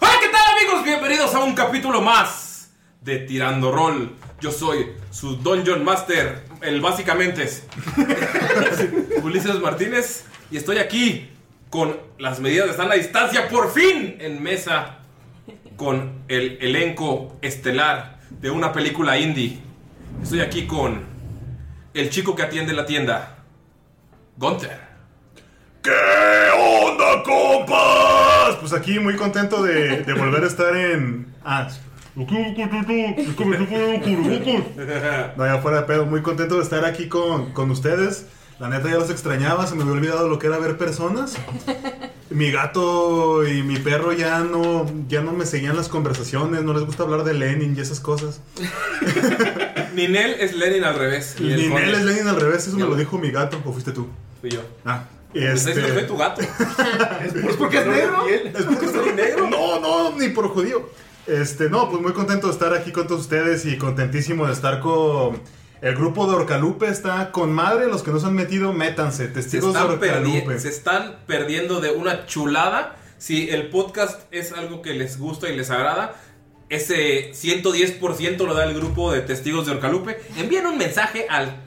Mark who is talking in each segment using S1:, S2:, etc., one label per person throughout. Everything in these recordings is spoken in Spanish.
S1: ¡Hola, qué tal, amigos! Bienvenidos a un capítulo más de Tirando Rol. Yo soy su Dungeon Master, el básicamente es Ulises Martínez, y estoy aquí con las medidas de sana distancia, por fin en mesa, con el elenco estelar de una película indie. Estoy aquí con el chico que atiende la tienda, Gunther.
S2: ¿Qué onda, compas? Pues aquí muy contento de, de volver a estar en. Ah. No, ya fuera de pedo, muy contento de estar aquí con, con ustedes. La neta ya los extrañaba, se me había olvidado lo que era ver personas. Mi gato y mi perro ya no, ya no me seguían las conversaciones, no les gusta hablar de Lenin y esas cosas.
S1: Ninel es Lenin al revés. y el
S2: Ni
S1: Conde
S2: él es Lenin al revés, eso me
S1: Yo.
S2: lo dijo mi gato, o fuiste tú.
S1: Fui yo.
S2: Ah,
S1: Pues ese no fue tu gato.
S2: ¿Es porque es negro? ¿Es porque es negro? No, no, ni por judío. Este, no, pues muy contento de estar aquí con todos ustedes y contentísimo de estar con. El grupo de Orcalupe está con madre. Los que no se han metido, métanse.
S1: Se
S2: Testigos de
S1: están,
S2: Orcalupe.
S1: perdi- se están perdiendo de una chulada. Si el podcast es algo que les gusta y les agrada, ese 110% lo da el grupo de testigos de Orcalupe. Envíen un mensaje al...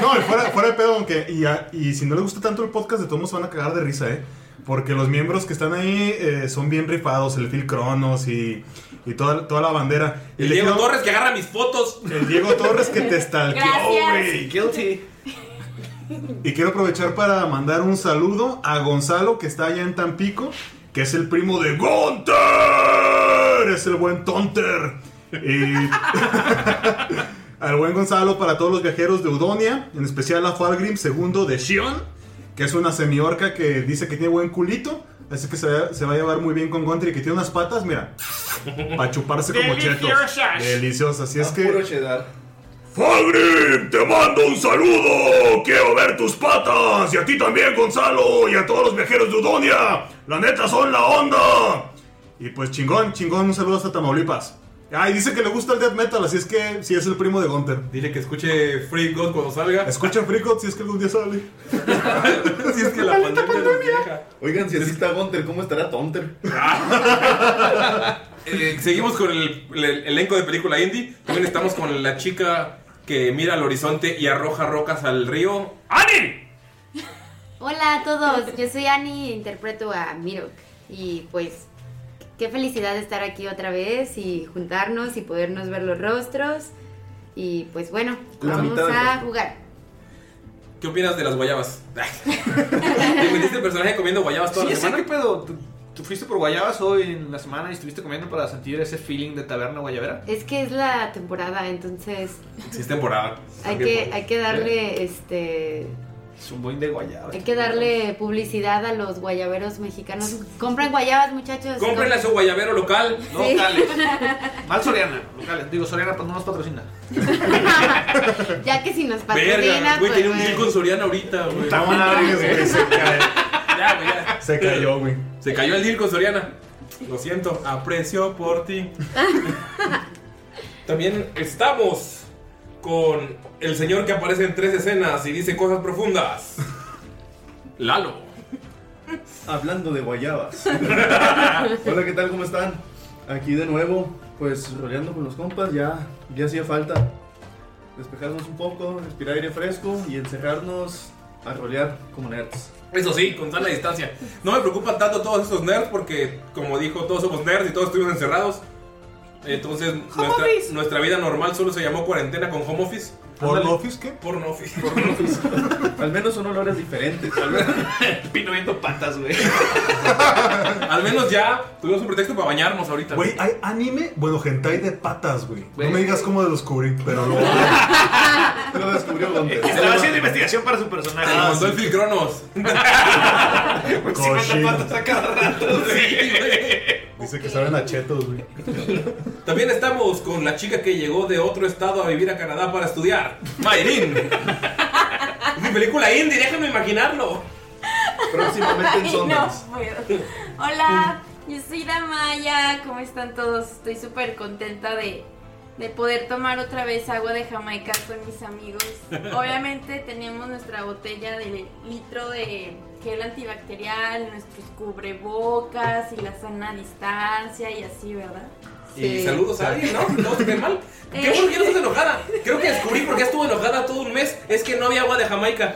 S2: No, y fuera, fuera de pedo, aunque. Y, a- y si no les gusta tanto el podcast, de todos modos se van a cagar de risa, ¿eh? Porque los miembros que están ahí eh, son bien rifados. El Phil Cronos y, y toda, toda la bandera. Y
S1: el
S2: le
S1: Diego
S2: quiero-
S1: Torres que agarra mis fotos.
S2: El Diego Torres que te stalkeó,
S3: Gracias.
S2: güey. Y quiero aprovechar para mandar un saludo a Gonzalo, que está allá en Tampico, que es el primo de Gonter. Es el buen Tonter. Y al buen Gonzalo para todos los viajeros de Udonia, en especial a Falgrim, segundo de Shion, que es una semiorca que dice que tiene buen culito. Así que se va, se va a llevar muy bien con Gontry, que tiene unas patas, mira, para chuparse como chetos.
S4: Deliciosas.
S2: Deliciosas. Así es que.
S5: Fagrim, te mando un saludo. Quiero ver tus patas. Y a ti también, Gonzalo. Y a todos los viajeros de Udonia. La neta son la onda.
S2: Y pues chingón, chingón, un saludo hasta Tamaulipas. Ay, dice que le gusta el death metal, así es que si es el primo de Gunter.
S1: Dile que escuche Free God cuando salga.
S2: Escucha Freakout si es que algún día sale.
S1: si es que la pandemia, nos deja.
S6: Oigan, si así está Gunter, ¿cómo estará Tonter?
S1: Eh, seguimos con el, el elenco de película indie. También estamos con la chica que mira al horizonte y arroja rocas al río. ¡Ani!
S7: Hola a todos, yo soy Ani e interpreto a Mirok. Y pues, qué felicidad de estar aquí otra vez y juntarnos y podernos ver los rostros. Y pues bueno,
S6: La
S7: vamos
S6: mitad del
S7: a
S6: rostro.
S7: jugar.
S1: ¿Qué opinas de las guayabas? ¿Te metiste el personaje comiendo guayabas toda
S4: Sí,
S1: la
S4: ya sé qué
S1: semana?
S4: pedo. ¿Tú, tú fuiste por guayabas hoy en la semana y estuviste comiendo para sentir ese feeling de taberna guayabera.
S7: Es que es la temporada, entonces
S1: Sí, es temporada.
S7: hay que, hay que darle este.
S4: Es un buen de guayabas.
S7: Hay que darle publicidad a los guayaberos mexicanos. Compren guayabas, muchachos.
S1: Cómprenle a su guayabero local.
S4: Locales. Mal Soriana. Locales. Digo, Soriana pues, no nos patrocina.
S7: Ya que si nos
S1: Verga,
S7: patrocina,
S1: güey,
S7: pues.
S1: tiene un
S7: bueno.
S1: deal con Soriana ahorita, güey.
S2: Está buena verga, güey. Se cae.
S1: Ya, güey, ya.
S2: Se cayó, güey.
S1: Se cayó el deal con Soriana. Lo siento, aprecio por ti. También estamos con el señor que aparece en tres escenas y dice cosas profundas. Lalo.
S6: Hablando de guayabas. Hola, ¿qué tal? ¿Cómo están? Aquí de nuevo, pues roleando con los compas, ya, ya hacía falta despejarnos un poco, respirar aire fresco y encerrarnos a rolear como nerds.
S1: Eso sí, con sana distancia. No me preocupan tanto todos estos nerds porque, como dijo, todos somos nerds y todos estuvimos encerrados. Entonces, nuestra, nuestra vida normal solo se llamó cuarentena con home office.
S2: ¿Por Office qué?
S1: Porno office. Porno office.
S6: Al menos son olores diferentes.
S4: Pino viendo patas, güey.
S1: Al menos ya tuvimos un pretexto para bañarnos ahorita.
S2: Güey, hay anime, bueno, hentai de patas, güey. No
S4: Güey.
S2: me digas cómo lo descubrí, pero lo
S6: Lo descubrió Gonter.
S4: Estaba haciendo investigación para su personaje.
S1: Te lo mandó el Phil Cronos.
S4: pues,
S2: Cochino.
S1: Sí, güey.
S2: Dice que saben a chetos, güey.
S1: También estamos con la chica que llegó de otro estado a vivir a Canadá para estudiar. Mayrin. Es mi película indie, déjame imaginarlo.
S6: Próximamente en
S8: Ay, no
S6: Sundance.
S8: puedo. Hola, yo soy Damaya. ¿Cómo están todos? Estoy súper contenta de, de poder tomar otra vez agua de Jamaica con mis amigos. Obviamente tenemos nuestra botella de litro de gel antibacterial, nuestros cubrebocas y la sana distancia y así, ¿verdad?
S1: Y
S7: Sí.
S1: saludos a alguien, ¿no? No se ve mal. Qué bueno que ya no estás enojada. Creo que descubrí por qué estuvo enojada todo un mes. Es que no había agua de Jamaica.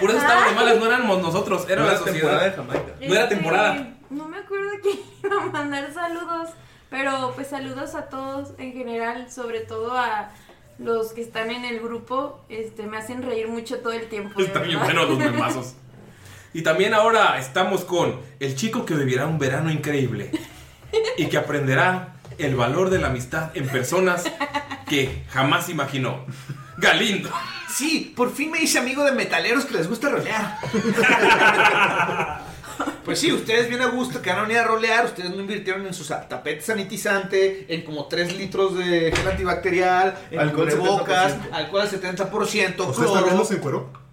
S1: Por eso estábamos de malas, no éramos nosotros, era
S6: No
S1: la
S6: era temporada de
S1: sociedad.
S6: Jamaica.
S1: No era
S8: Este,
S1: temporada.
S8: No me acuerdo quién iba a mandar saludos, pero pues saludos a todos en general, sobre todo a los que están en el grupo. Este, me hacen reír mucho todo el tiempo. de
S1: Está bien
S8: verdad.
S1: bueno los memazos. Y también ahora estamos con el chico que vivirá un verano increíble y que aprenderá el valor de la amistad en personas que jamás imaginó. Galindo.
S4: Sí, por fin me hice amigo de metaleros que les gusta rolear. Pues sí, ustedes bien a gusto quedaron ir a rolear, ustedes no invirtieron en sus tapete sanitizante, en como 3 litros de gel antibacterial, en
S6: Alcohol
S4: alcohol
S6: 70%.
S4: bocas, alcohol al 70%,
S2: ¿Usted
S4: cloro.
S2: también los encueró?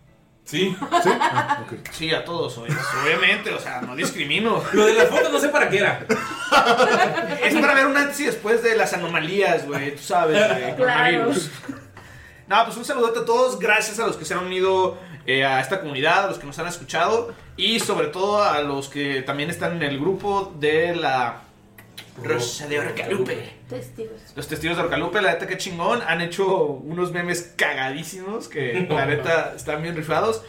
S1: Sí.
S2: ¿Sí? Ah, ok.
S4: Sí, a todos, oye, obviamente, o sea, no discrimino.
S1: Lo de las fotos no sé para qué era.
S4: Es para ver un antes y después de las anomalías, güey, tú sabes, güey, coronavirus. No, pues un saludote a todos, gracias a los que se han unido eh, a esta comunidad, a los que nos han escuchado y sobre todo a los que también están en el grupo de la Rosa de Orcalupe.
S8: Testigos.
S4: Los testigos de Orcalupe, la neta que chingón, han hecho unos memes cagadísimos que la neta están bien rifados.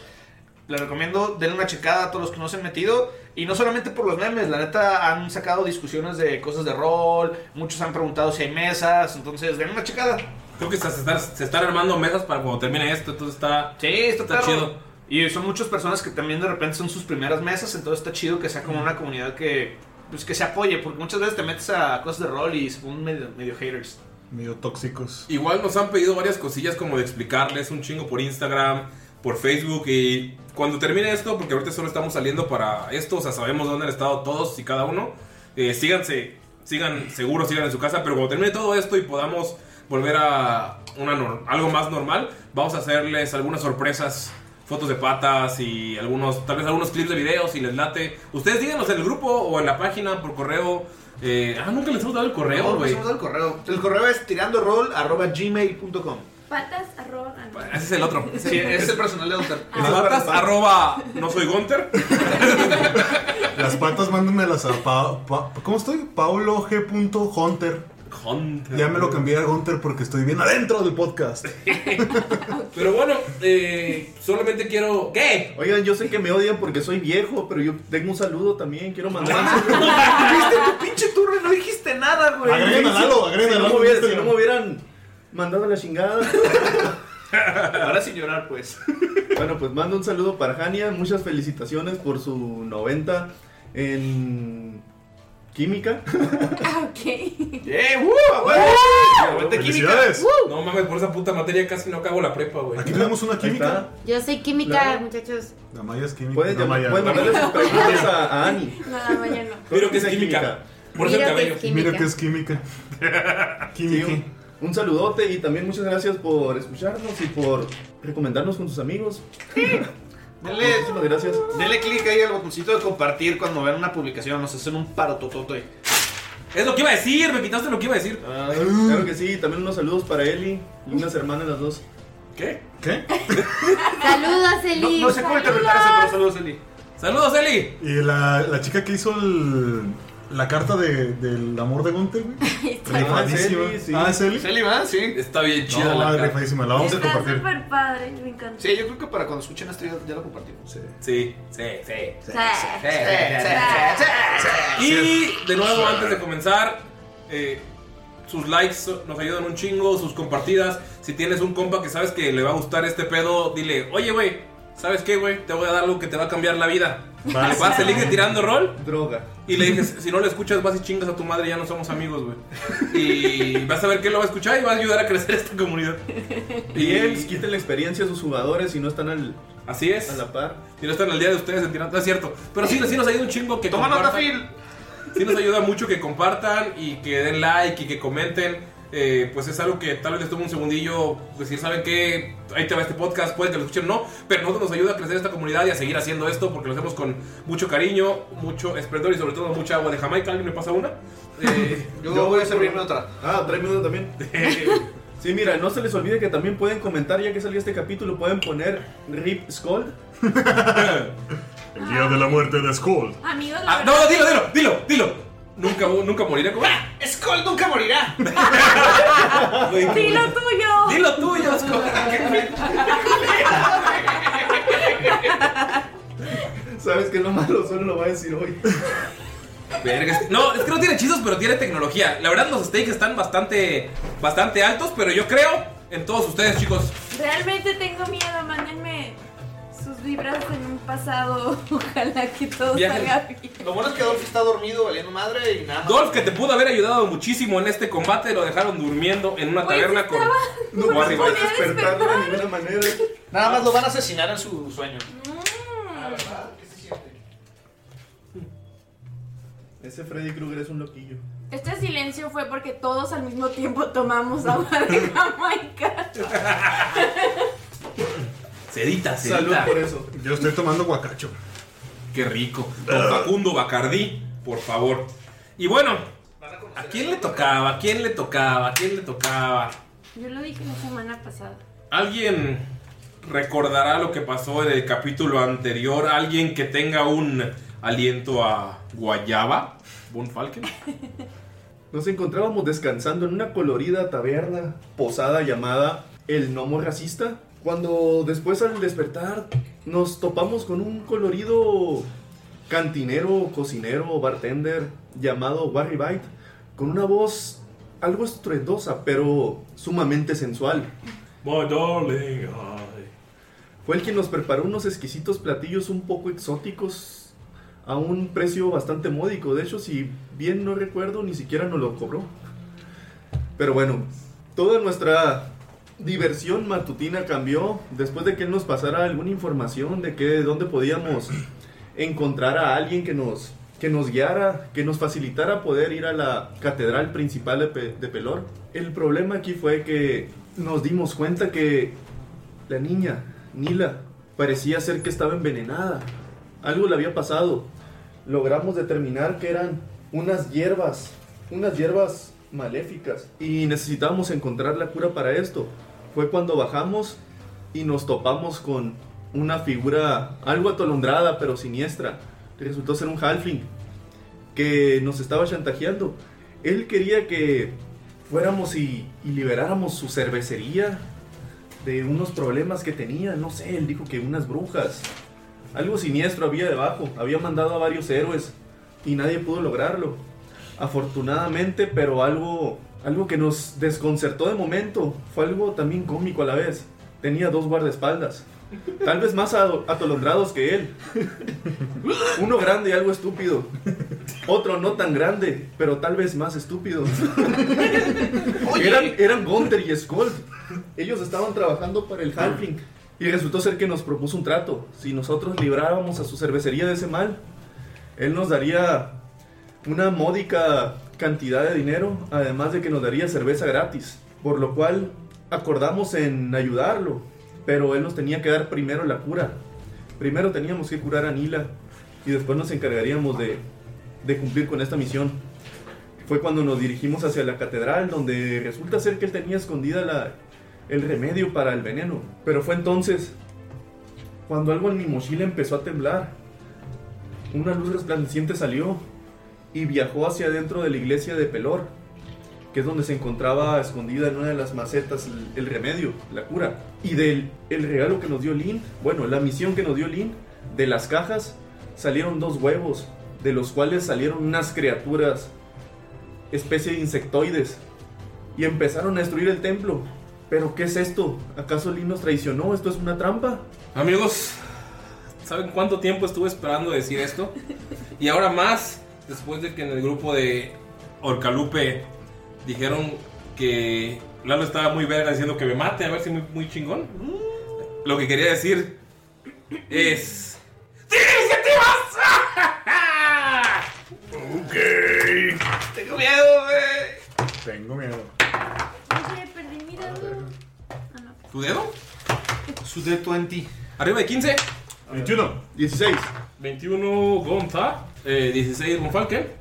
S4: Les recomiendo, denle una checada a todos los que no se han metido. Y no solamente por los memes, la neta han sacado discusiones de cosas de rol. Muchos han preguntado si hay mesas. Entonces, denle una checada.
S1: Creo que se, se están, se están armando mesas para cuando termine esto, entonces está...
S4: Sí, está,
S1: Está
S4: perro.
S1: chido.
S4: Y son muchas personas que también de repente son sus primeras mesas, entonces está chido que sea como una comunidad que pues que se apoye, porque muchas veces te metes a cosas de rol y son medio, medio haters.
S2: Medio tóxicos.
S1: Igual nos han pedido varias cosillas como de explicarles un chingo por Instagram, por Facebook y cuando termine esto, porque ahorita solo estamos saliendo para esto, o sea, sabemos dónde han estado todos y cada uno, eh, síganse, sigan seguros, sigan en su casa, pero cuando termine todo esto y podamos volver a una nor- algo más normal, vamos a hacerles algunas sorpresas, fotos de patas y algunos, tal vez algunos clips de videos si les late. Ustedes díganos en el grupo o en la página por correo. eh, ah, nunca les hemos dado el correo,
S4: No, pues
S1: güey.
S4: hemos dado el correo. El correo es tirandorol@gmail.com.
S8: Patas, arroba. ah, no.
S1: Ese es el otro.
S4: Sí, es el personal de Outer.
S1: Las patas, arroba no soy Gunter.
S2: Las patas, mándenmelas a Pa- Pa- ¿Cómo estoy? Paulo G. Hunter.
S1: Hunter.
S2: Ya me lo cambié a Hunter porque estoy bien adentro del podcast.
S1: Pero bueno, eh, solamente quiero. ¿Qué?
S6: Oigan, yo sé que me odian porque soy viejo, pero yo tengo un saludo también. Quiero mandar un saludo.
S4: ¿Viste tu pinche turno? No dijiste nada, güey.
S2: Agreguen a Lalo, agreguen a
S6: Si no me
S2: Lalo en
S6: hubieran- si
S2: Instagram.
S6: no me hubieran mandado la chingada.
S4: Ahora sin llorar, pues.
S6: Bueno, pues mando un saludo para Jania, muchas felicitaciones por su 90 en química.
S8: Ah, ok.
S4: ¡Eh, uh, güey! ¡Vuelta química!
S2: ¡Felicidades!
S1: No mames, por esa puta materia casi no acabo la prepa, güey.
S2: Aquí tenemos una
S6: Ahí está.
S2: química.
S7: Yo soy química,
S6: Claro.
S7: muchachos.
S2: La Maya es química.
S6: Puedes
S2: la
S6: llamar,
S2: Maya.
S6: puedes mandarle sus preguntas a, a Ani.
S8: No, la mañana no.
S1: Pero que es química. Por eso
S7: Mira
S1: el
S7: que
S1: cabello.
S7: es química.
S2: Mira que es química.
S6: Sí,
S2: Química.
S6: un, un saludote y también muchas gracias por escucharnos y por recomendarnos con sus amigos.
S4: Denle,
S6: Muchísimas gracias.
S4: denle click ahí al botoncito de compartir cuando vean una publicación. Nos hacen un paro totote.
S1: Es lo que iba a decir, me quitaste lo que iba a decir.
S6: Claro que sí, también unos saludos para Eli y unas hermanas las dos.
S1: ¿Qué?
S2: ¿Qué?
S7: Saludos, Eli.
S4: No, no sé cómo interpretar eso, pero saludos, Eli.
S1: Saludos, Eli.
S2: Y la, la chica que hizo el- la carta de- del amor de Gunter, güey. Rifadísima.
S6: Ah, es Eli, sí.
S2: Ah, es Eli.
S4: Eli, ¿verdad? Sí.
S1: Está bien chida
S2: No,
S1: la
S2: la
S1: cara.
S2: rifadísima. La vamos a
S8: Está
S2: compartir.
S8: súper padre, me encantó.
S4: Sí, yo creo que para cuando escuchen esto ya, ya lo compartimos. Sí.
S1: Sí, sí, sí.
S8: Sí,
S1: Sí,
S8: sí,
S1: sí, sí.
S8: sí.
S1: Y de nuevo, antes de comenzar, eh, sus likes so- nos ayudan un chingo, sus compartidas. Si tienes un compa que sabes que le va a gustar este pedo, dile, oye, güey, ¿sabes qué, güey? Te voy a dar algo que te va a cambiar la vida. Le vas el link de tirando rol
S6: Droga.
S1: y le dices, si no lo escuchas, vas y chingas a tu madre, ya no somos amigos, güey. Y vas a ver que él lo va a escuchar y va a ayudar a crecer esta comunidad.
S6: Y él quita la experiencia a sus jugadores si no están al,
S1: Así es.
S6: a la par.
S1: Si no están al día de ustedes en tirando, no es cierto. Pero sí, sí nos ayuda un chingo que
S4: Toma nota,
S1: compartan.
S4: Phil.
S1: Sí nos ayuda mucho que compartan y que den like y que comenten. Eh, pues es algo que tal vez les tome un segundillo decir, ¿saben qué? Ahí te va este podcast, puede que lo escuchen, no, pero nosotros nos ayuda a crecer esta comunidad y a seguir haciendo esto porque lo hacemos con mucho cariño, mucho esplendor y sobre todo mucha agua de Jamaica. ¿Alguien me pasa una? Eh,
S4: Yo, voy a servirme otra.
S6: Ah, trae minutos también. Sí, mira, no se les olvide que también pueden comentar ya que salió este capítulo, pueden poner Rip Skull.
S9: El día de la muerte de Skull.
S8: Amigos, la
S1: ah, no,
S8: verdad-
S1: no, dilo, dilo, dilo, dilo. Nunca, nunca moriré como. ¡Ah!
S4: Skull nunca morirá.
S8: Dilo tuyo.
S1: Dilo tuyo, Scott.
S6: ¿Sabes qué es lo malo? Solo lo va a decir hoy.
S1: Verga, es- No, es que no tiene hechizos, pero tiene tecnología. La verdad, los stakes están bastante, bastante altos, pero yo creo en todos ustedes, chicos.
S8: Realmente tengo miedo, mándenme sus vibras en un pasado. Ojalá que todo
S1: Viaje.
S8: salga bien.
S4: Lo bueno es que Dolph está dormido, valiendo madre y nada.
S1: Dolph, que te pudo haber ayudado muchísimo en este combate, lo dejaron durmiendo en una
S8: Güey,
S1: taberna
S8: sí
S1: con.
S8: estaba-
S6: No
S1: con
S6: vas
S1: Arriba.
S6: a despertarlo de ninguna manera.
S4: Nada más lo van a asesinar en su sueño.
S6: Ese Freddy Krueger es un loquillo.
S8: Este silencio fue porque todos al mismo tiempo tomamos agua de Jamaica.
S1: Sedita,
S6: Salud
S1: sedita.
S6: por eso.
S2: Yo estoy tomando guacacho.
S1: Qué rico. Don Facundo Bacardí, por favor. Y bueno, ¿a quién le tocaba? ¿A quién le tocaba? ¿A quién le tocaba?
S8: Yo lo dije la semana pasada.
S1: ¿Alguien recordará lo que pasó en el capítulo anterior? ¿Alguien que tenga un aliento a guayaba? ¿Von Falken?
S6: Nos encontrábamos descansando en una colorida taberna posada llamada El Nomo Racista. Cuando después al despertar nos topamos con un colorido cantinero, cocinero, bartender llamado Barry Bite, con una voz algo estruendosa pero sumamente sensual.
S1: My darling,
S6: Fue el quien nos preparó unos exquisitos platillos un poco exóticos a un precio bastante módico. De hecho, si bien no recuerdo, ni siquiera nos lo cobró. Pero bueno, toda nuestra diversión matutina cambió después de que él nos pasara alguna información de que dónde podíamos encontrar a alguien que nos que nos guiara, que nos facilitara poder ir a la catedral principal de, Pe- de Pelor. El problema aquí fue que nos dimos cuenta que la niña, Nila, parecía ser que estaba envenenada. Algo le había pasado. Logramos determinar que eran unas hierbas, unas hierbas maléficas. Y necesitábamos encontrar la cura para esto. Fue cuando bajamos y nos topamos con una figura algo atolondrada pero siniestra. Resultó ser un halfling que nos estaba chantajeando. Él quería que fuéramos y, y liberáramos su cervecería de unos problemas que tenía, no sé, él dijo que unas brujas. Algo siniestro había debajo, había mandado a varios héroes y nadie pudo lograrlo. Afortunadamente, pero algo algo que nos desconcertó de momento, fue algo también cómico a la vez. Tenía dos guardaespaldas, tal vez más ato- atolondrados que él. Uno grande y algo estúpido. Otro no tan grande, pero tal vez más estúpido.
S4: Oye.
S6: Eran, eran Gunther y Skull. Ellos estaban trabajando para el Halfling. Y resultó ser que nos propuso un trato. Si nosotros librábamos a su cervecería de ese mal, él nos daría una módica cantidad de dinero, además de que nos daría cerveza gratis. por lo cual acordamos en ayudarlo, pero él nos tenía que dar primero la cura. Primero teníamos que curar a Nila y después nos encargaríamos de, de cumplir con esta misión. Fue cuando nos dirigimos hacia la catedral, donde resulta ser que él tenía escondida la, el remedio para el veneno. Pero fue entonces cuando algo en mi mochila empezó a temblar. Una luz resplandeciente salió y viajó hacia adentro de la iglesia de Pelor, que es donde se encontraba escondida en una de las macetas el, el remedio, la cura. Y del el regalo que nos dio Lin, bueno, la misión que nos dio Lin, de las cajas salieron dos huevos, de los cuales salieron unas criaturas, especie de insectoides, y empezaron a destruir el templo. ¿Pero qué es esto? ¿Acaso Lin nos traicionó? ¿Esto es una trampa?
S1: Amigos, ¿saben cuánto tiempo estuve esperando decir esto? Y ahora más, después de que en el grupo de Orcalupe dijeron que Lalo estaba muy verga diciendo que me mate, a ver si muy, muy chingón. Lo que quería decir es...
S4: Tengo miedo, güey.
S2: Tengo miedo.
S8: Oye, perdí mi dedo.
S1: ¿Tu dedo?
S4: Su dedo en ti.
S1: Arriba de 15.
S2: 21.
S6: 16.
S1: 21 Gonza. eh, 16 Gonfalque.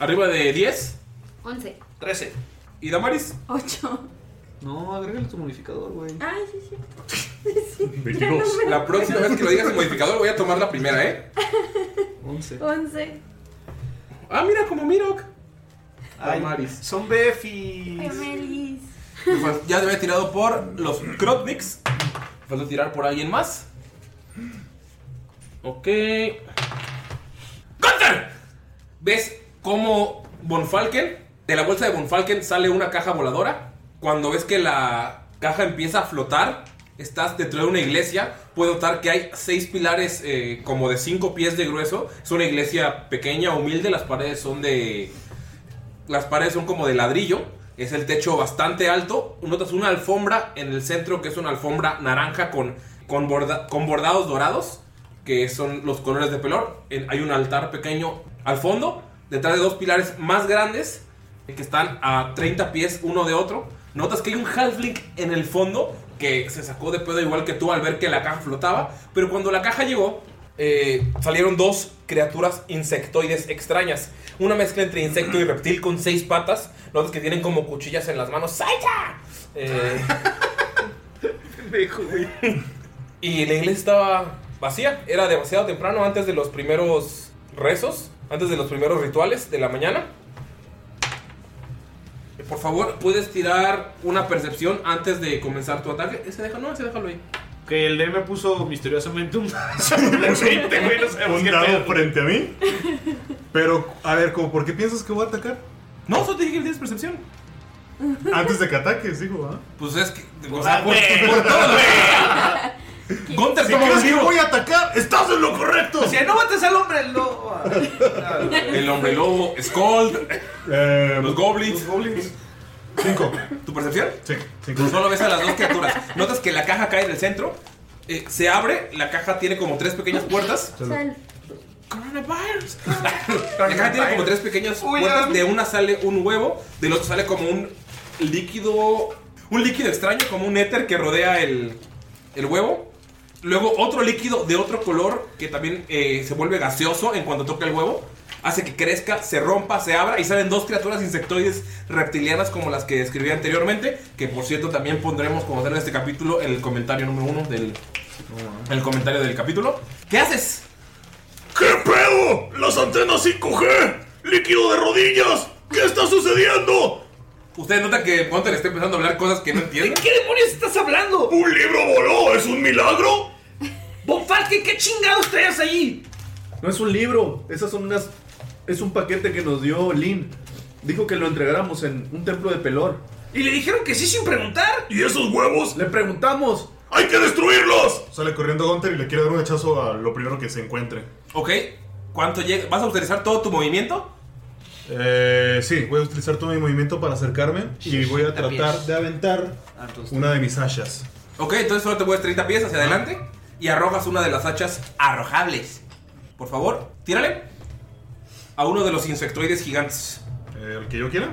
S1: Arriba de 10.
S7: 11.
S4: 13.
S1: ¿Y Damaris?
S8: 8.
S4: No, agrégale tu modificador, güey.
S8: Ay, sí, sí.
S2: 22.
S1: La próxima vez que lo digas el modificador voy a tomar la primera, ¿eh?
S4: 11.
S8: 11.
S1: Ah, mira como Mirok.
S4: Ay,
S1: Damaris.
S4: Son Befis.
S8: Gemelis.
S1: Pues Ya te había tirado por los Krotniks. Falta tirar por alguien más. Ok. ¡Gunther! ¿Ves cómo Bonfalken? De la bolsa de Bonfalken sale una caja voladora. Cuando ves que la caja empieza a flotar, estás dentro de una iglesia. Puedo notar que hay seis pilares eh, como de cinco pies de grueso. Es una iglesia pequeña, humilde. Las paredes son de las paredes son como de ladrillo. Es el techo bastante alto. Notas una alfombra en el centro que es una alfombra naranja con, con, borda- con bordados dorados, que son los colores de pelor. En- hay un altar pequeño al fondo, detrás de dos pilares más grandes que están a 30 pies uno de otro. Notas que hay un halfling en el fondo que se sacó de pedo igual que tú al ver que la caja flotaba. Pero cuando la caja llegó, eh, salieron dos criaturas insectoides extrañas. Una mezcla entre insecto y reptil con seis patas. Notas que tienen como cuchillas en las manos. ¡Saya! Eh, y la iglesia estaba vacía. Era demasiado temprano antes de los primeros rezos, antes de los primeros rituales de la mañana. Por favor, puedes tirar una percepción antes de comenzar tu ataque. Ese deja, no, ese déjalo ahí.
S4: Que el D me puso misteriosamente un de 20, güey. No sabemos
S2: Un
S4: qué
S2: dado
S4: pedo.
S2: frente a mí. Pero, a ver, ¿cómo, ¿por qué piensas que voy a atacar?
S1: No, solo te dije que tienes percepción.
S2: Antes de que ataques, digo, ¿ah?
S1: Pues es que. O
S4: sea,
S1: por,
S4: por-
S1: todo, Gunter,
S2: Si
S1: como
S2: crees
S1: un
S2: que
S1: vivo.
S2: voy a atacar, estás en lo correcto.
S4: O sea, no mates al hombre, lobo.
S1: El hombre lobo, Scold,
S2: Eh,
S1: los goblins.
S2: goblins. Cinco.
S1: ¿Tu percepción?
S2: Sí, cinco.
S1: Tú solo ves a las dos criaturas. Notas que la caja cae del centro. eh, se abre, la caja tiene como tres pequeñas puertas.
S8: Sal.
S1: Coronavirus. La caja tiene como tres pequeñas
S4: Uy,
S1: puertas.
S4: ya.
S1: De una sale un huevo, del otro sale como un líquido. Un líquido extraño, como un éter que rodea el, el huevo. Luego otro líquido de otro color que también eh, se vuelve gaseoso en cuanto toca el huevo. Hace que crezca, se rompa, se abra y salen dos criaturas insectoides reptilianas como las que describí anteriormente. Que por cierto también pondremos como tal en este capítulo el comentario número uno del el comentario del capítulo. ¿Qué haces?
S5: ¿Qué pedo? Las antenas 5G, líquido de rodillas. ¿Qué está sucediendo?
S1: Ustedes notan que Gunter está empezando a hablar cosas que no entiende.
S4: ¿Qué demonios estás hablando?
S5: ¿Un libro voló? ¿Es un milagro?
S4: Bonfalque, ¿qué chingados traías ahí?
S6: No es un libro, esas son unas. Es un paquete que nos dio Lin. Dijo que lo entregáramos en un templo de Pelor.
S4: Y le dijeron que sí sin preguntar.
S5: ¿Y esos huevos?
S6: Le preguntamos.
S5: ¡Hay que destruirlos!
S2: Sale corriendo Gunter y le quiere dar un hechazo a lo primero que se encuentre.
S1: Ok, ¿cuánto llega? ¿Vas a utilizar todo tu movimiento?
S2: Eh, sí, voy a utilizar todo mi movimiento para acercarme y voy a tratar de aventar una de mis hachas.
S1: Ok, entonces solo te mueves 30 pies hacia adelante y arrojas una de las hachas arrojables. Por favor, tírale a uno de los insectoides gigantes.
S2: Eh, ¿El que yo quiera?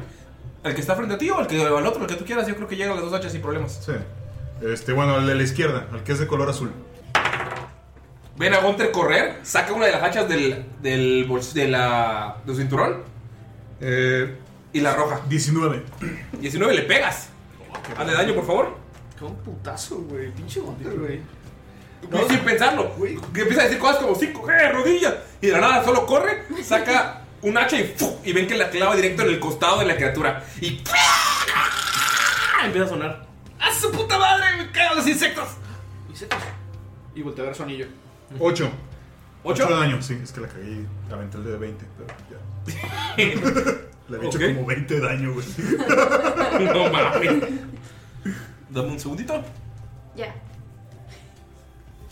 S1: ¿El que está frente a ti o el que al otro? El que tú quieras. Yo creo que llegan las dos hachas sin problemas.
S2: Sí. Este, bueno, el de la izquierda, el que es de color azul.
S1: Ven a Gunter correr, saca una de las hachas del, del bols- de la, de su cinturón.
S2: Eh,
S1: y la roja.
S2: 19.
S1: 19 le pegas. Hazle daño, por favor.
S4: Qué un putazo, güey. Pinche Gunter, güey.
S1: Güey, sin pensarlo. Que empieza a decir cosas como 5G, rodillas. Y de la nada solo corre, saca un hacha y ¡fu! Y ven que la clava directo en el costado de la criatura. Y empieza a sonar. ¡A su puta madre! ¡Me cagan los insectos!
S4: Insectos. Y voltea a ver su anillo.
S2: 8.
S1: ¿Ocho?
S2: 8 de daño, sí, es que la cagué y la aventé el de 20, pero ya. Le había
S1: Ok.
S2: hecho como 20 de daño, güey.
S1: No mames. Dame un segundito.
S8: Ya.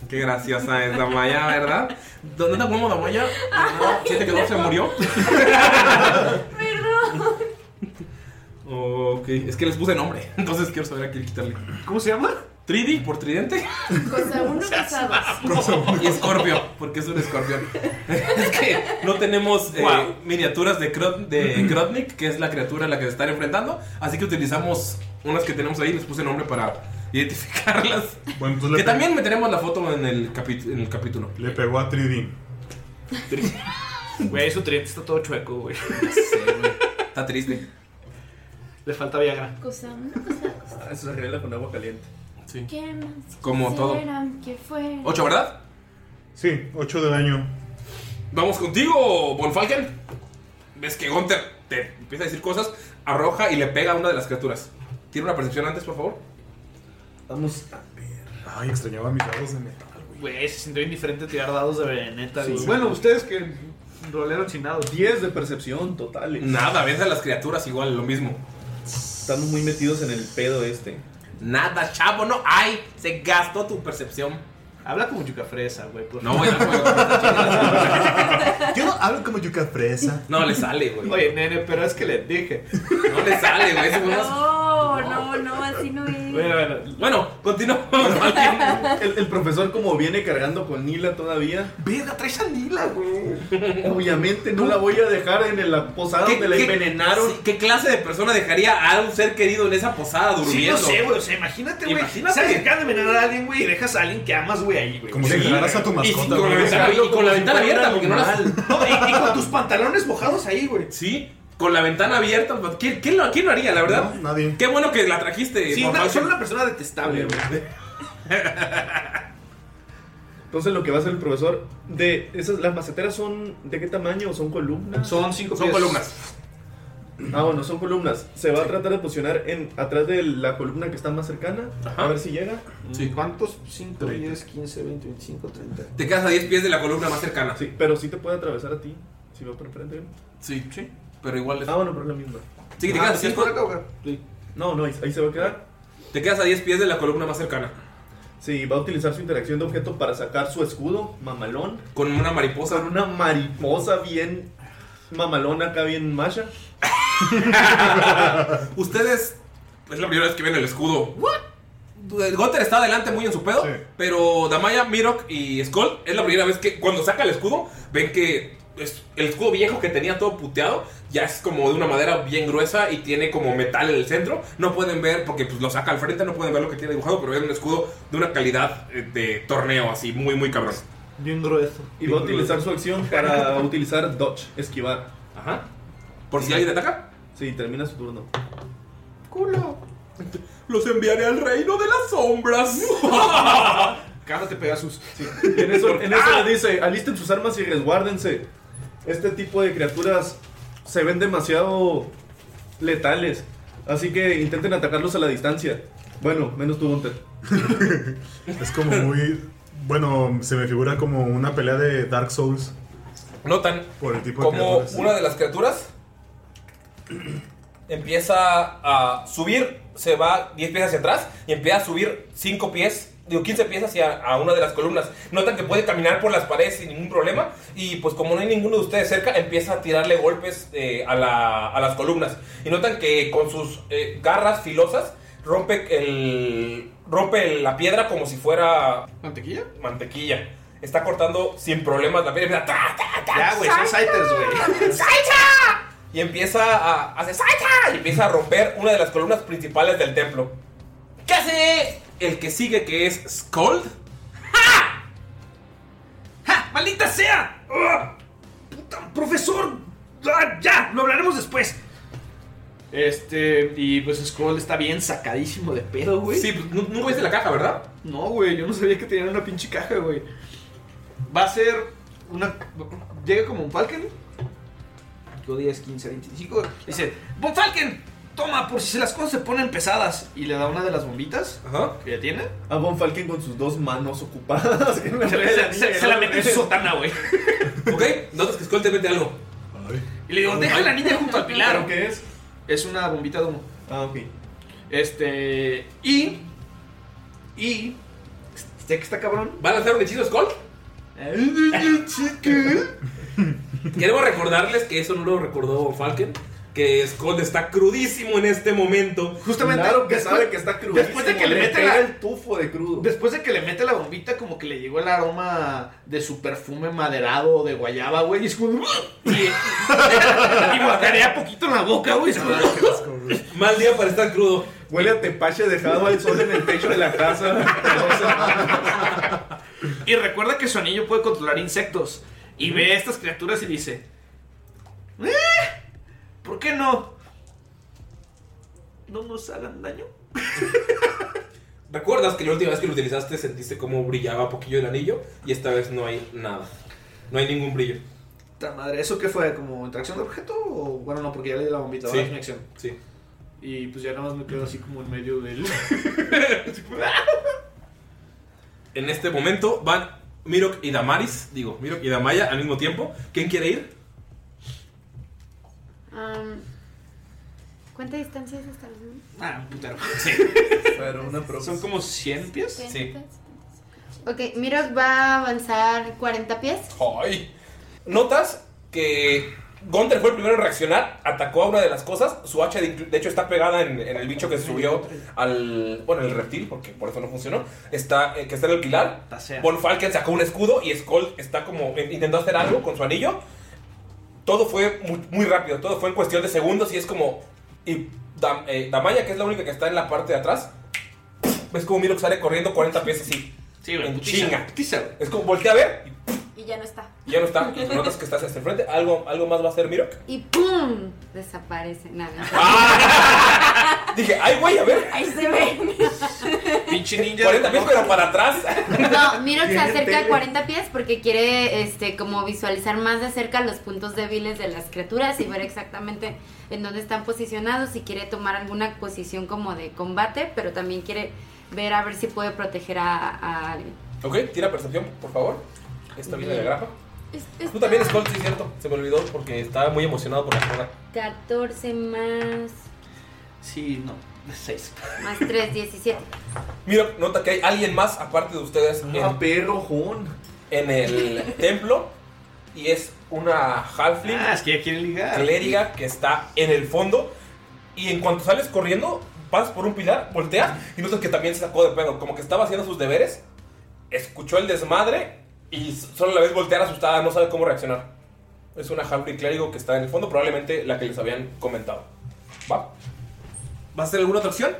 S1: Qué graciosa es la Maya, ¿verdad? ¿Dónde está como la Maya? No, siete que no se murió.
S8: Perdón.
S1: Ok, es que les puse nombre. Entonces quiero saber a quién quitarle.
S4: ¿Cómo se llama?
S1: 3D por tridente.
S8: Cosa uno, cosa dos.
S1: Y escorpio, porque es un escorpión. es que no tenemos eh,
S4: Guau.
S1: miniaturas de, Krot- de Krotnik, que es la criatura a la que se están enfrentando. Así que utilizamos unas que tenemos ahí, les puse nombre para identificarlas.
S2: Bueno, entonces
S1: Que
S2: le, pe-
S1: también meteremos la foto en el, capi- en el capítulo.
S2: le pegó a 3D.
S4: Güey, su tridente está todo chueco, güey.
S1: Está triste.
S4: Le falta Viagra.
S8: Cosa uno, cosa dos.
S6: Ah, eso se arregla con agua caliente.
S1: Sí.
S8: ¿Qué más?
S1: Como
S8: quisieran Que fue.
S1: Ocho, ¿verdad?
S2: Sí, 8 de daño.
S1: Vamos contigo, Bonfalken. Ves que Gunther te empieza a decir cosas, arroja y le pega a una de las criaturas. Tiene una percepción antes, por favor.
S6: Vamos a ver.
S2: Ay, extrañaba mis dados de metal, güey.
S4: Güey, se sintió indiferente tirar dados de veneta,
S6: Sí,
S4: güey.
S6: sí.
S4: Bueno, ustedes que rolearon sin dados.
S6: 10 de percepción totales.
S1: Nada, ves a las criaturas igual, lo mismo.
S6: Estamos muy metidos en el pedo este.
S1: Nada, chavo, no hay. Se gastó tu percepción.
S4: Habla como yuca fresa, güey. por
S1: No,
S4: favor.
S1: güey, no, güey.
S2: Yo no hablo como yuca fresa.
S1: No le sale, güey.
S4: Oye, nene, pero es que les dije.
S1: No le sale, güey. Ese fue más-
S8: No, no, no, así no
S4: Bueno,
S8: es.
S4: bueno.
S1: Bueno, continuamos.
S6: El, el profesor como viene cargando con Nila todavía,
S4: Verga, traes a Nila, güey.
S6: obviamente no la voy a dejar en la posada donde la envenenaron.
S1: sí, ¿Qué clase de persona dejaría a un ser querido en esa posada
S4: Sí,
S1: durmiendo?
S4: yo sé, güey. O sea, imagínate, güey.
S1: Imagínate.
S4: Sabes que acaban de envenenar a alguien, güey, y dejas a alguien que amas, güey, ahí, güey.
S2: Como
S4: Sí,
S2: si agarras a
S4: güey.
S2: tu
S1: y con
S2: mascota,
S1: la
S2: güey.
S1: ventana, y con la ventana abierta, porque no las-
S4: No, y, y con tus pantalones mojados ahí, güey.
S1: Sí, con la ventana abierta. pues, ¿Quién, quién lo, quién lo haría, la verdad?
S2: No, nadie.
S1: Qué bueno que la trajiste.
S4: Sí,
S1: Juan
S4: una,
S1: Pablo.
S4: son una persona detestable, güey.
S6: Entonces lo que va a hacer el profesor de esas las maceteras son de qué tamaño son columnas.
S4: Son cinco
S1: Son
S4: pies.
S1: columnas.
S6: Ah bueno son columnas. Se va a tratar de posicionar en atrás de la columna que está más cercana
S1: Ajá.
S6: a ver si llega.
S4: Mm.
S1: Sí.
S4: ¿Cuántos? 5,
S2: Treinta.
S4: 10, 15, 20, 25, 30.
S1: Te quedas a 10 pies de la columna más cercana.
S6: Sí, pero sí te puede atravesar a ti si va por enfrente.
S1: sí, sí. Pero igual es.
S6: Ah bueno pero es la misma.
S1: Sí, que te
S4: Ah,
S1: quedas, a
S4: ¿sí es
S1: cinco-
S4: por acá, güey? Sí.
S6: No no ahí, ahí se va a quedar.
S1: te quedas a 10 pies de la columna más cercana.
S6: Sí va a utilizar su interacción de objeto para sacar su escudo mamalón
S1: Con una mariposa.
S6: con una mariposa bien mamalona acá bien masha.
S1: Ustedes, es la primera vez que ven el escudo. Gotter está adelante muy en su pedo,
S2: Sí.
S1: pero Damaya, Mirok y Skull es la primera vez que cuando saca el escudo ven que es- el escudo viejo que tenía todo puteado ya es como de una madera bien gruesa y tiene como metal en el centro. No pueden ver porque pues, lo saca al frente, no pueden ver lo que tiene dibujado, pero es un escudo de una calidad eh, de torneo así muy muy cabrón.
S4: Bien grueso.
S6: Y va a utilizar su acción para utilizar dodge esquivar.
S1: Ajá. Por si alguien te ataca,
S6: Sí, termina su turno.
S4: Culo.
S1: los enviaré al reino de las sombras.
S4: Cállate, Pegasus.
S6: Sí. Y en eso, en eso le dice, alisten sus armas y resguárdense. Este tipo de criaturas se ven demasiado letales. Así que intenten atacarlos a la distancia. Bueno, menos tú, Hunter.
S2: Es como muy. Bueno, se me figura como una pelea de Dark Souls
S1: Notan
S2: por el tipo de
S1: como
S2: criaturas.
S1: una de las criaturas empieza a subir, se va 10 pies hacia atrás y empieza a subir 5 pies, digo 15 pies hacia a una de las columnas. Notan que puede caminar por las paredes sin ningún problema y pues como no hay ninguno de ustedes cerca, empieza a tirarle golpes eh, a, la- a las columnas. Y notan que con sus eh, garras filosas rompe, el, rompe la piedra como si fuera
S4: ¿Mantequilla?
S1: mantequilla. Está cortando sin problemas la piedra. y empieza, "Ta, ta, ta".
S4: Ya, güey, son
S1: ¡Sai!
S4: saiters, güey.
S1: ¡Saicha! y empieza a hacer ¡Saika! y empieza a romper una de las columnas principales del templo. ¿Qué hace el que sigue que es Scold?
S4: ¡Maldita sea! ¡Ah! ¡Puta, profesor! ¡Ah, ya, lo hablaremos después. Este, y pues Scroll está bien sacadísimo de pedo, güey.
S1: Sí, pues nunca viste la caja, ¿verdad?
S4: No, güey, yo no sabía que tenían una pinche caja, güey. Va a ser una. Llega como un Falcon. Yo 10, 15, 25. Dice: ¡Von Falcon! Toma, por si las cosas se ponen pesadas. Y le da una de las bombitas
S1: Ajá.
S4: que ya tiene.
S6: A Von Falken con sus dos manos ocupadas. en la
S4: Se, se- se- se la mete en su
S6: mesa.
S4: sotana, güey.
S1: Ok, notas que Skull te mete algo.
S4: Y le digo: Deja a la niña junto al
S6: ¿Pero
S4: pilar.
S6: qué es?
S4: Es una bombita de humo.
S6: Ah, ok.
S4: Este. Y. Y. Sé que está cabrón.
S1: ¿Va a lanzar un hechizo Skull? Queremos recordarles que eso no lo recordó Falken. Que Skull está crudísimo en este momento.
S4: Justamente.
S6: Claro que
S4: después,
S6: sabe que está crudo.
S4: después de que le mete
S6: pega
S4: la-
S6: el tufo de crudo.
S4: después de que le mete la bombita, como que le llegó el aroma de su perfume maderado de guayaba, güey. Y es como. Y, y guacarea poquito en la boca, güey. es como-
S1: Mal día para estar crudo.
S6: Huele a tepache dejado al sol en el techo de la casa. O sea,
S4: Y recuerda que su anillo puede controlar insectos. Y ve a estas criaturas y dice: "Eh, ¿Por qué no? ¿No nos hagan daño?
S1: ¿Recuerdas que la última vez que lo utilizaste sentiste cómo brillaba poquillo el anillo? Y esta vez no hay nada. No hay ningún brillo.
S4: Ta madre, ¿eso qué fue? ¿Como interacción de objeto? O bueno, no, porque ya le di la bombita,
S1: Sí.
S4: ¿verdad? Es mi acción.
S1: Sí.
S4: Y pues ya nada más me quedo así como en medio del.
S1: En este momento van Mirok y Damaris. Digo, Mirok y Damaya al mismo tiempo. ¿Quién quiere ir?
S7: Am, ¿Cuánta distancia es hasta el mundo?
S4: ah, un putero.
S6: pero una pro-
S4: Son como 100 pies.
S1: Sí.
S7: Ok, Mirok va a avanzar 40 pies.
S1: ¡Ay! Notas que Gunter fue el primero en reaccionar, atacó a una de las cosas, su hacha de, de hecho está pegada en, en el bicho que se subió al... bueno, el reptil, porque por eso no funcionó, está, eh, que está en el pilar.
S4: Tasea.
S1: Von Falken sacó un escudo y Skull está como eh, intentó hacer algo con su anillo. Todo fue muy, muy rápido, todo fue en cuestión de segundos y es como... Y Dam- eh, Damaya, que es la única que está en la parte de atrás, ves como Miro sale corriendo 40 pies así.
S4: Sí, güey.
S1: En
S4: putiza,
S1: chinga.
S4: putiza, güey.
S1: Es como voltea a ver y
S8: Y ya no está.
S1: ya no está. Y notas que estás hasta el frente. Algo, algo más va a hacer Mirok.
S7: Y ¡pum! Desaparece. Nada.
S1: Ah. Dije, ay, güey, a ver.
S8: Ahí se ve.
S4: Pinche ninja.
S1: 40 pies, pero para atrás.
S7: No, Mirok se acerca
S6: Tele.
S7: a 40 pies porque quiere este, como visualizar más de cerca los puntos débiles de las criaturas y ver exactamente en dónde están posicionados y quiere tomar alguna posición como de combate, pero también quiere ver a ver si puede proteger a, a alguien.
S1: ok, tira percepción, por favor. Esta viene de grapa.
S8: Es- es-
S1: Tú también, Skull, sí, cierto. Se me olvidó porque estaba muy emocionado por la cosa.
S7: 14 más,
S4: Sí, no. 6.
S7: más 3, 17.
S1: Mirok nota que hay alguien más aparte de ustedes
S6: Ah,
S1: en,
S6: perrojón.
S1: en el templo. Y es una halfling
S4: Ah, es que ya quieren ligar.
S1: clériga que está en el fondo. Y en cuanto sales corriendo, vas por un pilar, volteas y notas que también se sacó de pedo. Como que estaba haciendo sus deberes, escuchó el desmadre y solo la ves voltear asustada, no sabe cómo reaccionar. Es una Halfling clérigo que está en el fondo, probablemente la que les habían comentado. ¿Va? ¿Vas a hacer alguna otra acción?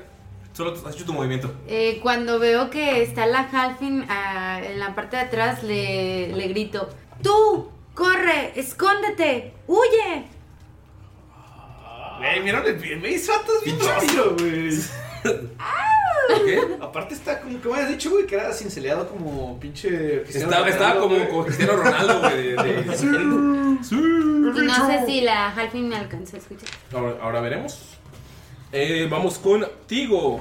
S1: Solo has hecho tu movimiento.
S7: Eh, cuando veo que está la Halfin ah, en la parte de atrás, le, le grito, ¡Tú! ¡Corre! ¡Escóndete! ¡Huye!
S4: Güey, mira, me, me hizo atas bien rápido, güey.
S1: ¿Qué?
S4: Aparte está como que me habías dicho, güey, que era cinceleado como pinche. Cristiano
S1: Estaba, estaba
S4: Ronaldo,
S1: como,
S4: güey.
S1: como Cristiano Ronaldo, güey. de- de-
S7: Y no sé si la Halfin me alcanzó a escuchar.
S1: Ahora, ahora veremos. Eh, vamos contigo,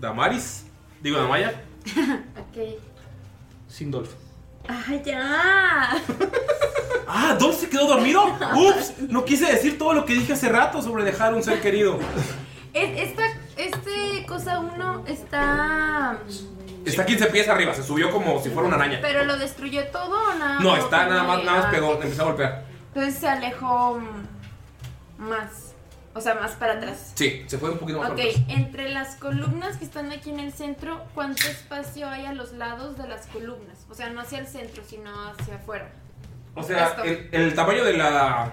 S1: Damaris. Digo, Damaya.
S8: Ok.
S4: Sin Dolph.
S8: ¡Ah, ya!
S1: Ah, Dolph se quedó dormido. Ups, no quise decir todo lo que dije hace rato sobre dejar un ser querido.
S8: Es- Esta, este cosa uno está.
S1: Está 15 pies arriba, se subió como si fuera una araña.
S8: Pero lo destruyó todo o nada.
S1: No,
S8: más?
S1: está nada más, nada más
S8: Ah,
S1: pegó, le empezó a golpear.
S8: Entonces se alejó mm, más. O sea, más para atrás.
S1: Sí, se fue un poquito más
S8: Ok,
S1: para atrás.
S8: entre las columnas que están aquí en el centro, ¿cuánto espacio hay a los lados de las columnas? O sea, no hacia el centro, sino hacia afuera.
S1: O sea,
S8: Esto.
S1: el, el tamaño de la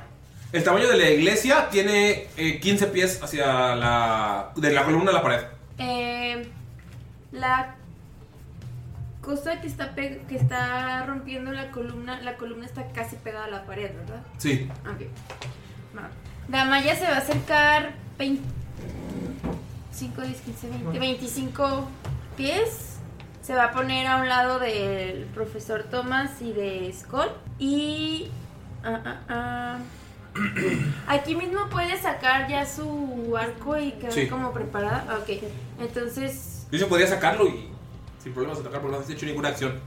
S1: El tamaño de la iglesia tiene eh, 15 pies hacia la. de la columna a la pared.
S8: Eh, la cosa que está, pe- que está rompiendo la columna, la columna está casi pegada a la pared, ¿verdad?
S1: Sí.
S8: Ok. Va. Damaya se va a acercar 20, 5, 10, 15, 20, 25 pies. Se va a poner a un lado del profesor Thomas y de Skull. Y. ah, ah, ah. Aquí mismo puede sacar ya su arco y quedar
S1: Sí.
S8: como preparada. Ok. Entonces.
S1: Yo se podría sacarlo y. sin problemas atacar porque no has hecho ninguna acción.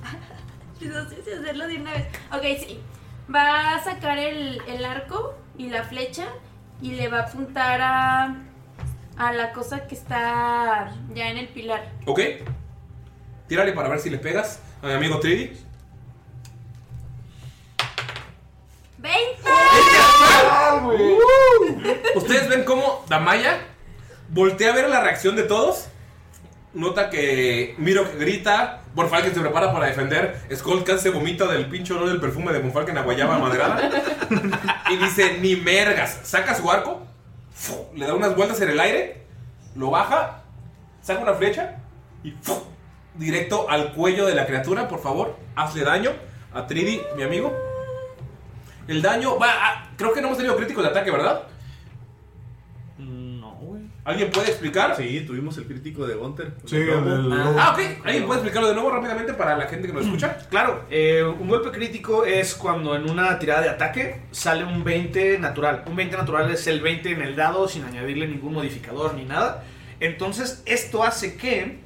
S8: No sé si hacerlo de una vez. Ok, sí. Va a sacar el, el arco y la flecha y le va a apuntar a, a la cosa que está ya en el pilar.
S1: ¿Ok? Tírale para ver si le pegas a mi amigo Tridi.
S8: ¡20!
S1: Ustedes ven cómo Damaya voltea a ver la reacción de todos. Nota que Miro grita, Bonfalken se prepara para defender, Skull casi se vomita del pinche olor del perfume de Bonfalken a guayaba maderada. y dice, ni mergas, saca su arco, ¡fu! le da unas vueltas en el aire, lo baja, saca una flecha y ¡fu! directo al cuello de la criatura, por favor, hazle daño a Tridi, mi amigo. El daño va, a- creo que no hemos tenido críticos de ataque, ¿verdad?
S4: Mm,
S6: No, güey.
S1: ¿Alguien puede explicar?
S6: Sí, tuvimos el crítico de Gunter.
S2: Sí, el- el-
S1: Ah, ok. ¿Alguien puede explicarlo de nuevo rápidamente para la gente que nos escucha?
S4: Claro, eh, un golpe crítico es cuando en una tirada de ataque sale un 20 natural. Un 20 natural es el 20 en el dado sin añadirle ningún modificador ni nada. Entonces esto hace que...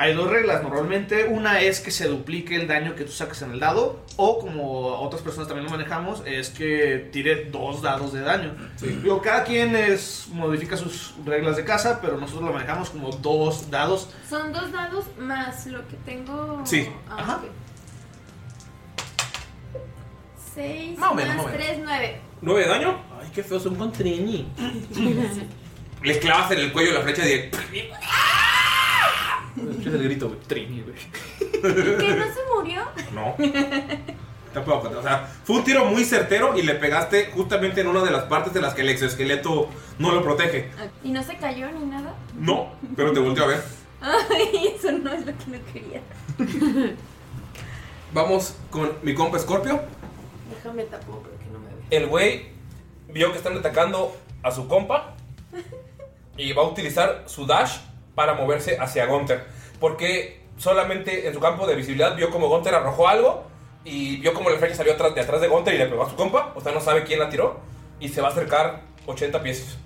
S4: Hay dos reglas normalmente. Una es que se duplique el daño que tú saques en el dado. O como otras personas también lo manejamos, es que tire dos dados de daño. Digo, cada quien es, modifica sus reglas de casa, pero nosotros lo manejamos como dos dados
S8: Son dos dados más lo que tengo.
S4: Sí.
S8: Ah,
S4: Ajá.
S8: ok. Seis
S1: Más o
S8: más,
S1: menos, más o menos.
S8: tres, nueve.
S1: ¿Nueve de daño? Ay, qué feo, son con triñi. Les clavas en el cuello la flecha de. Escuchas el grito, güey. Trini, güey.
S8: ¿Que no se murió?
S1: No. Tampoco. O sea, fue un tiro muy certero y le pegaste justamente en una de las partes de las que el exoesqueleto no lo protege.
S8: ¿Y no se cayó ni nada?
S1: No, pero te volteó a ver.
S8: Ay, eso no es lo que no quería.
S1: Vamos con mi compa Scorpio.
S8: Déjame tapo porque no me veo.
S10: El güey vio que están atacando a su compa y va a utilizar su dash para moverse hacia Gunther. Porque solamente en su campo de visibilidad vio como Gunther arrojó algo y vio como la flecha salió atrás, de atrás de Gunther y le pegó a su compa. O sea, no sabe quién la tiró y se va a acercar 80 pies.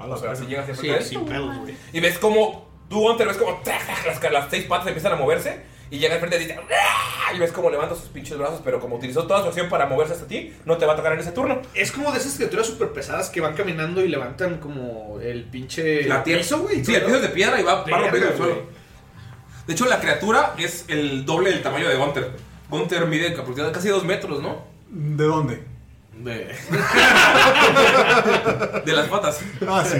S10: O sea, si llega hacia
S4: Sí,
S10: frente de él.
S4: sin pedos, güey.
S10: Y ves como tú, Gunther, ves como ¡tac, tac! las, las seis patas empiezan a moverse y llega al frente y dice "¡Ah!", Y ves como levanta sus pinches brazos, pero como utilizó toda su acción para moverse hasta ti, no te va a tocar en ese turno.
S4: Es como de esas criaturas súper pesadas que van caminando y levantan como el pinche.
S1: La tierra.
S4: piso, güey.
S1: Sí, el piso es de piedra y va, va
S4: Verga,
S1: rompiendo el
S4: güey.
S1: suelo. De hecho, la criatura es el doble del tamaño de Gunter. Gunter mide aproximadamente casi dos metros, ¿no?
S2: ¿De dónde?
S1: De. de las patas.
S2: Ah, sí.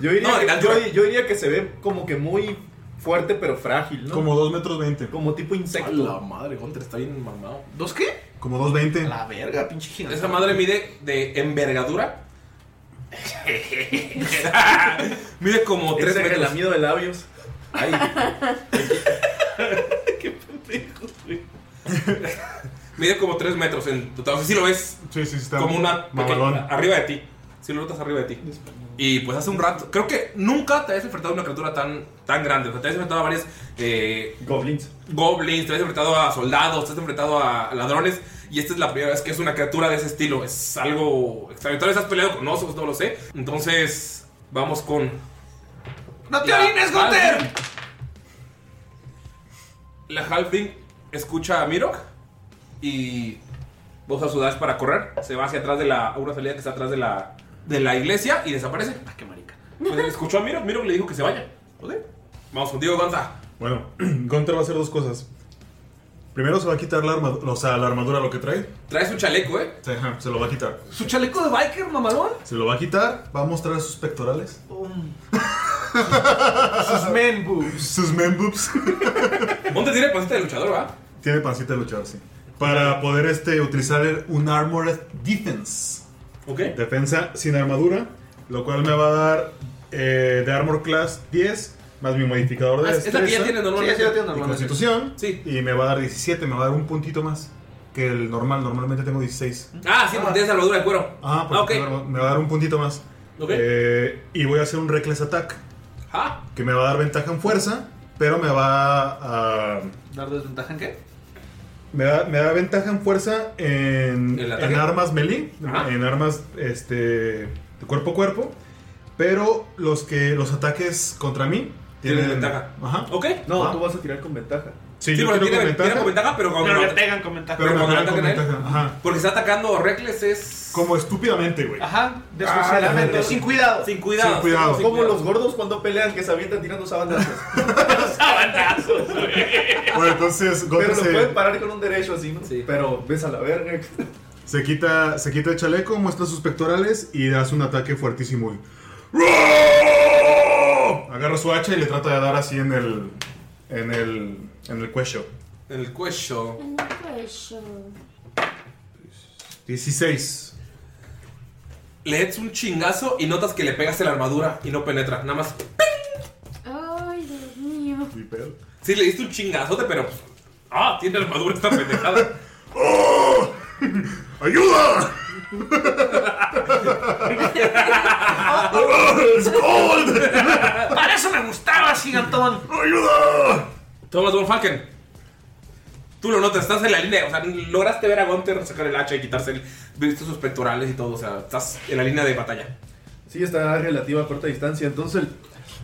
S6: Yo diría,
S1: No,
S6: que,
S1: en altura.
S6: yo- yo diría que se ve como que muy fuerte pero frágil, ¿no?
S2: Como 2 metros 20.
S6: Como tipo
S1: A
S6: insecto.
S1: la madre, Gunter está bien mamado.
S4: ¿Dos qué?
S2: Como 2 20.
S1: Ah.
S4: La verga, pinche gigante.
S1: Esa madre mide de envergadura. mide como tres
S6: Ese
S1: metros.
S6: relamido de labios.
S10: Ay,
S1: Mide como tres metros en total. O sea, sí lo ves
S2: Sí, sí, está.
S1: como una pequeña,
S2: mamalona.
S1: arriba de ti. Si lo notas arriba de ti. Y pues hace un rato, creo que nunca te habías enfrentado a una criatura tan, tan grande. O sea, te habías enfrentado a varias eh,
S6: Goblins.
S1: goblins, te habías enfrentado a soldados, te has enfrentado a ladrones. Y esta es la primera vez que es una criatura de ese estilo. Es algo extraño. Tal vez has peleado con osos, no lo sé. Entonces, vamos con.
S4: ¡No te
S1: la
S4: orines, Gunter!
S1: Halfling. La Halfling escucha a Mirok y va a usar su dash para correr. Se va hacia atrás de la. a una salida que está atrás de la. de la iglesia y desaparece.
S4: Ah, qué marica.
S1: Pues escuchó a Mirok, Mirok le dijo que se vaya. Joder. Vamos contigo, Gonza.
S2: Bueno, Gunter va a hacer dos cosas. Primero se va a quitar la armadura, o sea, la armadura lo que trae.
S1: Traes un chaleco, eh.
S2: Sí, ajá, Se lo va a quitar.
S4: ¿Su chaleco de biker, mamalón?
S2: Se lo va a quitar, va a mostrar sus pectorales.
S4: Sus men boobs.
S2: Sus men boobs.
S1: Monte tiene pancita de luchador, ¿va?
S2: Tiene pancita de luchador, sí. Para poder este, utilizar el- un Armored Defense.
S4: Ah,
S2: Defensa sin armadura, lo cual me va a dar eh, de armor class 10 más mi modificador de
S1: Ah, es la que ya
S2: destreza
S1: tiene normalmente.
S2: Sí, es la que ya tiene
S1: Y
S2: normalmente. constitución. Y me va a dar 17, me va a dar un puntito más que el normal. Normalmente tengo 16.
S1: Ah, sí, porque tienes armadura de cuero.
S2: Ah, pues claro, me va a dar un puntito más. Eh, y voy a hacer un reckless attack.
S1: Ah,
S2: Que me va a dar ventaja en fuerza, pero me va a...
S4: ¿Dar desventaja en qué?
S2: Me da, me da ventaja en fuerza en,
S4: ¿El ataque?
S2: en armas melee,
S4: Ajá.
S2: en armas este, de cuerpo a cuerpo, pero los que los ataques contra mí tienen,
S1: Tienen ventaja.
S2: Ajá.
S1: Ok.
S2: No,
S6: tú vas a tirar con ventaja.
S2: Sí,
S1: Sí,
S2: yo
S1: porque
S2: tiro
S1: tiene,
S2: con
S1: tiene
S2: ventaja.
S1: con ventaja, pero cuando
S2: Pero
S1: lo
S2: le
S4: pegan con ventaja.
S2: Pero
S1: cuando
S2: me
S1: lo atacan
S2: pegan con
S1: a él.
S2: ventaja, ajá.
S1: Porque está atacando Reckless es.
S2: Como estúpidamente, güey.
S4: Ajá,
S2: desgraciadamente.
S4: sin cuidado.
S1: Ah, Sin cuidado.
S2: Sin cuidado.
S6: Como los gordos cuando pelean que se avientan tirando sabanazos.
S4: sabanazos,
S2: Bueno, entonces Goten
S6: Pero lo
S2: se-
S6: pueden parar con un derecho así, ¿no? Pero ves a la verga.
S2: Se quita, se quita el chaleco, muestra sus pectorales y das un ataque fuertísimo. y- Agarra su hacha y le trata de dar así en el. en el. en el cuello.
S1: En el cuello.
S2: Dieciséis.
S1: Le echas un chingazo y notas que le pegas en la armadura y no penetra. Nada más.
S7: Ay, Dios mío.
S1: Sí, le diste un chingazote, pero. ¡Ah! Tiene armadura esta pendejada.
S5: ¡Ayuda!
S4: ¡It's gold! Ah, Para eso me gustaba, gigantón.
S1: ¡Ayuda! Thomas Von Falken. Tú lo notas, estás en la línea. O sea, lograste ver a Gunther sacar el hacha y quitarse el. Viste sus pectorales y todo. O sea, estás en la línea de batalla.
S6: Sí, está a relativa corta distancia. Entonces, el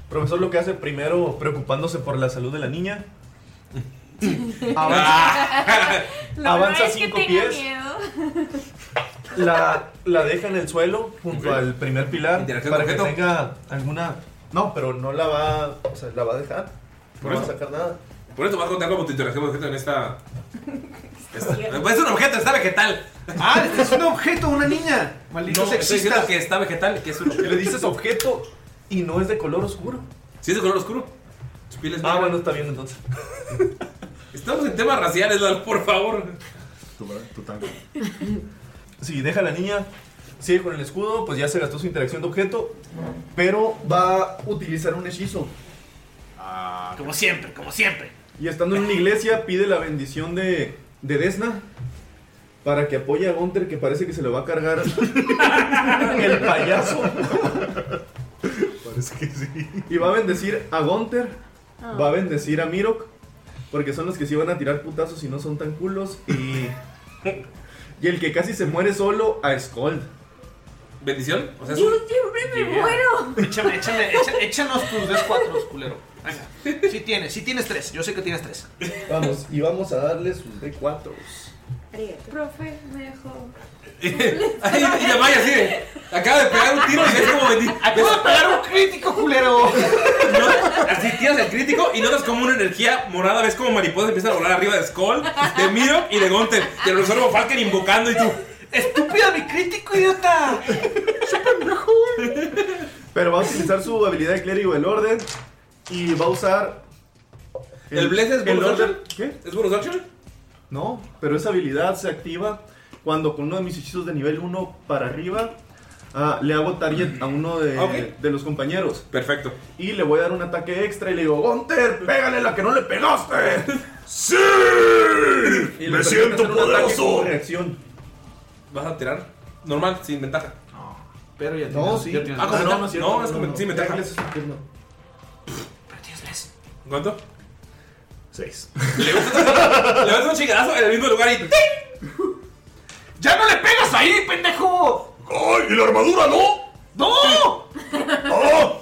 S6: profesor lo que hace primero, preocupándose por la salud de la niña, Avanza.
S7: Lo malo
S6: Avanza
S7: es que
S6: cinco
S7: tenga
S6: pies.
S7: miedo.
S6: la, la deja en el suelo junto
S1: Ok.
S6: al primer pilar para que tenga alguna. No, pero no la va, o sea, la va a dejar.
S1: Por
S6: no va a
S1: eso.
S6: sacar nada.
S1: Por eso te vas a contar como tu interacción objeto en esta. esta- Es un objeto, está vegetal.
S4: Ah, es un objeto, una niña. Maldito
S1: No, estoy
S4: sexista.
S1: diciendo que está vegetal, que es un objeto.
S6: Le dices objeto y no es de color oscuro.
S1: Sí, es de color oscuro. Su piel es
S6: Ah, bueno, está bien entonces.
S1: Estamos en temas raciales, Lalo, por favor.
S6: Sí, deja a la niña, sigue con el escudo, pues ya se gastó su interacción de objeto, pero va a utilizar un hechizo.
S4: Como siempre, como siempre.
S6: Y estando en una iglesia, pide la bendición de, de Desna para que apoye a Gunther, que parece que se lo va a cargar el payaso.
S2: Parece que sí.
S6: Y va a bendecir a Gunther, va a bendecir a Mirok, porque son los que sí van a tirar putazos y no son tan culos. Y, y el que casi se muere solo, a Skold.
S1: ¿Bendición? O sea,
S7: Yo siempre me muero.
S4: Échame, échame, echa- échanos tus D4, culero. Venga. Sí tienes, sí tienes tres. Yo sé que tienes tres.
S6: Vamos, y vamos a darle sus D4.
S7: Profe, me dejó.
S1: Ay, y la Maya así de, Acaba de pegar un tiro y ves como bendito.
S4: Acabo de pegar un crítico, culero.
S1: Así tiras el crítico y notas como una energía morada. Ves como mariposas empiezan a volar arriba de Skull, de Miro y de Gonten. Y el profesor Von Falken invocando y tú.
S4: ¡Estúpido mi crítico, idiota!
S6: Pero va a utilizar su habilidad de clérigo del orden y va a usar.
S1: ¿El Bless es bonus
S6: orden-
S1: action?
S6: ¿Qué?
S1: ¿Es bonus action?
S6: No, pero esa habilidad se activa cuando con uno de mis hechizos de nivel 1 para arriba ah, le hago target a uno de,
S1: Ok.
S6: de los compañeros.
S1: Perfecto.
S6: Y le voy a dar un ataque extra y le digo, Gonter, pégale la que no le pegaste.
S5: ¡Sí!
S6: Y le
S5: ¡Me
S6: permite
S5: siento
S6: hacer un ataque
S5: poderoso!
S6: como reacción.
S1: ¿Vas a tirar? Normal, sin ventaja.
S4: Pero ya
S6: No, sí.
S1: Ah, como no,
S6: es cierto,
S1: no, es como- sí, me
S6: Ya
S1: taja.
S6: que les- no.
S1: ¿Cuánto?
S2: Seis.
S1: Le das un chingadazo en el mismo lugar y ¡ting!
S4: ¡Ya no le pegas ahí, pendejo!
S5: ¡Ay, y la armadura no!
S4: ¡No!
S5: ¡Ah!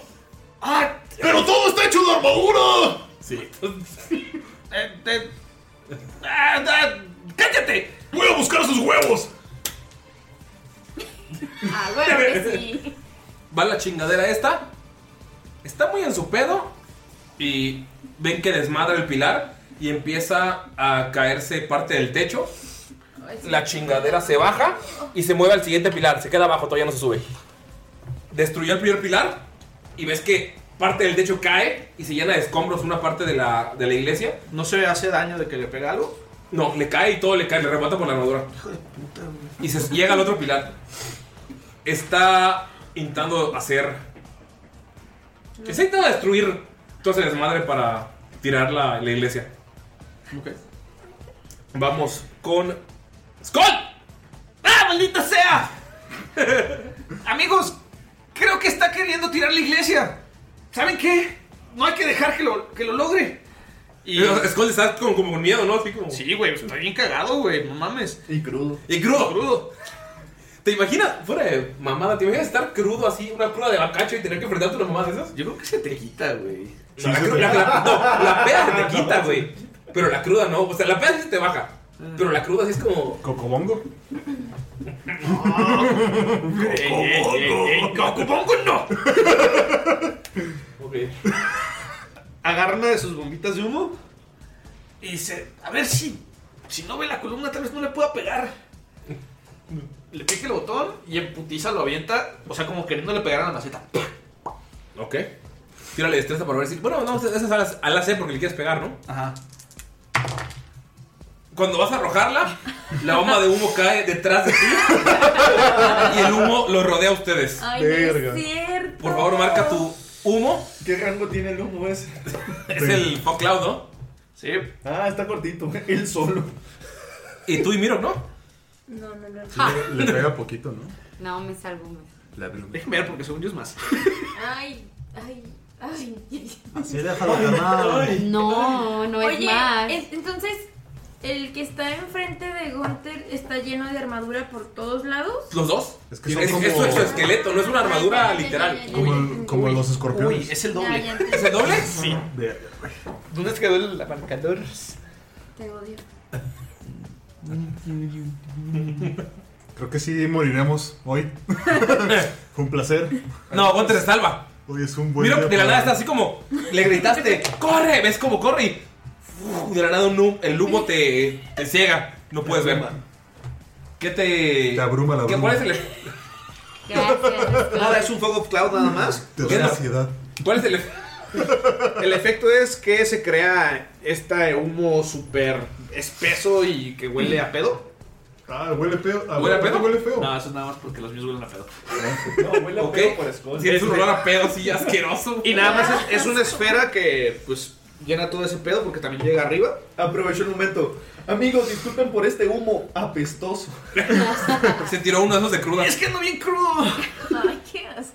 S4: ¡Ah!
S5: ¡Pero todo está hecho de armadura!
S1: Sí.
S4: eh, eh, ah, ah, ¡Cállate!
S5: ¡Voy a buscar sus huevos!
S7: Ah, bueno, que sí.
S1: Va la chingadera esta. Está muy en su pedo. Y ven que desmadra el pilar. Y empieza a caerse parte del techo. La chingadera se baja. Y se mueve al siguiente pilar. Se queda abajo, todavía no se sube. Destruyó el primer pilar. Y ves que parte del techo cae. Y se llena de escombros una parte de la, de la iglesia.
S4: ¿No se hace daño de que le pega algo?
S1: No, le cae y todo le cae. Le rebota por la armadura. Y se llega al otro pilar. está intentando hacer. Está intentando destruir todo ese desmadre para tirar la, la iglesia. Vamos con. ¡Skull!
S4: ¡Ah, maldita sea! Amigos, creo que está queriendo tirar la iglesia. ¿Saben qué? No hay que dejar que lo, que lo logre.
S1: Y Skull está como, como con miedo, ¿no? Así como.
S4: Sí, güey, estoy bien cagado, güey, no mames.
S6: Y crudo.
S1: Y crudo. crudo. ¿Te imaginas, fuera de mamada, te imaginas estar crudo así, una cruda de bacacho y tener que enfrentarte a una mamada de esas?
S4: Yo creo que se te quita, güey.
S1: No, la, cru- la- la- no, la peda se te quita, güey. Pero la cruda no. Ah. O sea, la peda sí te baja. Pero la cruda sí es como.
S2: ¿Cocobongo?
S4: Eh, ¡Cocobongo no!
S1: Ok.
S4: Agarra una de sus bombitas de humo y dice: A ver si, si no ve la columna, tal vez no le pueda pegar. Le pica el botón y en putiza lo avienta, o sea, como queriéndole pegar a la maceta.
S1: Ok. Tírale destreza para ver si. Bueno, no, esas alas, alas C porque le quieres pegar, ¿no?
S4: Ajá.
S1: Cuando vas a arrojarla, la bomba de humo cae detrás de ti y el humo lo rodea a ustedes.
S8: Ay,
S6: Verga.
S8: no es cierto.
S1: Por favor, marca tu humo.
S6: ¿Qué rango tiene el humo ese?
S1: Es el Fog Cloud, ¿no?
S4: Sí.
S6: Ah, está cortito, él solo.
S1: Y tú y Miro, ¿no?
S8: No, no, no.
S2: Le pega poquito, ¿no?
S7: No, me salvo. me-
S2: La de
S4: Déjame ver porque según yo es más.
S8: Ay, ay, ay.
S2: Sí, déjalo ganar.
S7: No, no es
S8: Oye,
S7: más.
S8: es- entonces, el que está enfrente de Gunther está lleno de armadura por todos lados.
S1: Los dos. Es
S2: Es que
S1: que
S2: son
S1: es, su
S2: como-
S1: exoesqueleto, no es una armadura
S8: Ay, ya, ya, ya,
S1: literal.
S8: ya,
S2: Como,
S8: ya.
S2: el- como
S8: Uy.
S2: los
S4: Uy,
S2: escorpiones.
S4: es el
S8: Ya,
S4: doble.
S8: ya entendí.
S1: ¿Es el doble?
S4: Sí.
S2: Verga, güey.
S4: ¿Dónde es que duele el marcador?
S8: Te odio.
S2: Creo que sí moriremos hoy. Fue un placer.
S1: No, Gunter se salva.
S2: Hoy es un buen
S1: Miro,
S2: día
S1: de la nada
S2: para-
S1: está así como. Le gritaste, ¡corre! ¿Ves cómo corre? Y, uf, de la nada un hum- el humo te, te ciega. No puedes ver. ¿Qué te.
S2: Te abruma la
S1: ¿Qué,
S2: bruma.
S1: ¿Cuál es el,
S7: Gracias.
S4: Nada, es un fuego cloud nada más.
S2: Te
S1: ¿Qué
S2: da
S1: era?
S2: ansiedad.
S1: cuál es el
S4: El efecto es que se crea este humo súper espeso y que huele a pedo.
S2: Ah, huele feo. Ah,
S1: ¿Huele a pedo?
S2: Huele feo.
S4: No, eso es nada más porque los míos huelen a pedo.
S6: No, huele a
S1: Ok.
S6: pedo por Skull.
S1: Si eres un olor a pedo así asqueroso.
S4: Este, Y nada más es, es una esfera que pues llena todo ese pedo porque también llega arriba.
S6: Aprovecho el momento. Amigos, disculpen por este humo apestoso.
S1: Se tiró uno de esos de cruda.
S4: Es que ando bien crudo.
S8: Ay, qué asco.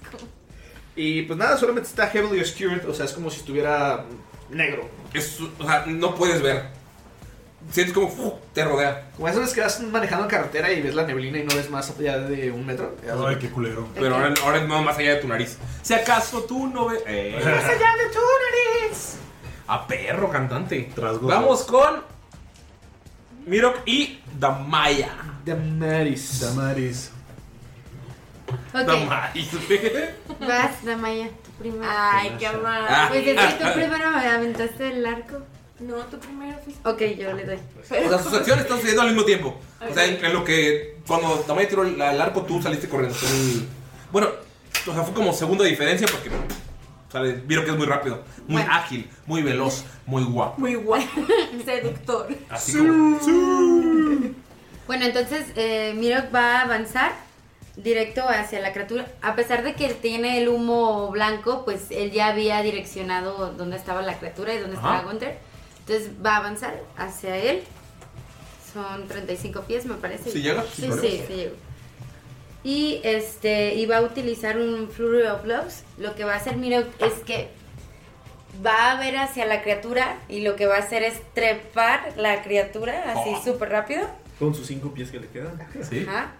S4: Y pues nada, solamente está heavily obscured, o sea, es como si estuviera negro.
S1: Es- o sea, no puedes ver. Sientes como uf, te rodea.
S4: Como esas veces que vas manejando en carretera y ves la neblina y no ves más allá de un metro.
S2: Ay, qué culero.
S1: Pero ahora, ahora es más allá de tu nariz. Si acaso tú no ves. Eh. Más allá de tu nariz. A perro cantante.
S2: Trasgos.
S1: Vamos con. Mirok y Damaya.
S4: Damaris.
S2: Damaris.
S7: Ok,
S1: Damaya.
S7: vas, Damaya, tu primero.
S8: Ay, qué amable.
S7: Pues es que tú primero me aventaste el arco.
S8: No, tú primero fuiste.
S7: Ok, yo le doy.
S1: O sea, sus acciones están sucediendo al mismo tiempo. O sea, entre lo que. Cuando Damaya tiró el, el arco, tú saliste corriendo. Fue muy- Bueno, o sea, fue como segunda diferencia porque. sale- vieron que es muy rápido, muy
S7: Bueno.
S1: ágil, muy veloz, muy guapo.
S8: Muy guay. Seductor.
S1: Así como.
S7: Bueno, entonces eh, Mirok va a avanzar directo hacia la criatura. A pesar de que tiene el humo blanco, pues él ya había direccionado dónde estaba la criatura y dónde
S1: Ajá.
S7: estaba Gunther. Entonces va a avanzar hacia él. Son 35 pies, me parece.
S1: ¿Sí llega?
S7: Sí,
S1: Sin
S7: sí,
S1: problemas.
S7: sí llegó. Y este, y va a utilizar un Flurry of Blows. Lo que va a hacer Mirok es que va a ver hacia la criatura y lo que va a hacer es trepar la criatura así
S1: Oh.
S7: súper rápido.
S6: Con sus cinco pies que le quedan.
S1: Sí.
S7: Ajá.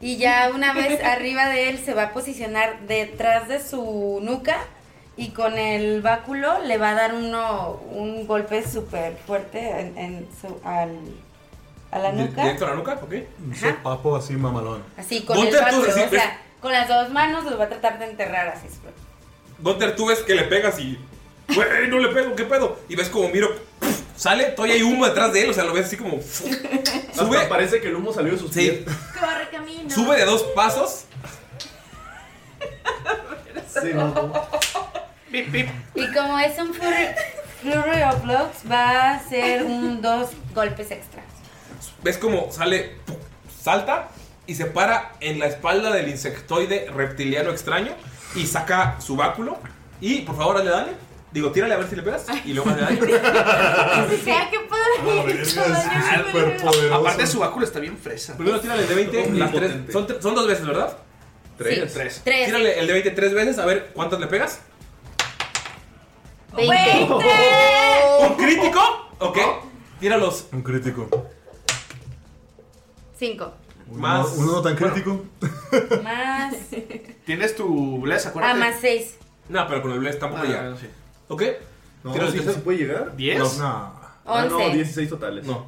S7: Y ya una vez arriba de él se va a posicionar detrás de su nuca y con el báculo le va a dar uno, un golpe súper fuerte en, en su- al, a la
S1: Di-
S7: nuca.
S1: Directo a la nuca, ok.
S2: Un sopapo así mamalón.
S7: Así con
S1: Ponte
S7: el
S1: tú,
S7: báculo,
S1: así, eh.
S7: o sea, con las dos manos lo va a tratar de enterrar así. pues. súper.
S1: Gunter, tú ves que le pegas y. Güey, no le pego, ¿qué pedo? Y ves como Miro pf, sale, todavía hay humo detrás de él, o sea, lo ves así como. pf,
S6: Hasta
S1: Sube,
S6: parece que el humo salió de sus
S1: sí,
S6: pies.
S8: Corre camino.
S1: sube de dos pasos.
S6: Se mamó.
S4: Pip, pip.
S7: Y como es un flurry, flurry of blows, va a hacer un dos golpes extra.
S1: Ves como sale, pf, salta y se para en la espalda del insectoide reptiliano extraño y saca su báculo. Y por favor, hazle daño. Digo, tírale a ver si le pegas y luego hazle daño.
S8: O sea, qué
S1: Ah,
S8: padre.
S1: A- Aparte
S4: Aparte, su báculo está bien fresa.
S1: Primero tírale el de 20, las tres- son, tre- son dos veces, ¿verdad?
S4: Tres. Sí, tres.
S8: Tres.
S1: Tírale el de 20 tres veces, a ver cuántas le pegas. ¿Un crítico? Ok. Tíralos.
S2: Un crítico.
S7: Cinco.
S1: Más.
S2: Uno no tan crítico.
S8: Más.
S1: Tienes tu bless,
S8: Ah, más seis.
S1: No, pero con el bless tampoco
S8: Ah,
S1: llega. ¿Ok?
S11: No,
S1: Tíralo
S11: sí,
S1: entonces.
S11: sí puede llegar.
S1: ¿Diez?
S11: No,
S1: No.
S11: Ah, no,
S8: Once.
S11: 16 totales.
S1: No.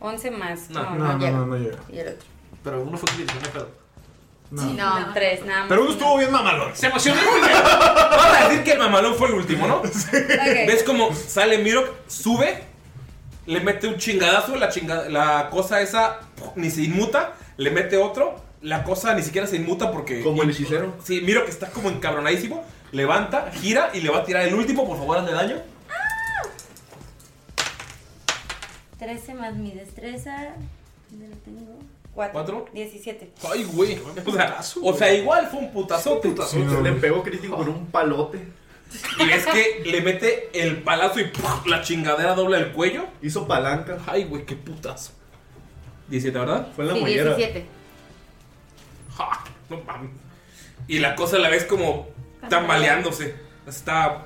S8: 11 más.
S1: No,
S8: No,
S1: no,
S8: no,
S1: no,
S8: llega.
S1: no, no llega.
S8: Y el otro.
S4: Pero uno fue que no pedo.
S8: Sí, no, tres, nada más.
S1: Pero uno estuvo bien mamalón.
S4: Se emocionó.
S1: Vamos a decir que el mamalón fue el último, ¿no?
S8: Ok.
S1: ¿Ves cómo sale Mirok, sube, le mete un chingadazo, la, chinga- la cosa esa puf, ni se inmuta, le mete otro, la cosa ni siquiera se inmuta porque...
S11: Como el hechicero.
S1: Sí, Mirok está como encabronadísimo, levanta, gira y le va a tirar el último, por favor, hazle daño.
S8: 13 más mi destreza. ¿Dónde lo tengo? 4.
S1: ¿Cuatro?
S8: 17.
S1: Ay, güey. O sea, o sea, igual fue un putazo.
S11: Sí, le pegó crítico con un palote.
S1: Y es que le mete el palazo y ¡puf! la chingadera dobla el cuello.
S11: Hizo palanca.
S1: Ay, güey, qué putazo. 17, ¿verdad?
S11: Fue en la
S7: Sí,
S11: mollera.
S7: 17.
S1: ¡Ja! No mames. Y la cosa la ves como tambaleándose. Está.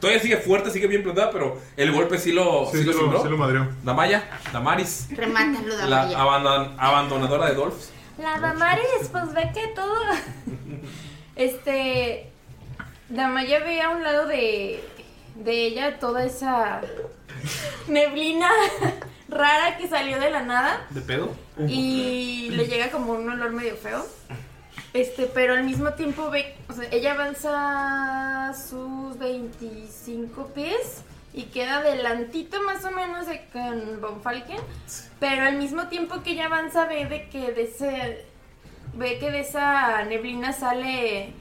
S1: Todavía sigue fuerte, sigue bien plantada, pero el golpe sí lo.
S2: Sí, sí lo- sí lo madreó.
S1: Damaya, Damaris.
S7: Remátalo,
S1: La
S7: Damaya.
S1: abandon- abandonadora de Dolphs.
S8: La Damaris, pues ve que todo. este. Damaya ve a un lado de. De ella toda esa. Neblina rara que salió de la nada.
S4: ¿De pedo?
S8: y le llega como un olor medio feo. Este, pero al mismo tiempo ve, o sea, ella avanza sus 25 pies y queda delantito más o menos de con Von Falken, pero al mismo tiempo que ella avanza ve de que de ese ve que de esa neblina sale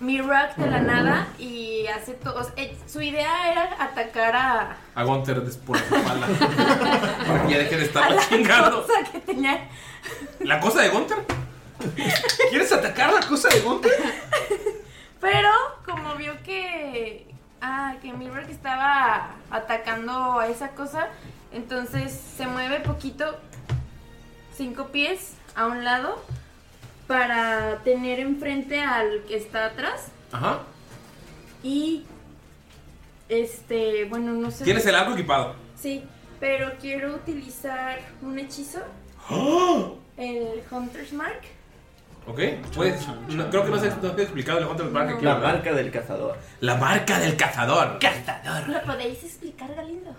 S8: Mirak de la nada y hace todo, o sea, eh, su idea era atacar a
S1: A Gunter después de la espalda. Para que ya deje de
S8: a
S1: estar
S8: la
S1: chingando.
S8: cosa que tenía
S1: ¿La cosa de Gunter?
S4: ¿Quieres atacar la cosa de Gunter?
S8: Pero como vio que ah, que Mirror que estaba atacando a esa cosa, entonces se mueve poquito cinco pies a un lado para tener enfrente al que está atrás
S1: Ajá.
S8: y este, bueno, no sé.
S1: Tienes el arco equipado.
S8: Sí, pero quiero utilizar un hechizo, el Hunter's Mark.
S1: ¿Ok? Puedes. no, creo que no has, no has explicado el Hunter's Mark aquí.
S12: La
S1: ¿verdad?
S12: marca del cazador.
S1: La marca del cazador.
S8: ¿Lo podéis explicar, Galindo?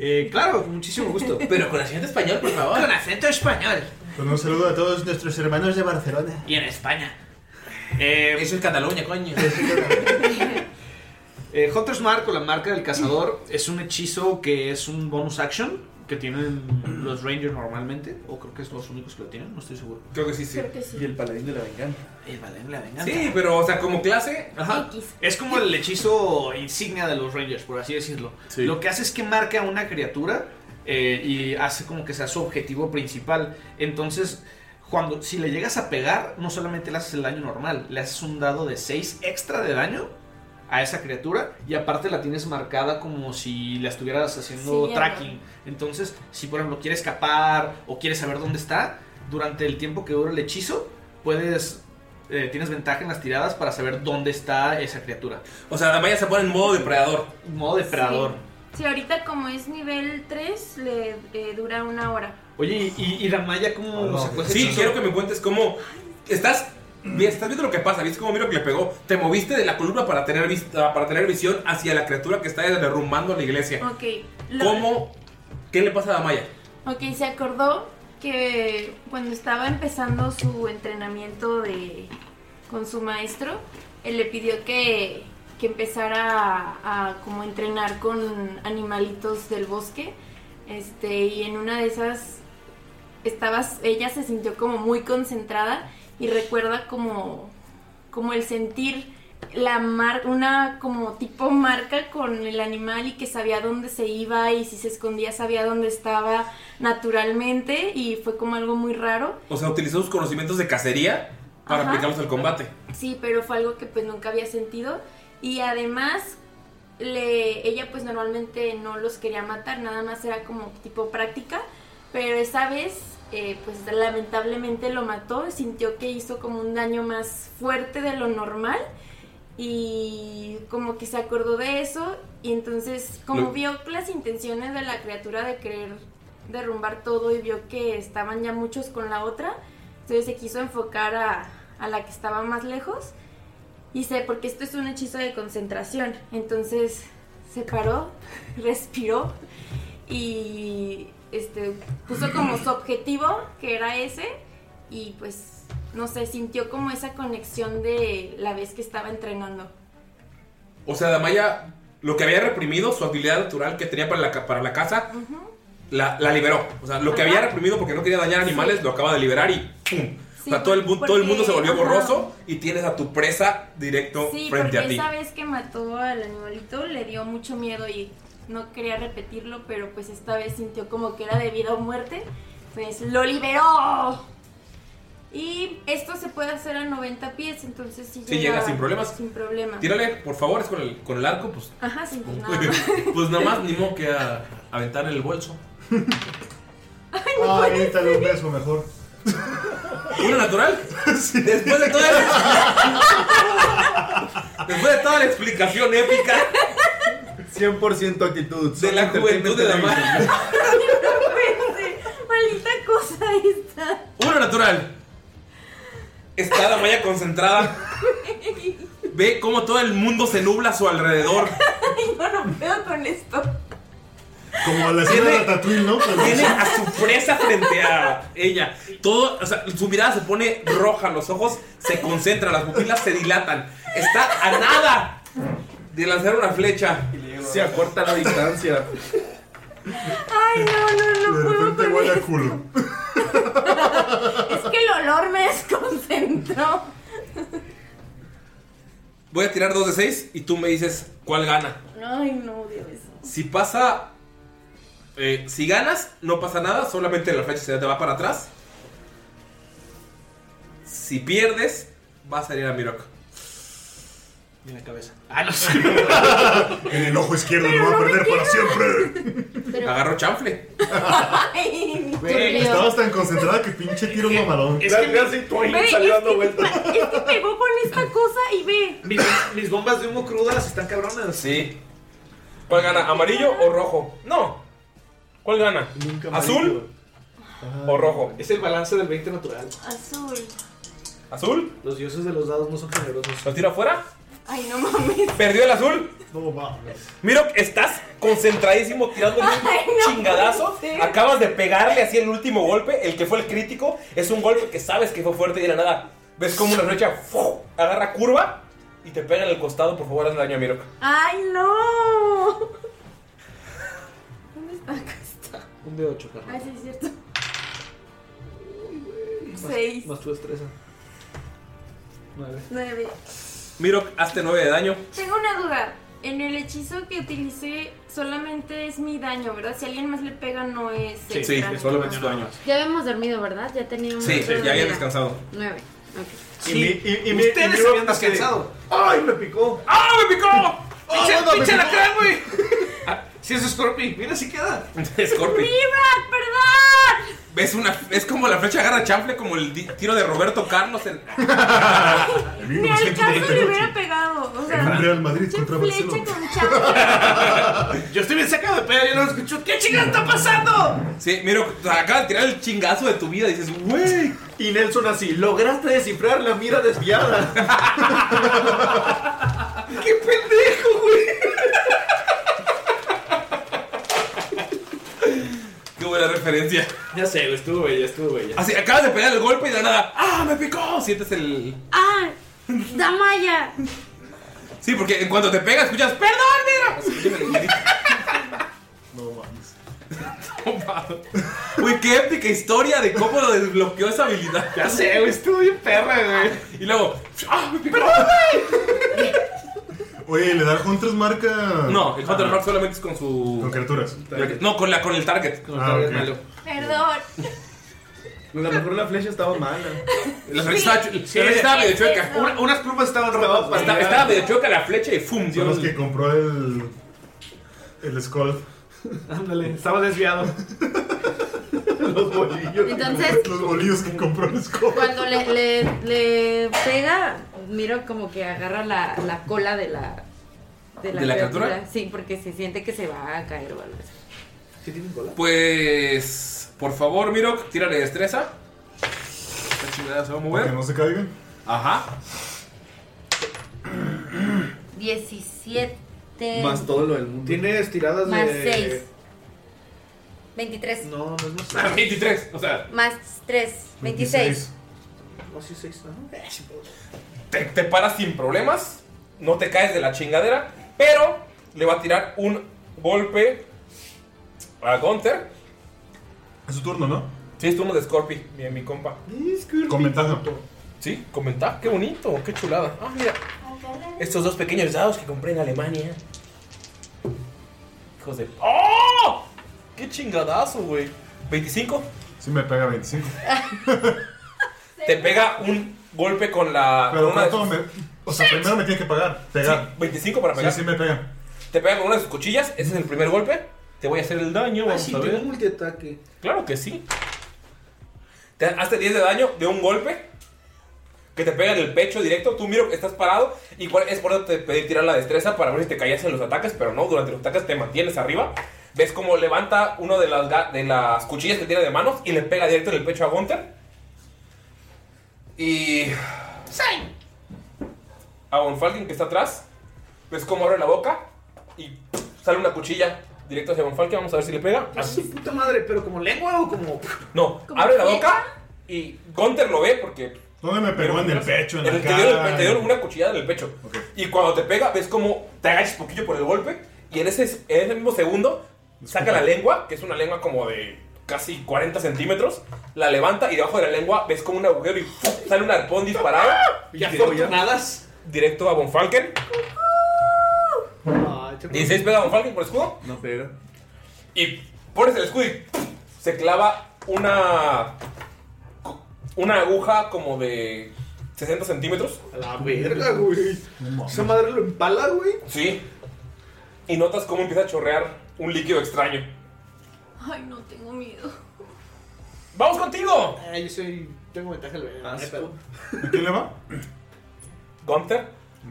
S4: Eh, claro, con muchísimo gusto.
S1: Pero con acento español, por favor.
S4: Con acento español.
S2: Con un saludo a todos nuestros hermanos de Barcelona.
S4: Y en España.
S1: Eso es Cataluña, coño.
S4: Eh, Hunter's Mark o la marca del cazador es un hechizo que es un bonus action que tienen los Rangers normalmente, o creo que es los únicos que lo tienen, no estoy seguro.
S1: Creo que sí, sí.
S8: Creo que sí.
S11: Y el paladín de la venganza.
S4: El Valen Eh, la venganza.
S1: Sí, pero, o sea, como clase. Ajá.
S8: X.
S4: Es como el hechizo insignia de los Rangers, por así decirlo.
S1: Sí.
S4: Lo que hace es que marca a una criatura eh, y hace como que sea su objetivo principal. Entonces, cuando si le llegas a pegar, no solamente le haces el daño normal, le haces un dado de 6 extra de daño a esa criatura y aparte la tienes marcada como si la estuvieras haciendo
S8: Sí,
S4: tracking. Entonces, si por ejemplo quiere escapar o quiere saber dónde está, durante el tiempo que dura el hechizo, puedes eh, tienes ventaja en las tiradas para saber dónde está esa criatura.
S1: O sea, Damaya se pone en modo depredador.
S4: Modo depredador.
S8: Sí, ahorita como es nivel 3, le eh, dura una hora.
S4: Oye, ¿y, y Damaya cómo
S2: no,
S4: sacó ese
S1: Sí,
S4: hechizo?
S1: quiero que me cuentes cómo. Estás. vi- Estás viendo lo que pasa, viste cómo miro que le pegó. Te moviste de la columna para tener vista, para tener visión hacia la criatura que está derrumbando la
S4: Oh,
S1: iglesia.
S8: Ok. lo-
S1: ¿Cómo? ¿Qué le pasa a Damaya?
S8: Ok, se acordó que cuando estaba empezando su entrenamiento de, con su maestro, él le pidió que, que empezara a, a como entrenar con animalitos del bosque. Este, y en una de esas estabas, ella se sintió como muy concentrada y recuerda como, como el sentir la mar una como tipo marca con el animal y que sabía dónde se iba y si se escondía sabía dónde estaba naturalmente y fue como algo muy raro.
S1: O sea, utilizó sus conocimientos de cacería para
S8: Ajá.
S1: aplicarlos al combate.
S8: Sí, pero fue algo que pues nunca había sentido y además le, ella pues normalmente no los quería matar, nada más era como tipo práctica, pero esa vez eh, pues lamentablemente lo mató, sintió que hizo como un daño más fuerte de lo normal y como que se acordó de eso y entonces como
S1: Lo-
S8: vio las intenciones de la criatura de querer derrumbar todo y vio que estaban ya muchos con la otra, entonces se quiso enfocar a, a la que estaba más lejos y se, porque esto es un hechizo de concentración, entonces se paró, respiró y este, puso como su objetivo, que era ese, y pues, no sé, sintió como esa conexión de la vez que estaba entrenando.
S1: O sea, Damaya, lo que había reprimido, su habilidad natural que tenía para la, ca- para la caza, la, la liberó. O sea, lo que
S8: Ajá.
S1: había reprimido porque no quería dañar animales, lo acaba de liberar y ¡pum!
S8: Sí,
S1: o sea, todo el, mu- todo el
S8: porque-
S1: mundo se volvió
S8: ajá.
S1: borroso y tienes a tu presa directo
S8: Sí, porque
S1: frente a ti.
S8: esa vez que mató al animalito le dio mucho miedo y no quería repetirlo, pero pues esta vez sintió como que era de vida o muerte, pues lo liberó. Y esto se puede hacer a 90 pies, entonces sí,
S1: Sí, llega sin problemas.
S8: Sin problema.
S1: Tírale, por favor, es con el, con el arco, pues.
S8: Ajá, sin pues nada. más.
S1: pues nada más, ni modo que a, aventar el bolso.
S2: Ah, aviéntale un beso mejor.
S1: ¿Una natural? Después de toda la- Después de toda la explicación épica
S6: 100% actitud.
S1: de la juventud de Damaya.
S8: Maldita cosa esta.
S1: Uno natural. Está la malla concentrada. Ve cómo todo el mundo se nubla a su alrededor.
S8: Ay, no, no puedo con esto.
S2: Como la escena de Tatooine, ¿no? Cuando-
S1: Tiene a su presa frente a ella. Todo, o sea, su mirada se pone roja, los ojos se concentran, las pupilas se dilatan. Está a nada de lanzar una flecha.
S6: Se acorta la distancia.
S8: Ay, no, no,
S2: De
S8: no puedo
S2: repente
S8: con
S2: huele a
S8: esto.
S2: culo.
S8: Es que el olor me desconcentró.
S1: Voy a tirar dos de seis y tú me dices cuál gana.
S8: Ay, no, Dios.
S1: Si pasa. eh, si ganas, no pasa nada, solamente la flecha se te va para atrás. Si pierdes, va a salir a Mirok.
S4: En la cabeza. Ah, no sé.
S2: En el ojo izquierdo lo va a perder para siempre.
S1: Agarro chanfle.
S8: Ay,
S2: Güey, Estabas tan concentrada que pinche tiro mamalón.
S4: Es que mi-
S8: Ve, es, que, pa- es que pegó con esta cosa y ve.
S4: mi- mis bombas de humo crudas están cabronas.
S1: Sí. ¿Cuál gana? ¿Amarillo o rojo? No. ¿Cuál gana?
S6: Nunca
S1: ¿Azul
S6: amarillo.
S1: o rojo?
S4: Es el balance del 20 natural.
S8: Azul.
S6: Ah.
S1: ¿Azul?
S4: Los dioses de los dados no son generosos.
S1: ¿Lo tiro afuera?
S8: Ay, no mames.
S1: ¿Perdió el azul?
S2: No mames.
S1: Mirok, estás concentradísimo tirando un
S8: Ay, no
S1: chingadazo.
S8: puede ser.
S1: Acabas de pegarle así el último golpe, el que fue el crítico. Es un golpe que sabes que fue fuerte y de la nada. Ves como una flecha ¡fu! agarra curva y te pega en el costado. Por favor, hazle daño a Mirok.
S8: Ay, no. ¿Dónde está? Acá está.
S4: Un de 8, carnal.
S8: Ay, sí, es cierto. Seis,
S4: Más tu destreza. 9.
S8: nueve.
S1: Mirok, hazte 9 de daño.
S8: Tengo una duda. En el hechizo que utilicé solamente es mi daño, ¿verdad? Si alguien más le pega no es...
S4: Sí,
S1: Sí,
S8: extra.
S1: solamente es tu daño.
S7: Ya habíamos dormido, ¿verdad? Ya teníamos.
S1: Sí,
S7: otro
S1: ya había
S7: día.
S1: descansado.
S7: Nueve. ok.
S4: Sí.
S6: Y mi- y- y mi- y mi
S4: Ustedes habían
S6: boca así de-
S4: descansado.
S6: ¡Ay, me picó!
S1: ¡Ah, me picó!
S4: ¡Pinche,
S2: no,
S4: pinche
S2: me-
S4: alacrán, güey! Si Ah, es Scorpi, mira si queda.
S1: Scorpion.
S8: ¡Viva! ¡Perdón!
S1: ¿Ves una, es como la flecha agarra chanfle, como el di- tiro de Roberto Carlos. en-
S8: Ni al caso le hubiera pegado. O sea,
S2: En Real Madrid
S8: pinche
S2: contra
S8: flecha
S2: Barcelona.
S8: con chapa.
S4: Yo estoy bien sacado de pedo, yo no lo escucho. ¿Qué chingada está pasando?
S1: Sí, Mirok, te acaba de tirar el chingazo de tu vida. Dices, güey.
S6: Y Nelson así, lograste descifrar la mira desviada.
S4: ¡Qué pendejo, güey!
S1: Qué buena referencia.
S4: Ya sé, güey, estuvo bella, estuvo bella.
S1: Así, acabas de pegar el golpe y de la nada. ¡Ah, me picó! Sientes el.
S7: ¡Ah! ¡Damaya!
S1: Sí, porque en cuanto te pega, escuchas, ¡Perdón, mira! Pues, Así, dime, dime.
S2: No mames.
S1: Uy, qué épica historia de cómo lo desbloqueó esa habilidad.
S4: Ya sé, güey, estuvo bien perra, güey.
S1: Y luego, ¡Ah, me picó!
S2: Oye, ¿le da Hunter's marca?
S13: No, el Hunter
S2: Ah.
S13: Mark solamente es con su.
S2: Con criaturas.
S13: No, con, la, con el target.
S2: el Ah, target ok. malo.
S8: Perdón.
S6: Pues, A lo mejor la flecha estaba mala.
S13: La flecha estaba chu- la flecha estaba medio chueca.
S4: Una- unas plumas estaban
S1: Pues
S4: robadas.
S13: Estaba, estaba medio chueca la flecha y ¡fum!
S2: Son
S13: dio
S2: los
S13: el-
S2: que compró el. El Skull.
S4: Ándale, estaba desviado.
S2: los bolillos.
S7: Entonces-
S2: Los bolillos que compró el Skull.
S7: Cuando le, le, le pega, miro como que agarra la, la cola de la.
S13: ¿De la criatura?
S7: Sí, porque se siente que se va a caer o algo así.
S13: Pues. Por favor, Mirok, tírale destreza. Esta chingada se va a mover.
S2: Que no se caigan.
S13: Ajá.
S7: 17.
S6: todo lo del mundo.
S4: Tienes tiradas
S7: Más
S4: de.
S7: 6. 23.
S4: No, no es más.
S13: Ah, 23, o sea.
S7: Más 3. 26.
S4: No, sí, 6, ¿no?
S1: Te, te paras sin problemas, no te caes de la chingadera, pero le va a tirar un golpe a Gunther.
S2: Es su turno, ¿no?
S1: Sí, es turno de Scorpi, mi, mi compa.
S2: Con ventaja.
S1: Sí, comenta, qué bonito, qué chulada. Ah, mira, estos dos pequeños dados que compré en Alemania. Hijos de... ¡Oh! ¡Qué chingadazo, güey! 25.
S2: Sí me pega 25.
S1: Te pega un golpe con la...
S2: Pero
S1: con Ah, una de
S2: ¿cuánto
S1: sus-
S2: me- O sea, primero me tiene que pagar. Pegar.
S1: 25 para
S2: Sí,
S1: pegar.
S2: sí me pega.
S1: Te pega con una de sus cuchillas, ese es el primer golpe. Te voy a hacer el daño,
S4: Ah,
S1: vamos
S4: sí,
S1: a ver.
S4: tengo multiataque.
S1: Claro que sí. Te hace 10 de daño de un golpe que te pega en el pecho directo. Tú miro que estás parado. Y cuál- es por eso te pedí tirar la destreza para ver si te caías en los ataques, pero no, durante los ataques te mantienes arriba. Ves cómo levanta uno de las, ga- de las cuchillas que tiene de manos y le pega directo en el pecho a Gunther. Y. A Von Falken que está atrás. Ves cómo abre la boca y sale una cuchilla directo hacia Von Falken. Vamos a ver si le pega.
S4: Ah, su puta madre, pero como lengua o como.
S1: No,
S8: ¿Como
S1: abre la
S8: flecha?
S1: boca y Gunter lo ve porque.
S2: ¿Dónde me pegó? En el pecho, en la
S1: el- te dio-
S2: cara.
S1: Te dio una cuchillada en el pecho.
S2: Ok.
S1: Y cuando te pega, ves como te agachas poquillo por el golpe. Y en ese, en ese mismo segundo, saca la lengua, que es una lengua como de casi 40 centímetros. La levanta y debajo de la lengua ves como un agujero y ¡pum! sale un arpón disparado.
S4: Y
S1: directo,
S4: afortunadas.
S1: directo a Von Falken.
S4: Ah, te-
S1: 16 pega a Von Falken por escudo.
S6: No pega.
S1: Y pones el escudo y ¡pum! se clava una. Una aguja como de 60 centímetros.
S4: A la verga, güey. Esa madre lo empala, güey.
S1: Sí. Y notas cómo empieza a chorrear un líquido extraño.
S8: Ay, no tengo miedo.
S1: ¡Vamos contigo!
S4: Ah, yo soy. Tengo ventaja el veneno. no hay pedo.
S2: ¿A quién le va?
S1: Gunther.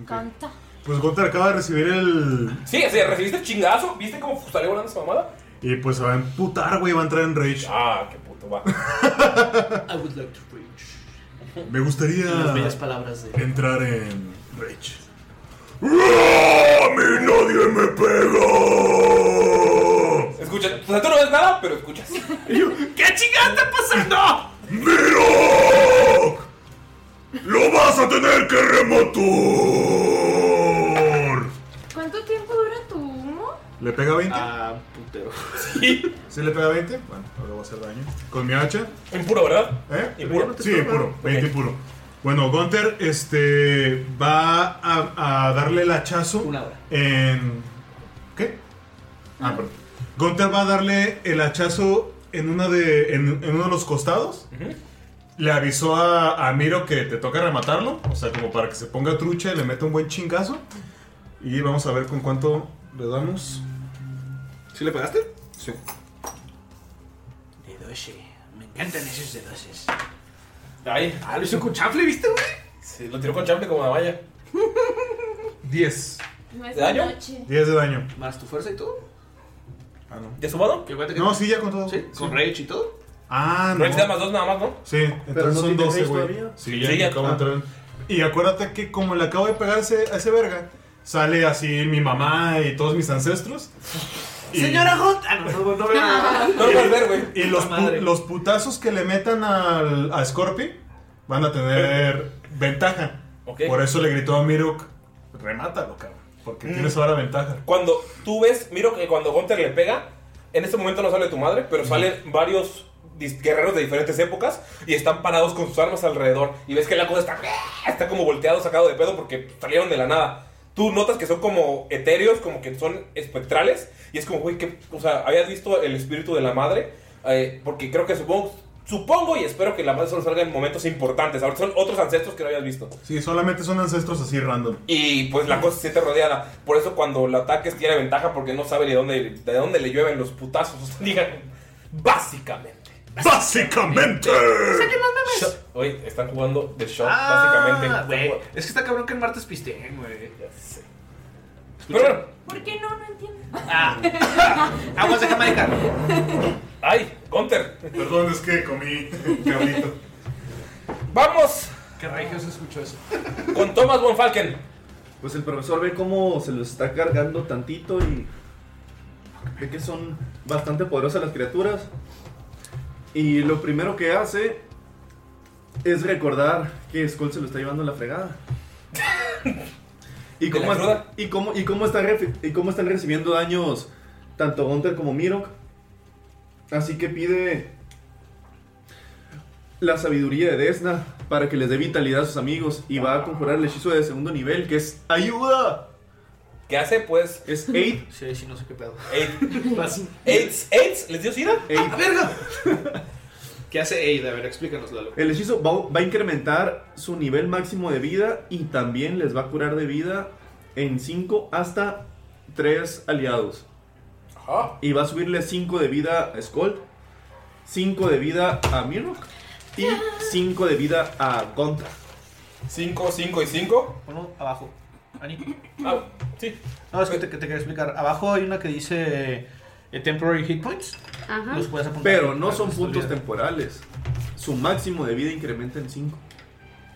S8: Canta.
S2: Pues Gunter acaba de recibir el.
S1: Sí, o sea, recibiste el chingadazo. ¿Viste cómo salió volando esa mamada?
S2: Y pues se va a emputar, güey. Va a entrar en rage.
S1: Ah, qué puto va.
S4: I would like to preach.
S2: Me gustaría
S1: Ah.
S4: Las bellas palabras de.
S2: entrar en rage.
S5: ¡A mí nadie me pega!
S1: Escucha, o sea, tú no ves nada, pero escuchas.
S4: ¿Qué chingada está pasando?
S5: ¡Miro! ¡Lo vas a tener que remotar!
S8: ¿Cuánto tiempo dura tu humo?
S2: ¿Le pega 20?
S4: Ah, putero.
S2: ¿Sí le pega 20? Bueno, ahora va a hacer daño. Con mi hacha.
S1: Impuro, ¿verdad?
S2: ¿Eh?
S1: Impuro.
S2: Sí, puro, 20 puro. Bueno, Gunter este, va a, a darle el hachazo
S4: Una hora.
S2: en... ¿Qué? Ah, perdón. Gunter va a darle el hachazo en, una de, en, en uno de los costados. Le avisó a, a Miro que te toca rematarlo, o sea, como para que se ponga trucha y le meta un buen chingazo. Y vamos a ver con cuánto le damos.
S4: ¿Sí le pegaste?
S2: Sí.
S4: De 12. Me encantan esos de 12.
S1: Ahí.
S4: Ah, lo hizo con chanfle, ¿viste, güey?
S1: Sí, lo tiró con chample como una valla.
S2: 10.
S8: No es
S1: ¿De daño?
S8: noche.
S2: 10 de daño.
S4: Más tu fuerza y todo.
S2: Ah, no.
S1: ¿Ya sumado?
S4: ¿Qué cuenta que
S2: No, sí, ya con todo.
S4: ¿Sí? ¿Con rage y todo?
S2: Ah,
S1: No
S2: no.
S1: hay que dar más dos nada más, ¿no?
S2: Sí, entonces
S6: Pero no
S2: son
S6: tiene
S2: 12,
S6: haste
S2: güey.
S6: todavía.
S2: Sí, ya,
S1: Sí, ya.
S2: acabo de
S1: Ah.
S2: entrar. Y acuérdate que como le acabo de pegar a ese, a ese verga, sale así mi mamá y todos mis ancestros. Y,
S4: Hot. Ah, no, no, no veo nada.
S1: No lo puedes ver, güey.
S2: Y los, pu-
S4: Madre.
S2: los putazos que le metan al, a Scorpi van a tener ventaja.
S1: Ok.
S2: Por eso le gritó a Mirok, remátalo, cabrón. Porque
S6: Mm.
S2: tienes ahora ventaja.
S1: Cuando tú ves, miro que cuando Gunter le pega, en este momento no sale tu madre, pero salen varios dis- guerreros de diferentes épocas y están parados ¡ah! con sus armas alrededor. Y ves que la cosa está, está como volteado, sacado de pedo porque salieron de la nada. Tú notas que son como etéreos, como que son espectrales. Y es como, güey, que. O sea, habías visto el espíritu de la madre. Eh, porque creo que supongo. Supongo y espero que la madre solo salga en momentos importantes. Ahora son otros ancestros que no habías visto.
S2: Sí, solamente son ancestros así random.
S1: Y pues la cosa se siente rodeada. Por eso cuando la ataques tiene ventaja porque no sabe de dónde, de dónde le llueven los putazos. Digan, básicamente.
S5: ¡Básicamente!
S1: Shot- Oye, están jugando de shot,
S4: Pues, Ah,
S1: básicamente.
S4: güey, Es que está cabrón que el martes pisteen, güey.
S1: Pero bueno,
S8: ¿Por qué no? No entiendo.
S4: Ah. Aguas de Jamaica.
S1: ¡Ay! ¡Gunter!
S5: Perdón, es que comí cabrito.
S1: ¡Vamos!
S4: Qué regio se escuchó eso.
S1: Con Thomas von Falken.
S6: Pues el profesor ve cómo se los está cargando tantito y ve que son bastante poderosas las criaturas. Y lo primero que hace es recordar que Skull se lo está llevando a la fregada. ¿Y
S1: ¿De
S6: cómo,
S1: la cruda?
S6: y, cómo, y, cómo están refi- y cómo están recibiendo daños tanto Gunter como Mirok. Así que pide la sabiduría de Desna para que les dé vitalidad a sus amigos y va a conjurar el hechizo de segundo nivel que es ayuda.
S1: ¿Qué hace? Pues.
S6: Es 8
S4: Sí, sí, no sé qué pedo.
S1: Eight. Eights, eights, ¿les dio sida?
S4: ¡Verga! ¿Qué hace Aid? A ver, explícanoslo. Lalo.
S6: El hechizo va, va a incrementar su nivel máximo de vida y también les va a curar de vida en 5 hasta 3 aliados.
S1: Ajá.
S6: Y va a subirle 5 de vida a Skold, 5 de vida a Mirok y 5 de vida a Gonta.
S1: 5, 5 y 5.
S4: Ponlo abajo. Ani.
S1: Ah, sí.
S4: No, es que te, que te quería explicar. Abajo hay una que dice eh, Temporary Hit Points.
S7: Ajá.
S4: Los puedes apuntar.
S6: Pero no
S4: Para
S6: son
S4: que se te
S6: puntos
S4: olvide.
S6: temporales. Su máximo de vida incrementa en 5.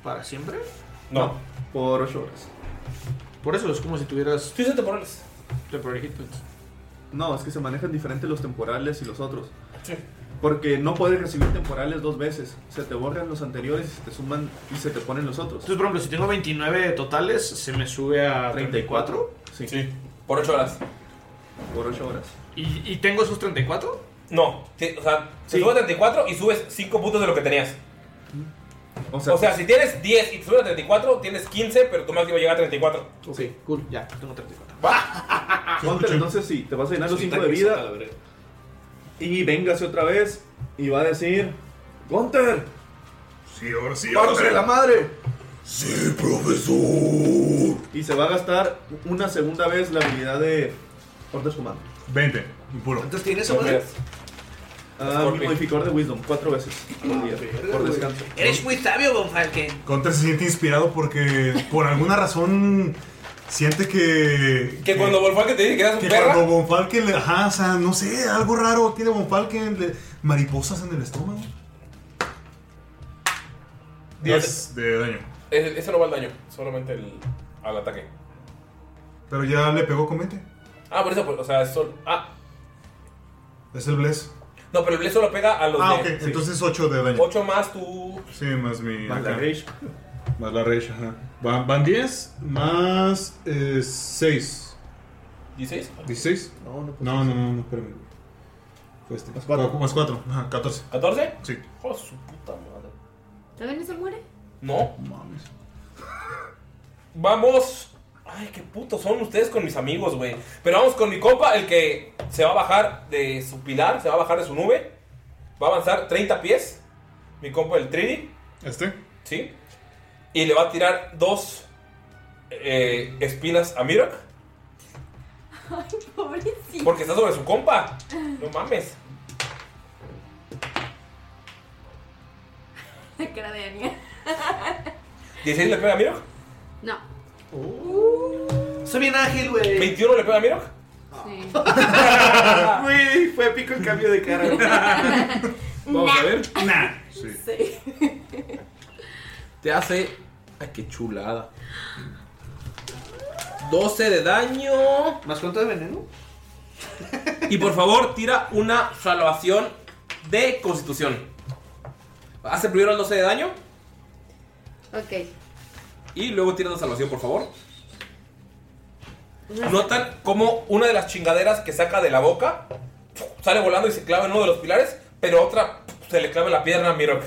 S4: ¿Para siempre?
S1: No.
S6: Por 8 horas.
S4: Por eso es como si tuvieras
S1: Sí, son temporales.
S4: Temporary Hit Points.
S6: No, es que se manejan diferentes los temporales y los otros.
S1: Sí.
S6: Porque no puedes recibir temporales dos veces. Se te borran los anteriores, se te suman y se te ponen los otros.
S4: Entonces, por ejemplo, si tengo 29 totales, se me sube a 34.
S6: 34. Sí,
S1: Sí. Por 8 horas.
S6: por 8 horas.
S4: ¿Y, y tengo esos 34?
S1: No. Sí, o sea, se
S6: Sí.
S1: sube a 34 y subes 5 puntos de lo que tenías.
S6: O sea,
S1: O sea, si tienes 10 y te subes a 34, tienes 15, pero tu máximo llega a 34.
S4: Ok, cool, ya, Pues tengo 34.
S6: Hunter, ah, entonces sí, te vas a llenar los 5 de vida y véngase otra vez y va a decir, Gunter,
S5: Sí, ahora sí, ahora
S6: ¡Gunter la
S5: sí.
S6: madre!
S5: Sí, profesor.
S6: Y se va a gastar una segunda vez la habilidad de Order Command.
S2: 20, impuro.
S4: ¿Cuántos tienes,
S1: No,
S4: madre?
S1: miras.
S6: Ah, mi
S1: Scorpion.
S6: modificador de Wisdom, cuatro veces por día, por descanso.
S4: Eres muy sabio, Von Falken.
S2: Contra se siente inspirado porque por alguna razón siente que.
S1: Que cuando Volfalken te dice que eras un
S2: que
S1: perro.
S2: cuando Von Falken le. Ajá, o sea, no sé, algo raro tiene Von Falken. le- mariposas en el estómago. 10 de daño.
S1: Eso no va al daño, solamente el, al ataque.
S2: Pero ya le pegó con 20.
S1: Ah, por eso, pues, o sea, es sol- Ah,
S2: Es el Bless.
S1: no, pero el bless solo pega a los
S2: Ah, ok.
S1: de.
S2: Entonces 8 de daño.
S1: 8 más tu.
S2: Sí, más mi.
S6: Más la
S2: acá.
S6: rage.
S2: Más la rage, ajá. Van, van 10 más eh, 6.
S1: 16.
S2: ¿16?
S6: No, no,
S2: No, no, no, no, espérame. Fue
S14: Pues,
S2: este.
S6: Más cuatro.
S2: Cu- Más 4, ajá, 14.
S1: ¿14?
S2: Sí.
S1: Hijo de su puta madre.
S7: ¿Todavía no se muere?
S1: No. Vamos. Ay, qué putos son ustedes con mis amigos, güey. Pero vamos con mi compa, el que se va a bajar de su pilar, se va a bajar de su nube. Va a avanzar 30 pies. Mi compa, el Trini.
S2: ¿Este?
S1: ¿Sí? Y le va a tirar dos eh, espinas a Mirok.
S8: Ay, pobrecito.
S1: Porque está sobre su compa. No mames.
S8: La cara de Ania.
S1: 16 le pega a Mirok.
S7: No.
S4: Soy bien ágil, güey.
S1: 21 le pega a Mirok.
S8: Ah.
S7: Sí.
S4: Güey, fue épico el cambio de cara. güey.
S1: Vamos a ver.
S2: Nah. Sí.
S8: Sí.
S1: Te hace. Ay, qué chulada. 12 de daño.
S4: ¿Más cuánto de veneno?
S1: Y por favor, tira una salvación de constitución. Hace primero el 12 de daño
S7: Ok.
S1: y luego tira una salvación, por favor.
S7: Una-
S1: Notan como una de las chingaderas que saca de la boca sale volando y se clava en uno de los pilares, pero otra se le clava en la pierna a Mirok.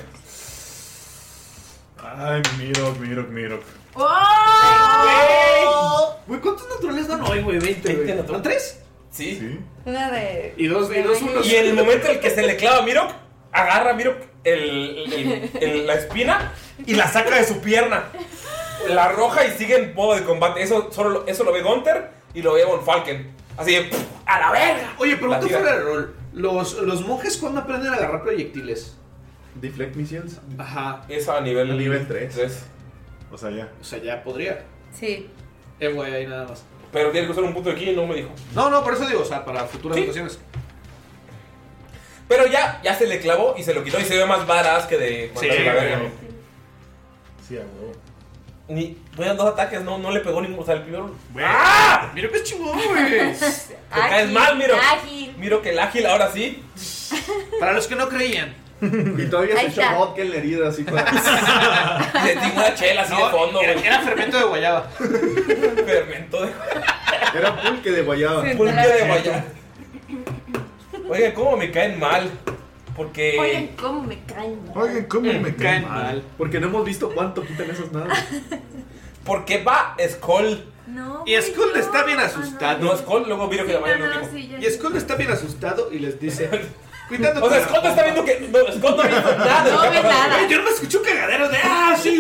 S2: Ay, Mirok, Mirok, Mirok.
S8: ¡Oh!
S4: Güey, ¿cuántos naturales dan hoy, güey? 20, güey. ¿Dan tres?
S1: Sí.
S8: Una de.
S4: Y dos, y dos, unos.
S1: Y en el momento en el que se le clava a Mirok, agarra a Mirok el- el- el- la espina y la saca de su pierna. La arroja y sigue en modo de combate. Eso, solo, lo- eso lo ve Gunter y lo ve Von Falken. Así de ¡puf! a la verga.
S4: Oye, pregunta
S1: La tira.
S4: fuera de rol. ¿Los, ¿Los monjes cuándo aprenden a agarrar proyectiles? Deflect missiles. Ajá.
S1: Es a nivel,
S4: nivel
S1: 3.
S2: O sea, ya.
S4: O sea, ya podría.
S7: Sí.
S4: Eh, güey, ahí nada más.
S1: Pero tiene que usar un punto de ki y no me dijo.
S4: No, no, por eso digo, o sea, para futuras situaciones.
S1: Pero ya, ya se le clavó y se lo quitó y se ve más varas que de.
S4: Sí,
S1: mandarle la
S4: güey.
S1: verga.
S2: Sí, a huevo.
S1: Ni, fueron dos ataques, no, no le pegó ninguno. O sea, el primero.
S4: ¡Ah! Mira qué chingón, güey.
S1: Te caes mal, Miro. Miro que el ágil ahora sí.
S4: Para los que no creían.
S6: Y todavía
S4: Ahí
S6: se
S4: está.
S6: echó vodka en la herida, así para.
S1: Le di una chela así de fondo,
S4: Era,
S1: güey.
S4: era fermento de guayaba.
S1: fermento de
S6: Era pulque de guayaba.
S1: guayaba. Pulque de guayaba. Oigan, ¿cómo me caen mal? Porque.
S8: Oigan, cómo me caen. mal.
S2: ¿cómo
S1: me caen mal?
S6: Porque no hemos visto cuánto quitan esas naves.
S1: Porque va Skull.
S8: No.
S4: Y Skull está
S7: Ah,
S4: bien asustado.
S1: No, Skull luego viro que la
S8: No,
S1: mañana
S8: no,
S1: lo
S8: sí, ya.
S4: Y Skull está bien asustado y les dice: Cuidado
S1: O
S4: con
S1: sea,
S4: la
S1: Skull no está viendo que. No, Skull no ha visto nada. de lo
S8: No
S1: que ha
S8: ve
S1: pasado.
S8: nada.
S4: Güey, Yo no me escucho un cagadero de ¡Ah, sí!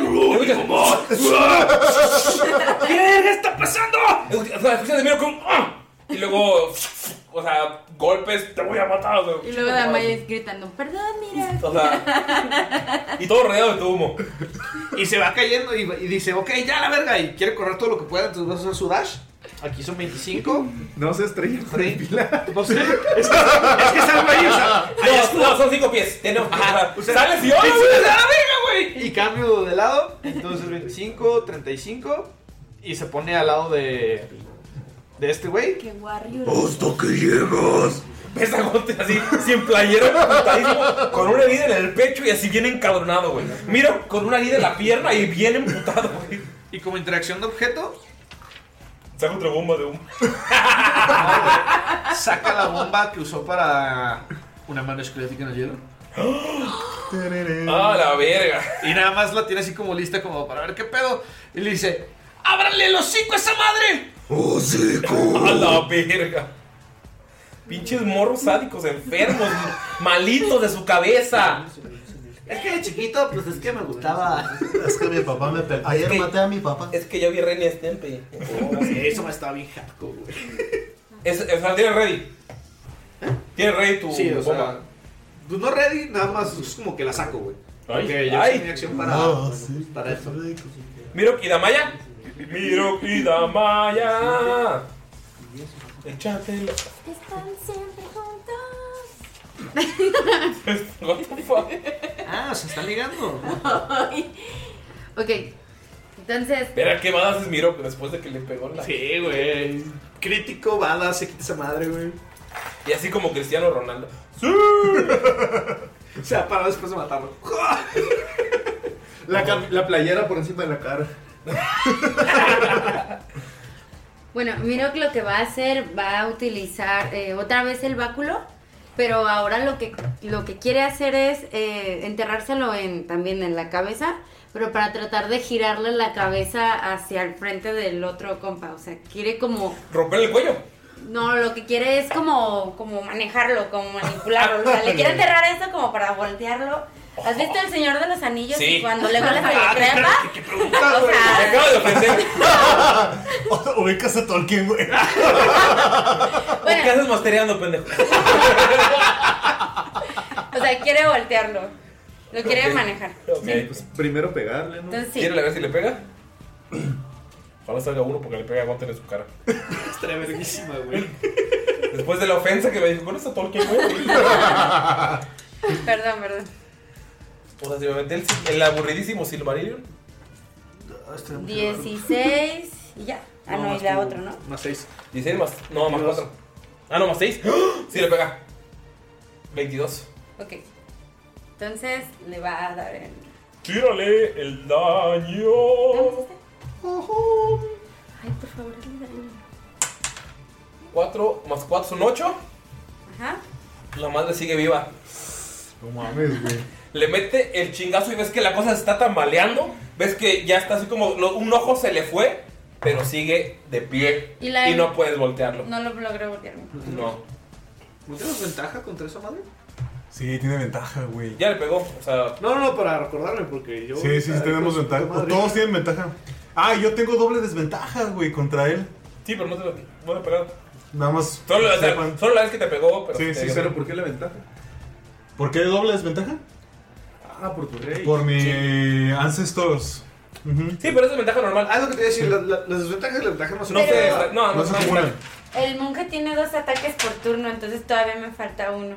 S1: ¿Qué verga está pasando? O sea, escuchas de Miro como. "Ah", Y luego. O sea, golpes, te voy a matar. o sea,
S7: Y luego Damaya gritando, perdón, mira.
S1: O sea. Y todo rodeado de tu humo.
S4: Y se va cayendo y, y dice: Ok, ya la verga. Y quiere correr todo lo que pueda. Entonces vas a hacer su dash. Aquí son 25.
S6: No se estrella con el pilar.
S4: No sé. Es que, es que salgo ahí. O sea, ahí es
S1: No,
S4: como-
S1: no, son cinco pies. Tenemos. Ajá.
S4: O sea,
S1: Sales y hola,
S4: sí,
S1: ¡ah, güey.
S4: sí, a la verga, güey. Y cambio de lado. Entonces 25, 35. Y se pone al lado de. De este güey.
S8: Qué warrior.
S5: Hasta que llegas.
S1: Ves a Gunter así, sin playero, emputadísimo, con una herida en el pecho y así bien encabronado, güey. Miro con una herida en la pierna y bien emputado, güey.
S4: Y como interacción de objeto,
S1: Saca otra bomba de humo.
S4: saca la bomba que usó para una mano esquelética en el hielo.
S1: ¡Ah, la verga!
S4: Y nada más la tiene así como lista, como para ver qué pedo. Y le dice: ¡Ábrale el hocico a esa madre!
S1: ¡A la verga! Pinches morros sádicos, enfermos, malitos de su cabeza.
S4: Es que de chiquito, pues es que me gustaba.
S2: Es que mi papá me pegó. Ayer
S1: que-
S2: maté a mi papá.
S1: Es que yo vi Renny Stempe.
S4: Eso me estaba bien jaco, güey.
S1: Es, es, ¿Tienes ready?
S2: ¿Eh?
S1: ¿Tienes ready tu
S4: Sí, o sea.
S1: bomba?
S4: Pues no ready, nada más es como que la saco, güey.
S1: Ay,
S4: Porque ya
S1: ay.
S4: es mi acción para,
S2: No, sí.
S4: para eso.
S1: Miro Kidamaya. Miro Kidamaya. Échatela.
S8: Están siempre juntos.
S1: What the fuck?
S4: Ah, se están ligando.
S7: Ok. Entonces,
S1: Mira qué badass es Miro después de que le pegó la.
S4: Sí, güey. Crítico, bala, se quita esa madre, güey.
S1: Y así como Cristiano Ronaldo.
S4: Se ha parado después de matarlo.
S6: La, cam- la playera por encima de la cara.
S7: bueno, Mirok lo que va a hacer, va a utilizar eh, otra vez el báculo, pero ahora lo que, lo que quiere hacer es eh, enterrárselo en, también en la cabeza, pero para tratar de girarle la cabeza hacia el frente del otro compa. O sea, quiere como
S1: Romper el cuello.
S7: No, lo que quiere es como, como manejarlo, como manipularlo. O sea, le quiere enterrar esto como para voltearlo. ¿Has visto el Señor de los Anillos?
S1: Sí. Ah,
S7: Y cuando le va la crema, o
S8: Ah.
S1: Me
S7: sea,
S1: acabo de ofender.
S2: Ubicas a Tolkien, güey.
S1: ¿Por qué haces mastereando, pendejo?
S7: o sea, quiere voltearlo. Lo quiere
S1: Ok.
S7: manejar.
S1: Ok.
S6: Pues primero pegarle, ¿no?
S7: Entonces sí.
S1: ¿Quiere la ver si le pega? Ojalá salga uno porque le pega a Gunter en su cara.
S4: Estaría verguísima, güey.
S1: Después de la ofensa que me dijo, ¿con esta Tolkien, güey?
S7: Perdón, perdón.
S1: O sea, si me metí el, el aburridísimo Silmarillion.
S7: 16 y ya. Ah, no, y la otra, ¿no?
S4: Más seis.
S1: 16 más. No, más 4. Ah, no, más 6. Sí le pega. 22.
S7: Ok. Entonces le va a dar el...
S1: Tírale el
S7: ¿Damos
S1: daño.
S7: este? Ay, por favor, hazle daño.
S1: 4 más 4 son 8.
S7: Ajá.
S1: La madre sigue viva.
S2: No mames, güey.
S1: Le mete el chingazo y ves que la cosa se está tambaleando. Ves que ya está así como lo- un ojo se le fue. pero sigue de pie
S8: Y la-
S1: y no puedes voltearlo.
S8: No lo logré voltearme.
S1: No.
S4: ¿No tienes ventaja contra esa madre?
S14: Sí, tiene ventaja, güey.
S1: Ya le pegó, o sea.
S4: No, no, no, para recordarme, porque yo.
S14: Sí, sí, sí, tenemos ventaja. O todos tienen ventaja. Ah, yo tengo doble desventaja, güey, contra él.
S1: Sí, pero no te, no te ha pegado.
S14: Nada más.
S1: Solo, o sea,
S14: sepan.
S1: solo la vez que te pegó, pero.
S14: Sí,
S1: te
S14: sí,
S1: dio.
S14: pero
S6: ¿Por qué la ventaja?
S14: ¿Por qué doble desventaja?
S6: Ah, por tu rey.
S14: Por mi ancestors.
S1: Sí, pero es ventaja normal.
S4: Ah, es lo que te iba a decir, la- la- las desventajas y las ventajas no son
S1: No se-
S8: Pero-
S1: no, Ah, no,
S14: No se acumulan.
S8: El monje tiene dos ataques por turno, entonces todavía me falta uno.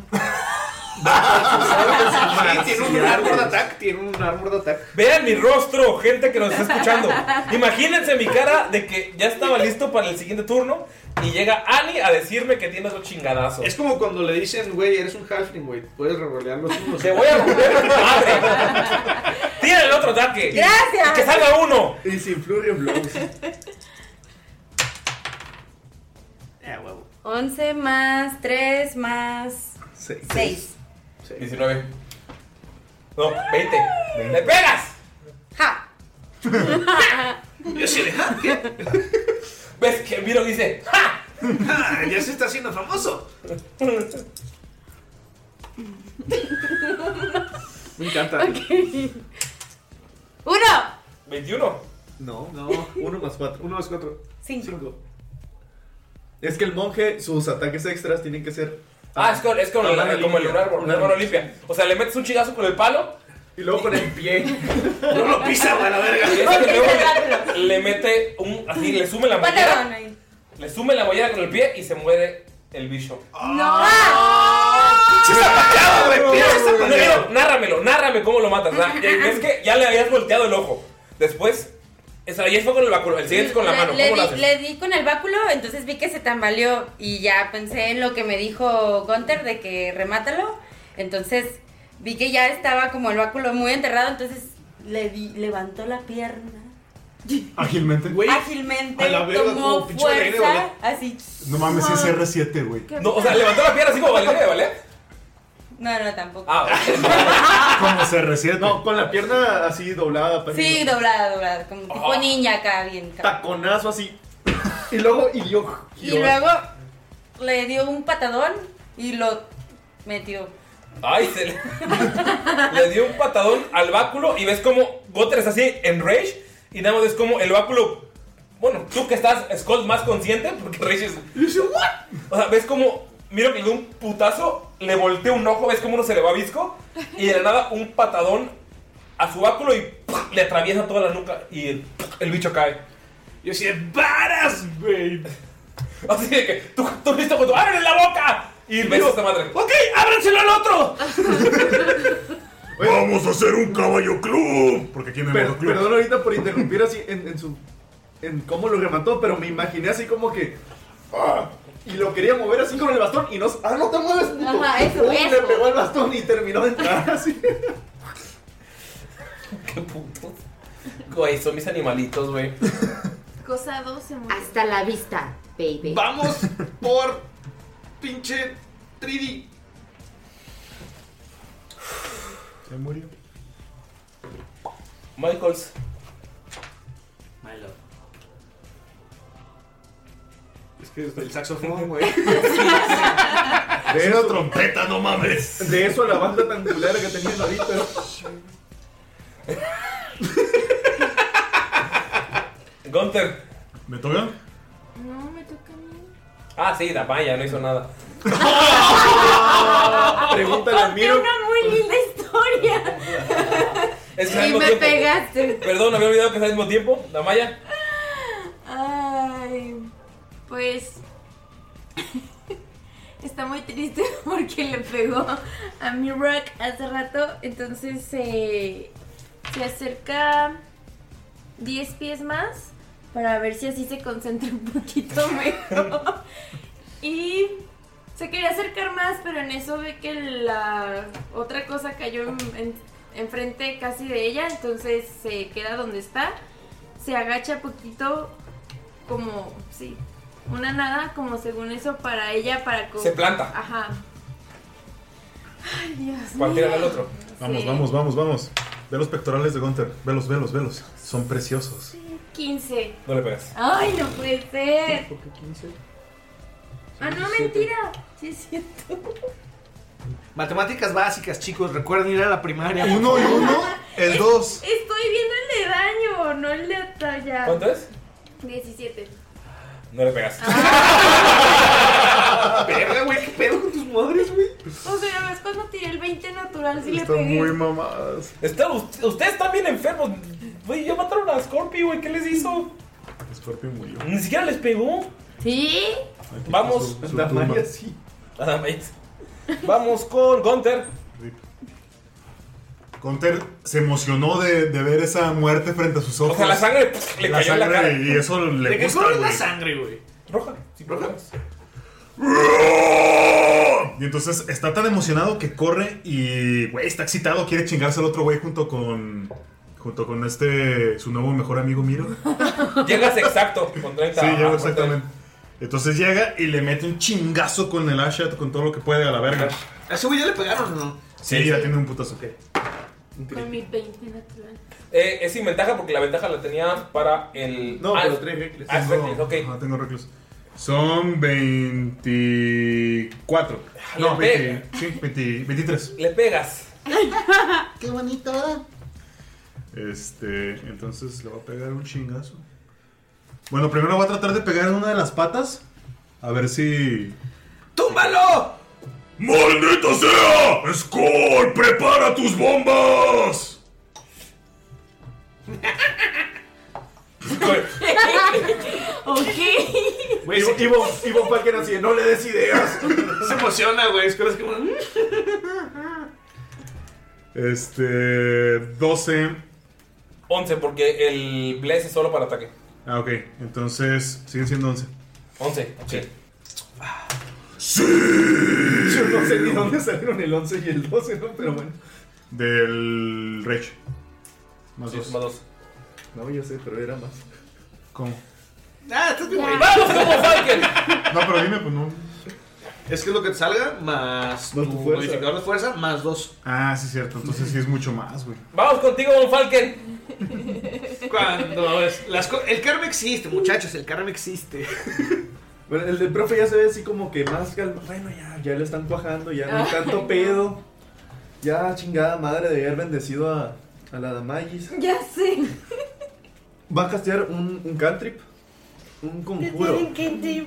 S4: Ah, Sí, tiene un armor de ataque, tiene un armor de ataque.
S1: Vean mi rostro, gente que nos está escuchando. Imagínense mi cara de que ya estaba listo para el siguiente turno y llega Ani a decirme que tienes dos chingadazos.
S4: Es como cuando le dicen, güey, eres un halfling, güey, puedes revolear los unos.
S1: Te voy a romper tu madre. Tira el otro ataque.
S8: Gracias.
S1: Y que salga uno.
S6: Y sin Flurry Blows.
S4: Eh, huevo.
S8: 11 más 3 más 6.
S1: 19. No, 20. ¡Le pegas!
S8: ¡Ja!
S4: Yo sí le ah, ¿qué?
S1: ¿Ves que Miro dice? ¡Ja!
S4: Ah, ya se está haciendo famoso. Me encanta.
S8: ¡Uno!
S1: 21.
S6: No, no. Uno más cuatro.
S4: Uno más cuatro.
S8: Cinco.
S6: Es que el monje, sus ataques extras tienen que ser.
S1: Ah, es con, es con
S6: Ah,
S1: el,
S6: una
S1: como el
S6: limpia,
S1: lunar, por
S6: una
S1: una mano
S6: limpia.
S1: limpia. O sea, le metes un chingazo con el palo
S6: Y luego con el pie.
S4: No lo pisa, güey, a la verga.
S1: y es que luego le, le mete un. Así, le sume la
S8: Pantalón
S1: mollera.
S8: ahí.
S1: Le sume la mollera con el pie y se muere el bicho.
S8: ¡No!
S4: Se está pateado, güey, pinche
S1: No,
S4: zapateado.
S1: no, nárramelo, nárrame cómo lo matas. na- ya- Es que ya le habías volteado el ojo. Después, esa, ya fue con el báculo, el siguiente es con la
S8: Le-
S1: mano.
S8: Le,
S1: ¿Cómo lo
S8: di,
S1: haces?
S8: le di con el báculo, entonces vi que se tambaleó y ya pensé en lo que me dijo Gunther de que remátalo. Entonces vi que ya estaba como el báculo muy enterrado, entonces le di, levantó la pierna.
S14: Ágilmente.
S4: Güey,
S6: Ah,
S8: Ágilmente
S4: a la verga,
S8: tomó
S4: como pinche ballerina,
S8: fuerza,
S4: ¿verdad?
S8: así.
S14: No mames, es R7, güey.
S1: No, o sea, levantó la pierna así como ballet, ¿vale?
S8: No, no, tampoco.
S1: Ah, ok.
S14: Como CR7.
S6: No, con la pierna así doblada. pues, para
S8: Sí,
S6: arriba.
S8: doblada, doblada, como tipo ninja acá, bien. cabrón.
S6: Taconazo así. Y luego, y yo.
S8: Y luego le dio un patadón y lo metió.
S1: Ay, se le, le dio un patadón al báculo y ves como Gotter está así en rage y nada más ves como el báculo. Bueno, tú que estás Skull más consciente porque Rage es. O sea, ves como. Miro que le dio un putazo, le voltea un ojo, ves como uno se le va a visco y de la nada un patadón a su báculo y ¡pum! le atraviesa toda la nuca y el, el bicho cae.
S4: Yo sí, varas, güey.
S1: Así de que tú, tú listo con tu ¡Ábrele la boca! Y ves esta madre.
S4: Ok, ábranselo al otro.
S5: Vamos a hacer un caballo club.
S14: Porque aquí no hay
S6: Per-
S14: motoclub.
S6: perdón ahorita por interrumpir así en, en su. en cómo lo remató, pero me imaginé así como que. ah, y lo quería mover así con el bastón y no. ¡Ah, no te mueves! puto!
S8: Ajá, eso,
S6: Pum, Le
S8: eso.
S6: pegó el bastón y terminó de entrar así.
S1: ¡Qué puto! Güey, son mis animalitos, güey.
S8: Cosa 2 se murió.
S7: Hasta la vista, baby.
S4: Vamos por pinche 3D.
S14: Se murió.
S1: Michaels.
S4: Malo. Es que es el saxofón, güey.
S6: De eso,
S5: Trompeta, no mames.
S6: de eso la banda tan culera que tenían ahorita.
S1: Gunther.
S14: ¿Me toca?
S8: No, me toca a mí.
S1: Ah, sí, la valla, no hizo nada.
S6: Pregúntale a
S8: Conté
S6: Miro.
S8: una muy linda historia.
S1: Es que al
S7: Y
S1: mismo
S7: me
S1: tiempo-
S7: pegaste.
S1: Perdón, había olvidado que es al mismo tiempo. La Maya.
S8: Ay, pues. Está muy triste porque le pegó a mi rock hace rato. Entonces eh, se. se acerca 10 pies más para ver si así se concentra un poquito mejor. y se quería acercar más, pero en eso ve que la otra cosa cayó en- en- enfrente casi de ella. Entonces se queda donde está. Se agacha poquito como, sí, una nada, como según eso para ella, para... co-
S1: Se planta.
S8: Ajá. Ay, Dios
S1: Para
S8: mío.
S1: tirar al otro.
S14: Vamos,
S8: Sí.
S14: vamos, vamos, vamos. Ve los pectorales de Gunther. Velos, velos, velos. Son preciosos.
S8: 15.
S1: No le pegas.
S8: Ay, no puede ser.
S4: ¿Por qué 15?
S8: Ah, no,
S4: Siete.
S8: mentira. Sí, es cierto.
S4: Matemáticas básicas, chicos. Recuerden ir a la primaria.
S2: Uno y uno,
S4: el dos.
S8: Estoy viendo el de daño, no el de atalla.
S1: ¿Cuánto es?
S8: 17.
S1: No le pegas.
S4: Verga, güey, ¿qué pedo con tus madres, güey?
S8: O sea, ves cuando tiré el 20 natural, sí
S1: Están
S8: le pegué.
S2: mamadas.
S1: ustedes están bien enfermos. Güey, ya mataron a Scorpio, güey. ¿Qué les hizo?
S2: Scorpio murió.
S1: Ni siquiera les pegó.
S8: ¿Sí?
S1: Vamos.
S2: su tumba. Damaya
S1: sí. Vamos con Gunter.
S2: Conter se emocionó de, de ver esa muerte frente a sus ojos.
S1: O sea, la sangre pss, le cayó en la cara.
S2: Y eso le
S1: ¿De qué
S2: gusta,
S1: color es la
S2: güey.
S4: Sangre, güey.
S1: Roja. Sin problemas.
S2: Y entonces está tan emocionado que corre y, güey, está excitado, quiere chingarse al otro güey junto con... Junto con este, su nuevo mejor amigo Miro.
S1: Llegas exacto con 30.
S2: Sí, llega
S1: Ah,
S2: exactamente. Entonces llega y le mete un chingazo con el Ashat, con todo lo que puede a la verga.
S4: ¿A ese güey ya le pegaron o no?
S2: Sí, ya tiene un putazo.
S8: Con mi 20 natural.
S1: Eh, es sin ventaja porque la ventaja la tenía para el.
S2: No,
S1: al-
S2: pero trae reckless.
S1: Ah, es
S2: Tengo-
S1: reckless, ok.
S2: Ah, tengo reclus. Son 24. No,
S1: Le
S2: 20, sí, 20 23.
S1: Le pegas.
S2: ¡Qué bonito! Este, entonces le va a pegar un chingazo. Bueno, primero va a tratar de pegar en una de las patas. A ver si.
S4: ¡Túmbalo!
S5: ¡Maldita sea! ¡Skull, prepara tus bombas!
S8: ok.
S6: Güey, Ivo, Ivo Parker así, de, no le des ideas.
S4: Se emociona, güey. Es que es como.
S2: Este. 12.
S1: 11 porque el Bless es solo para ataque.
S2: Ah, ok. Entonces, siguen siendo 11.
S1: 11. ok.
S6: Yo no sé ni dónde salieron el 11 y el 12, ¿no? Pero bueno.
S2: Del Rage. Más
S1: Sí,
S2: dos.
S1: más dos.
S6: No, yo sé, pero era más.
S2: ¿Cómo?
S4: Ah, estás bien, güey.
S1: ¡Vamos, como Falken!
S2: No, pero dime, pues no.
S4: Es que es lo que te salga, más tu,
S2: fuerza.
S4: modificador de fuerza, más dos.
S2: Ah, sí, es cierto. Entonces sí es mucho más, güey.
S1: Vamos contigo, Von Falken.
S4: Cuando es- las co- el karma existe, muchachos, el karma existe.
S6: Bueno, el del profe ya se ve así como que más calma. Bueno, ya, ya le están cuajando, ya no hay
S8: Ay, no.
S6: tanto pedo. Ya, chingada madre, de haber bendecido a, a la Damayis.
S8: Ya sé.
S6: Va a castear un, un cantrip, un conjuro
S8: que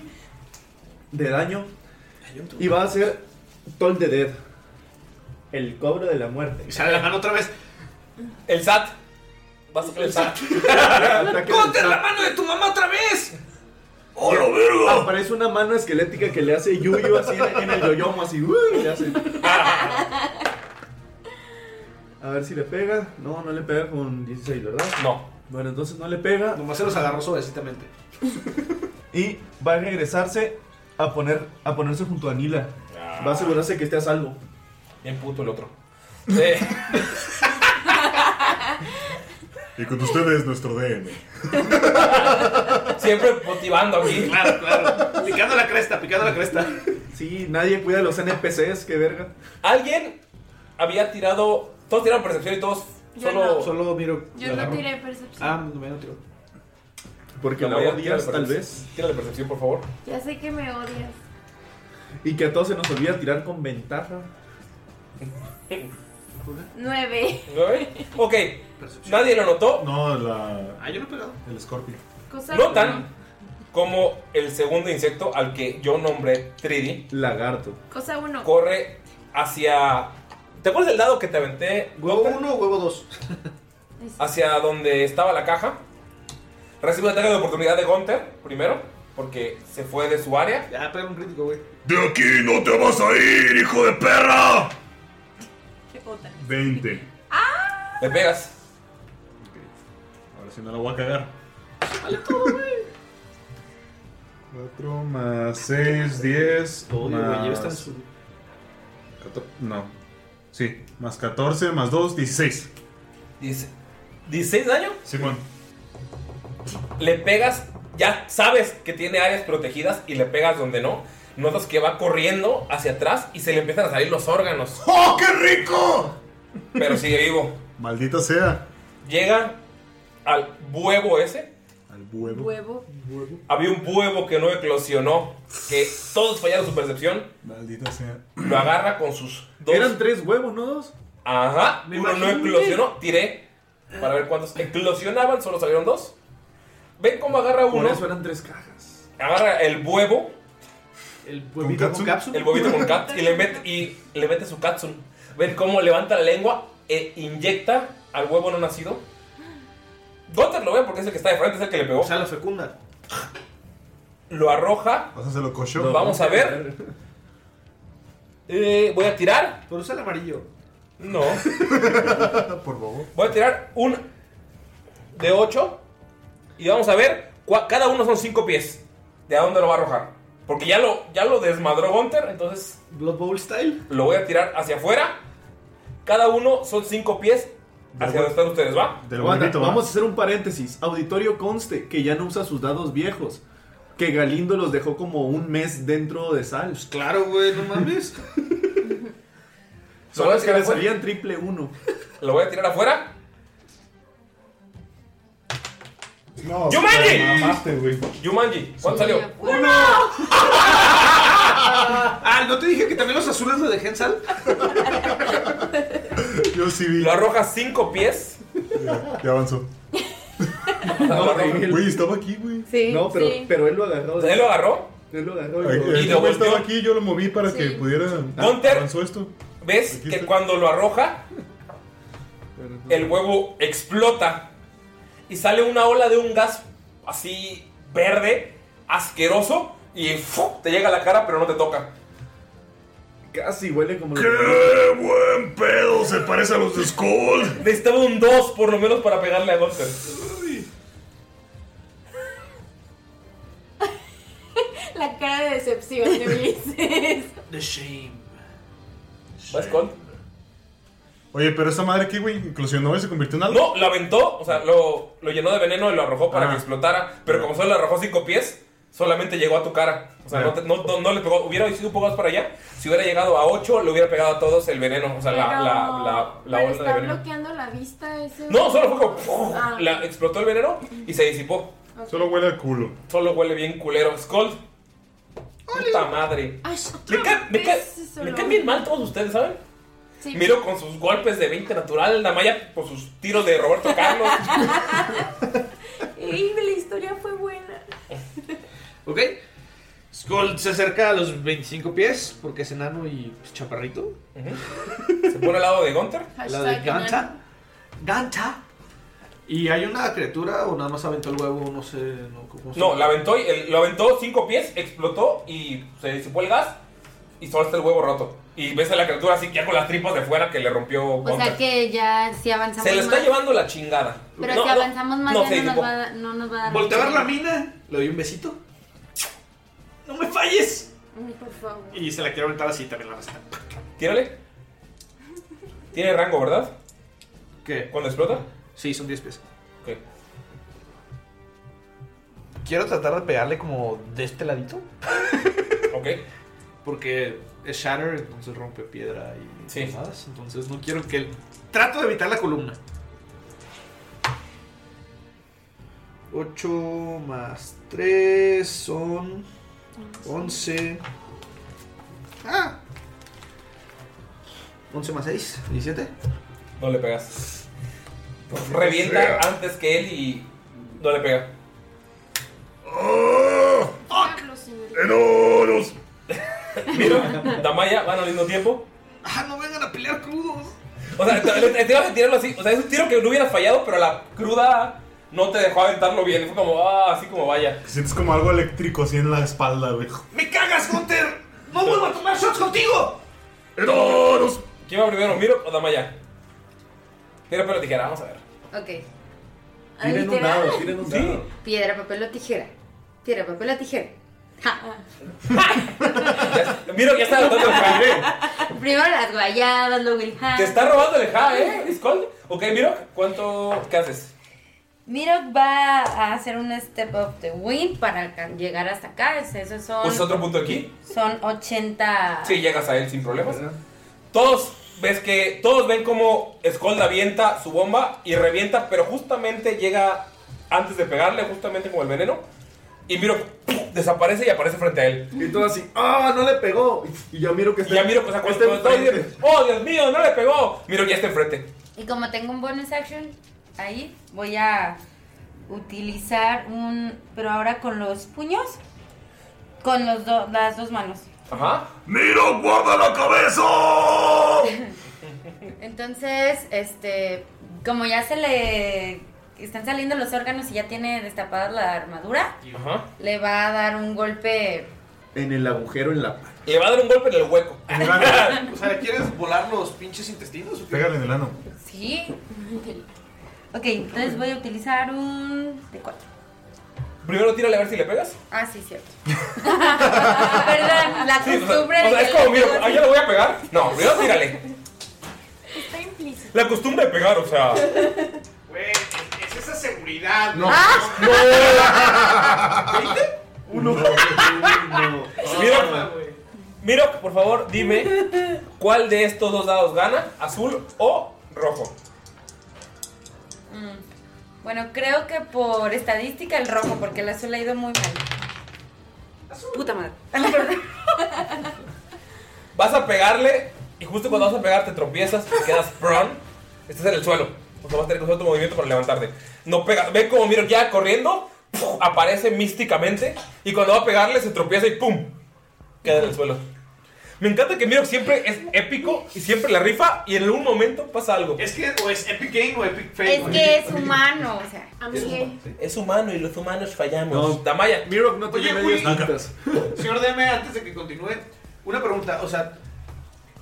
S6: de daño. Y va a hacer Toll de Dead. El cobro de la muerte.
S4: Y sale la mano otra vez.
S1: El SAT. Vas a sacar el SAT.
S6: Ataque del
S4: ¡Conter la
S6: SAT.
S4: mano de tu mamá otra vez!
S5: ¡Hola, verga!
S6: Aparece una mano esquelética que le hace yuyu así en el yoyomo, así. ¡uh! y le hace. A ver si le pega. No, no le pega con 16, ¿verdad?
S1: No.
S6: Bueno, entonces no le pega.
S4: Nomás se los agarró suavecitamente.
S6: Y va a regresarse a, poner, a ponerse junto a Nila. Va a asegurarse que esté a salvo.
S1: Bien puto el otro. Eh,
S2: Y con ustedes, nuestro DM.
S1: siempre motivando a mí.
S4: Claro, claro. Picando la cresta, picando la cresta.
S6: Sí, nadie cuida a los NPCs, qué verga.
S1: Alguien había tirado. Todos tiraron percepción y todos.
S8: Yo
S1: Solo.
S8: no.
S4: Solo miro.
S8: Yo no tiré percepción.
S4: Ah, no, no tiro.
S6: Porque la
S1: mayoría tira
S6: odias,
S1: la
S6: tal
S1: percepción.
S6: vez.
S1: Tírale percepción, por favor.
S6: Ah.
S8: Ya sé que me odias.
S6: Y que a todos se nos olvida tirar con ventaja.
S8: 9.
S1: ¿Nueve? Ok. Nadie lo notó.
S2: No, la.
S4: Ah, yo no he pegado.
S2: El Scorpio.
S8: Cosa
S1: Notan como el segundo insecto al que yo nombré 3D
S6: Lagarto.
S8: Cosa 1.
S1: corre hacia. ¿Te acuerdas del dado que te aventé?
S4: Huevo
S1: Gunter?
S4: uno, huevo dos.
S1: hacia donde estaba la caja. Recibe un ataque de oportunidad de Gunter primero, porque se fue de su área.
S4: Ya, pega un crítico, güey.
S5: ¡De aquí no te vas a ir, hijo de perra!
S2: 20.
S1: Le pegas.
S2: Ahora sí no la voy a cagar. Vale todo, 4 más 6, 10.
S4: Oye,
S2: más...
S4: güey, ya está en su.
S2: cator- No. Sí, más 14, más 2, 16.
S1: Dice, 16 daño.
S2: Simón.
S1: Le pegas, ya sabes que tiene áreas protegidas y le pegas donde no. Notas que va corriendo hacia atrás y se le empiezan a salir los órganos.
S5: ¡Oh, qué rico!
S1: Pero sigue vivo.
S2: Maldita sea.
S1: Llega al huevo ese
S2: Al huevo.
S8: Huevo.
S1: Había un huevo que no eclosionó, que todos fallaron su percepción.
S2: Maldita sea.
S1: Lo agarra con sus dos. Eran
S6: tres huevos, ¿no dos?
S1: Ajá,
S6: Me
S1: uno no
S6: imaginé.
S1: eclosionó. Tiré para ver cuántos eclosionaban, solo salieron dos. Ven cómo agarra
S6: Por
S1: uno.
S6: eso eran tres cajas.
S1: Agarra el huevo.
S4: El
S6: huevito ¿Con con catsup? catsup?
S1: El huevito con catsup. Y le mete, y le mete su catsup. Ven cómo levanta la lengua e inyecta al huevo no nacido. Gunter lo ve porque es el que está de frente, es el que le pegó. O sea,
S4: lo fecunda.
S1: Lo arroja
S2: O sea, se lo cochó.
S1: Vamos a ver. Eh, voy a tirar.
S4: Por usa el amarillo.
S1: No.
S2: Por bobo.
S1: Voy a tirar un de 8. Y vamos a ver. cua- Cada uno son 5 pies. De a dónde lo va a arrojar. Porque ya lo, ya lo desmadró Gunter. Entonces.
S4: Blood Bowl style.
S1: Lo voy a tirar hacia afuera. Cada uno son 5 pies. Hacia donde están ustedes, ¿va?
S6: Aguanta, vamos a hacer un paréntesis. Auditorio conste que ya no usa sus dados viejos. Que Galindo los dejó como un mes dentro de sal.
S1: Pues,
S4: claro, güey, no mames.
S6: Solo
S1: es
S6: que
S1: que
S6: le
S1: fue-
S6: salían triple uno.
S1: Lo voy a tirar afuera.
S2: No,
S1: ¡Yumanji!
S2: te mamaste, güey.
S1: Yumanji, ¿cuánto salió?
S4: ¡Uno! ah, ¿no te dije que también los azules lo dejé en sal?
S2: Yo sí vi.
S1: Lo arroja 5 pies.
S2: Ya avanzó. Güey, estaba aquí, güey.
S8: Sí,
S6: No, pero,
S8: sí.
S6: pero él lo agarró.
S1: ¿Él lo agarró?
S6: Él lo agarró.
S2: Ay,
S6: lo-
S2: el
S1: lo
S2: güey estaba
S1: volteó.
S2: aquí, yo lo moví para que pudiera.
S1: Gunter.
S2: Avanzó esto.
S1: ¿Ves que cuando lo arroja, el huevo explota y sale una ola de un gas así verde, asqueroso, y ¡fu! te llega a la cara, pero no te toca.
S6: Casi huele como.
S1: ¡Qué buen pedo! Se parece a los de Skull. Necesitaba un 2 por lo menos para pegarle a Gunter.
S8: La cara de decepción de Ulises.
S4: The shame.
S1: ¿Vas con?
S2: Oye, pero esa madre aquí, güey, inclusionó y se convirtió en
S1: No,
S2: algo.
S1: la aventó, o sea, lo, lo llenó de veneno y lo arrojó para que explotara, pero como solo lo arrojó 5 pies, solamente llegó a tu cara. O sea, no, te- no- no- no le pegó, hubiera sido un poco más para allá, si hubiera llegado a 8, le hubiera pegado a todos el veneno, o sea, la,
S8: Pero-
S1: la, la, la
S8: pero
S1: onda de
S8: está
S1: veneno.
S8: bloqueando la vista ese.
S1: No, solo fue como. ¡puf!
S8: Ah.
S1: La- explotó el veneno y se disipó.
S8: Ok.
S2: Solo huele a culo.
S1: Solo huele bien culero. Skull. Puta madre.
S8: Ay,
S1: Me, ca- me ca-
S8: Pues,
S1: me caen bien mal todos ustedes, ¿saben?
S8: Sí.
S1: Miro con sus golpes de 20 natural, Namaya con sus tiros de Roberto Carlos.
S8: Ey, la historia fue buena.
S4: ¿Ok? Skull se acerca a los 25 pies porque es enano y pues, chaparrito.
S1: Se pone al lado de Gunter.
S4: Al lado de Ganta. Ganta. Y hay una criatura o nada más aventó el huevo, no sé. No, cómo se
S1: No,
S4: llama.
S1: la aventó, y el- lo aventó 5 pies, explotó y se disipó el gas. Y solo está el huevo roto. Y ves a la criatura así, ya con las tripas de fuera que le rompió
S7: O sea
S1: Gunter.
S7: que ya si avanzamos
S1: Se le está
S7: más-
S1: llevando la chingada.
S7: Pero
S1: No,
S7: si
S1: no,
S7: avanzamos más
S1: no,
S7: ya
S1: se
S7: no,
S1: disipó.
S7: nos va a, dar- no nos va a dar
S4: Voltea a ver la
S7: mucho.
S4: mina. Le doy un besito. ¡No me falles!
S8: Ay, por favor.
S4: Y se la quiero aventar así también la resta.
S1: Tírale. Tiene rango, ¿verdad?
S4: ¿Qué?
S1: ¿Cuándo explota?
S4: Sí, son 10 pies.
S1: Ok.
S4: Quiero tratar de pegarle como de este ladito.
S1: Ok.
S4: Porque es Shatter, entonces rompe piedra y
S1: Sí.
S4: más. Entonces no quiero que él. Trato de evitar la columna. 8 más 3 son 11. Ah. 11 más 6, 17.
S1: No le pegas. Revienta antes que él y no le pega.
S8: Diablo, señor.
S5: ¡Enanos!
S1: Mira, Damaya van al mismo tiempo.
S4: Ah, no vengan a pelear crudos.
S1: O sea, te- le- te tirabas de tirarlo así. O sea, es un tiro que no hubieras fallado, pero la cruda no te dejó aventarlo bien. Fue como, ah, así como vaya.
S2: Sientes como algo eléctrico así en la espalda, güey.
S4: ¡Me cagas, Hunter! ¡No vuelvo a tomar shots contigo!
S5: ¡Enanos!
S1: ¿Quién va primero, Miro o Damaya? Mira, pero tijera, vamos a ver.
S7: Ok.
S6: Tienen un
S7: ¿Literal?
S6: dado, tienen un dado.
S7: Piedra, papel o tijera. Piedra, papel o tijera.
S8: Ah.
S7: Ja.
S1: Miro ya está dando el ja.
S7: Primero las guayabas, luego el ja.
S1: Te está robando el ja, ¿eh? Skull. Ok, Miro, ¿cuánto. ¿Qué haces?
S7: Mirok va a hacer un step up the win para alca- llegar hasta acá. Es- Esos son,
S1: ¿Usas Pues otro punto aquí?
S7: son 80.
S1: Sí, llegas a él sin problemas. Todos ves que todos ven como Skull avienta su bomba y revienta, pero justamente llega antes de pegarle, justamente como el veneno. Y miro, ¡pum! desaparece y aparece frente a él.
S6: Y todo así, ¡ah! no le pegó. Y ya miro que está.
S1: ya miro, pues, o sea, cuando,
S6: está
S1: cuando todo
S6: enfrente.
S1: dice, ¡oh Dios mío, no le pegó! Miro, ya está enfrente.
S7: Y como tengo un bonus action ahí, voy a utilizar un. Pero ahora con los puños. Con los do- las dos manos.
S1: Ajá.
S5: ¡Miro, guarda la cabeza!
S7: Entonces, este. Como ya se le. Están saliendo los órganos y ya tiene destapada la armadura.
S1: Ajá.
S7: Le va a dar un golpe.
S6: En el agujero en la
S1: Le va a dar un golpe en el hueco.
S4: o sea, ¿quieres volar los pinches intestinos?
S14: Pégale en el ano.
S7: Sí. Ok, entonces voy a utilizar un. de cuatro.
S1: Primero tírale a ver si le pegas.
S7: Ah, sí, cierto. Perdón, la
S1: Sí, o sea,
S7: costumbre.
S1: o sea,
S7: de
S1: es
S7: que
S1: como,
S7: le
S1: mira,
S7: digo
S1: ah,
S7: así.
S1: ya le voy a pegar. No, primero tírale.
S8: Está implícito.
S1: La costumbre de pegar, o sea.
S4: Es esa seguridad.
S1: No.
S4: Ah.
S1: Uno. Mira, mira, por favor, dime cuál de estos dos dados gana, azul o rojo.
S7: Mm. Bueno, creo que por estadística el rojo, porque el azul ha ido muy mal. Puta madre.
S1: Vas a pegarle y justo cuando vas a pegar te tropiezas, te quedas prone, estás en el suelo. O sea, vas a tener que usar tu movimiento para levantarte. No pega, ve como Miro ya corriendo, ¡puf! aparece místicamente y cuando va a pegarle se tropieza y ¡pum! Queda en el suelo. Me encanta que Miro siempre es épico y siempre la rifa y en algún momento pasa algo.
S4: Es que o es epic game o epic
S7: Es que es humano, o sea.
S1: Es humano y los humanos fallamos. Damaya.
S6: Miro no
S4: Oye, güey, señor DM, antes de que continúe, una pregunta, o sea,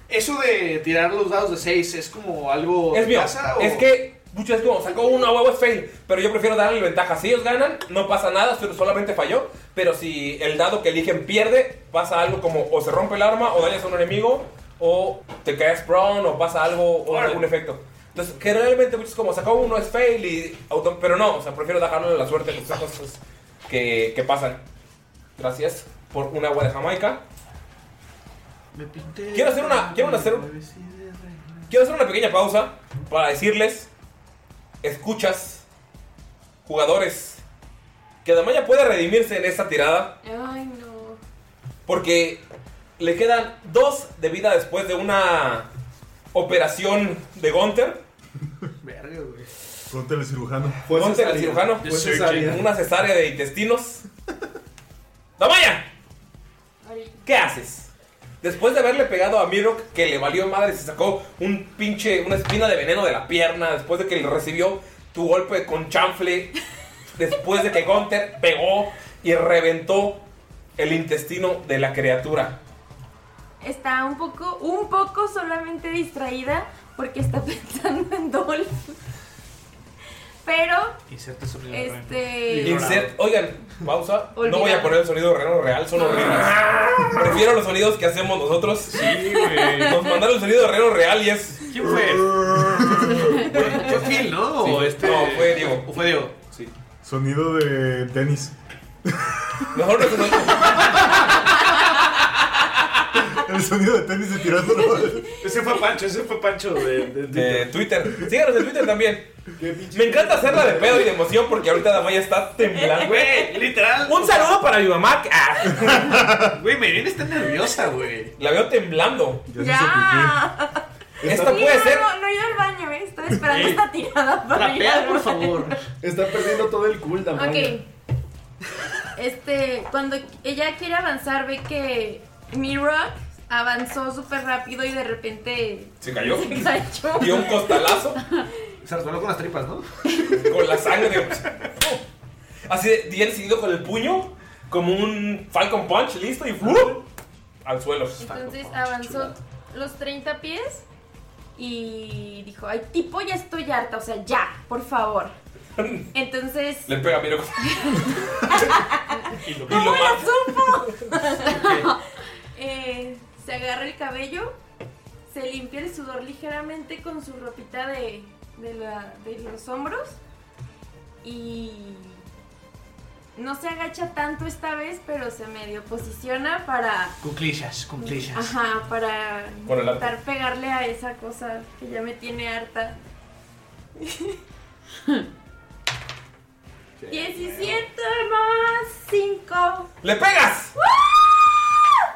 S4: eso de tirar los dados de 6 es como algo
S1: Es
S4: de
S1: mío.
S4: casa o
S1: Es que muchas veces como sacó uno a huevo es fail. Pero yo prefiero darle ventaja. Si ellos ganan, no pasa nada, solo- solamente falló. Pero si el dado que eligen pierde, pasa algo como o se rompe el arma, o dañas a un enemigo, o te caes prone, o pasa algo, o algún efecto. Entonces, generalmente muchos como sacó uno es fail y auto- pero no, o sea, prefiero dejarlo a la suerte con esas cosas que, que pasan. Gracias por un agua de Jamaica.
S4: Me pinté.
S1: Quiero hacer una. Quiero hacer un- Quiero hacer una pequeña pausa para decirles. Escuchas, jugadores, que Damaya puede redimirse en esta tirada
S8: Ay, no.
S1: porque le quedan dos de vida después de una operación de Gunter.
S4: Verga, güey.
S14: Ponte el cirujano.
S6: Pues
S1: Gunter, el cirujano, una cesárea de intestinos. ¡Damaya! ¿Qué haces? Después de haberle pegado a Mirok, que le valió madre, se sacó un pinche, una espina de veneno de la pierna, después de que le recibió tu golpe con chanfle, después de que Gunther pegó y reventó el intestino de la criatura.
S8: Está un poco, un poco solamente distraída porque está pensando en Dolph. Pero,
S4: Inserte sonido de reno.
S8: este.
S1: Insert, oigan, pausa. No
S8: Olvidado.
S1: voy a poner el sonido de reno real, son horribles. Prefiero los sonidos que hacemos nosotros. Sí,
S4: güey.
S1: Nos mandaron el sonido de reno real y es.
S4: ¿Quién fue? Fue Phil, ¿no?
S1: Sí.
S4: O este-
S1: No, fue Diego.
S4: ¿O fue Diego?
S1: Sí.
S14: Sonido de tenis.
S1: Mejor no
S14: El sonido de tenis de tirándolo.
S4: Ese fue Pancho, ese fue Pancho de, de-
S1: de Twitter. Síganos en Twitter también. Me encanta hacerla de pedo y de emoción porque ahorita Damaya está temblando.
S4: Güey, literal.
S1: Un saludo para mi mamá. que- ah,
S4: Güey, Merina está nerviosa, güey.
S1: la veo temblando.
S8: ¡Ya!
S1: Esta
S8: Sí,
S1: puede
S8: no,
S1: ser.
S8: No, no he ido al baño, eh. Estoy esperando esta tirada para ir
S4: Trapea,
S8: al
S4: por
S8: baño.
S4: favor.
S6: Está perdiendo todo el cool, Damaya.
S8: Ok. Este, cuando ella quiere avanzar, ve que Mirock avanzó súper rápido y de repente
S1: Se cayó.
S8: se cayó.
S1: Dio un costalazo
S4: Se resbaló con las tripas, ¿no?
S1: con la sangre. Así de bien seguido con el puño. Como un Falcon Punch, listo y ¡fuu! al suelo.
S8: Entonces avanzó los 30 pies y dijo, ay, tipo, ya estoy harta, o sea, ya, por favor. Entonces,
S1: Le pega a Miro. y lo, y lo
S8: ¡cómo
S1: mata.
S8: lo supo! Eh, se agarra el cabello, se limpia el sudor ligeramente con su ropita de, de la- de los hombros y no se agacha tanto esta vez, pero se medio posiciona para
S4: Cuclillas, cuclillas.
S8: Ajá, para
S1: Con el arco.
S8: intentar pegarle a esa cosa que ya me tiene harta. 17 más 5.
S1: ¡Le pegas!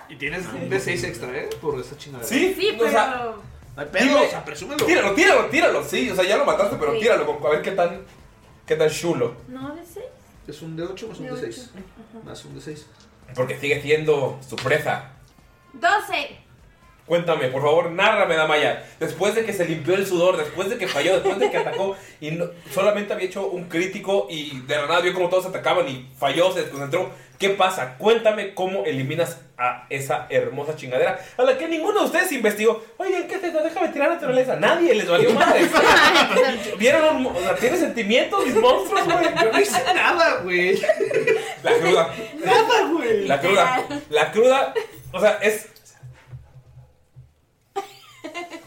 S4: Y tienes un D6 extra, ¿eh? Por esa chingadera.
S1: Sí,
S8: Sí,
S1: o
S8: pero.
S1: sea,
S4: No hay pedo,
S1: Dime-
S4: o sea, presúmelo.
S1: Tíralo, tíralo, tíralo. Sí, o sea, ya lo mataste, pero
S8: Sí.
S1: tíralo. con- A ver qué tan. ¿Qué tan chulo?
S8: ¿No de 6?
S4: Es un D8 más un
S8: De ocho.
S4: D6. Más un D6.
S1: Porque sigue siendo su presa.
S8: 12.
S1: Cuéntame, por favor, nárrame, Damaya. Después de que se limpió el sudor, después de que falló, después de que atacó y no- solamente había hecho un crítico y de la nada vio cómo todos atacaban y falló, se desconcentró. ¿Qué pasa? Cuéntame cómo eliminas a esa hermosa chingadera a la que ninguno de ustedes investigó. Oigan, ¿qué es esto? Déjame tirar naturaleza. Nadie les valió madre. ¿Vieron? un mo- O sea, ¿tiene sentimientos mis monstruos, güey? Yo no hice
S4: nada, güey.
S1: La cruda.
S4: Nada, güey.
S1: La cruda. La cruda. O sea, es.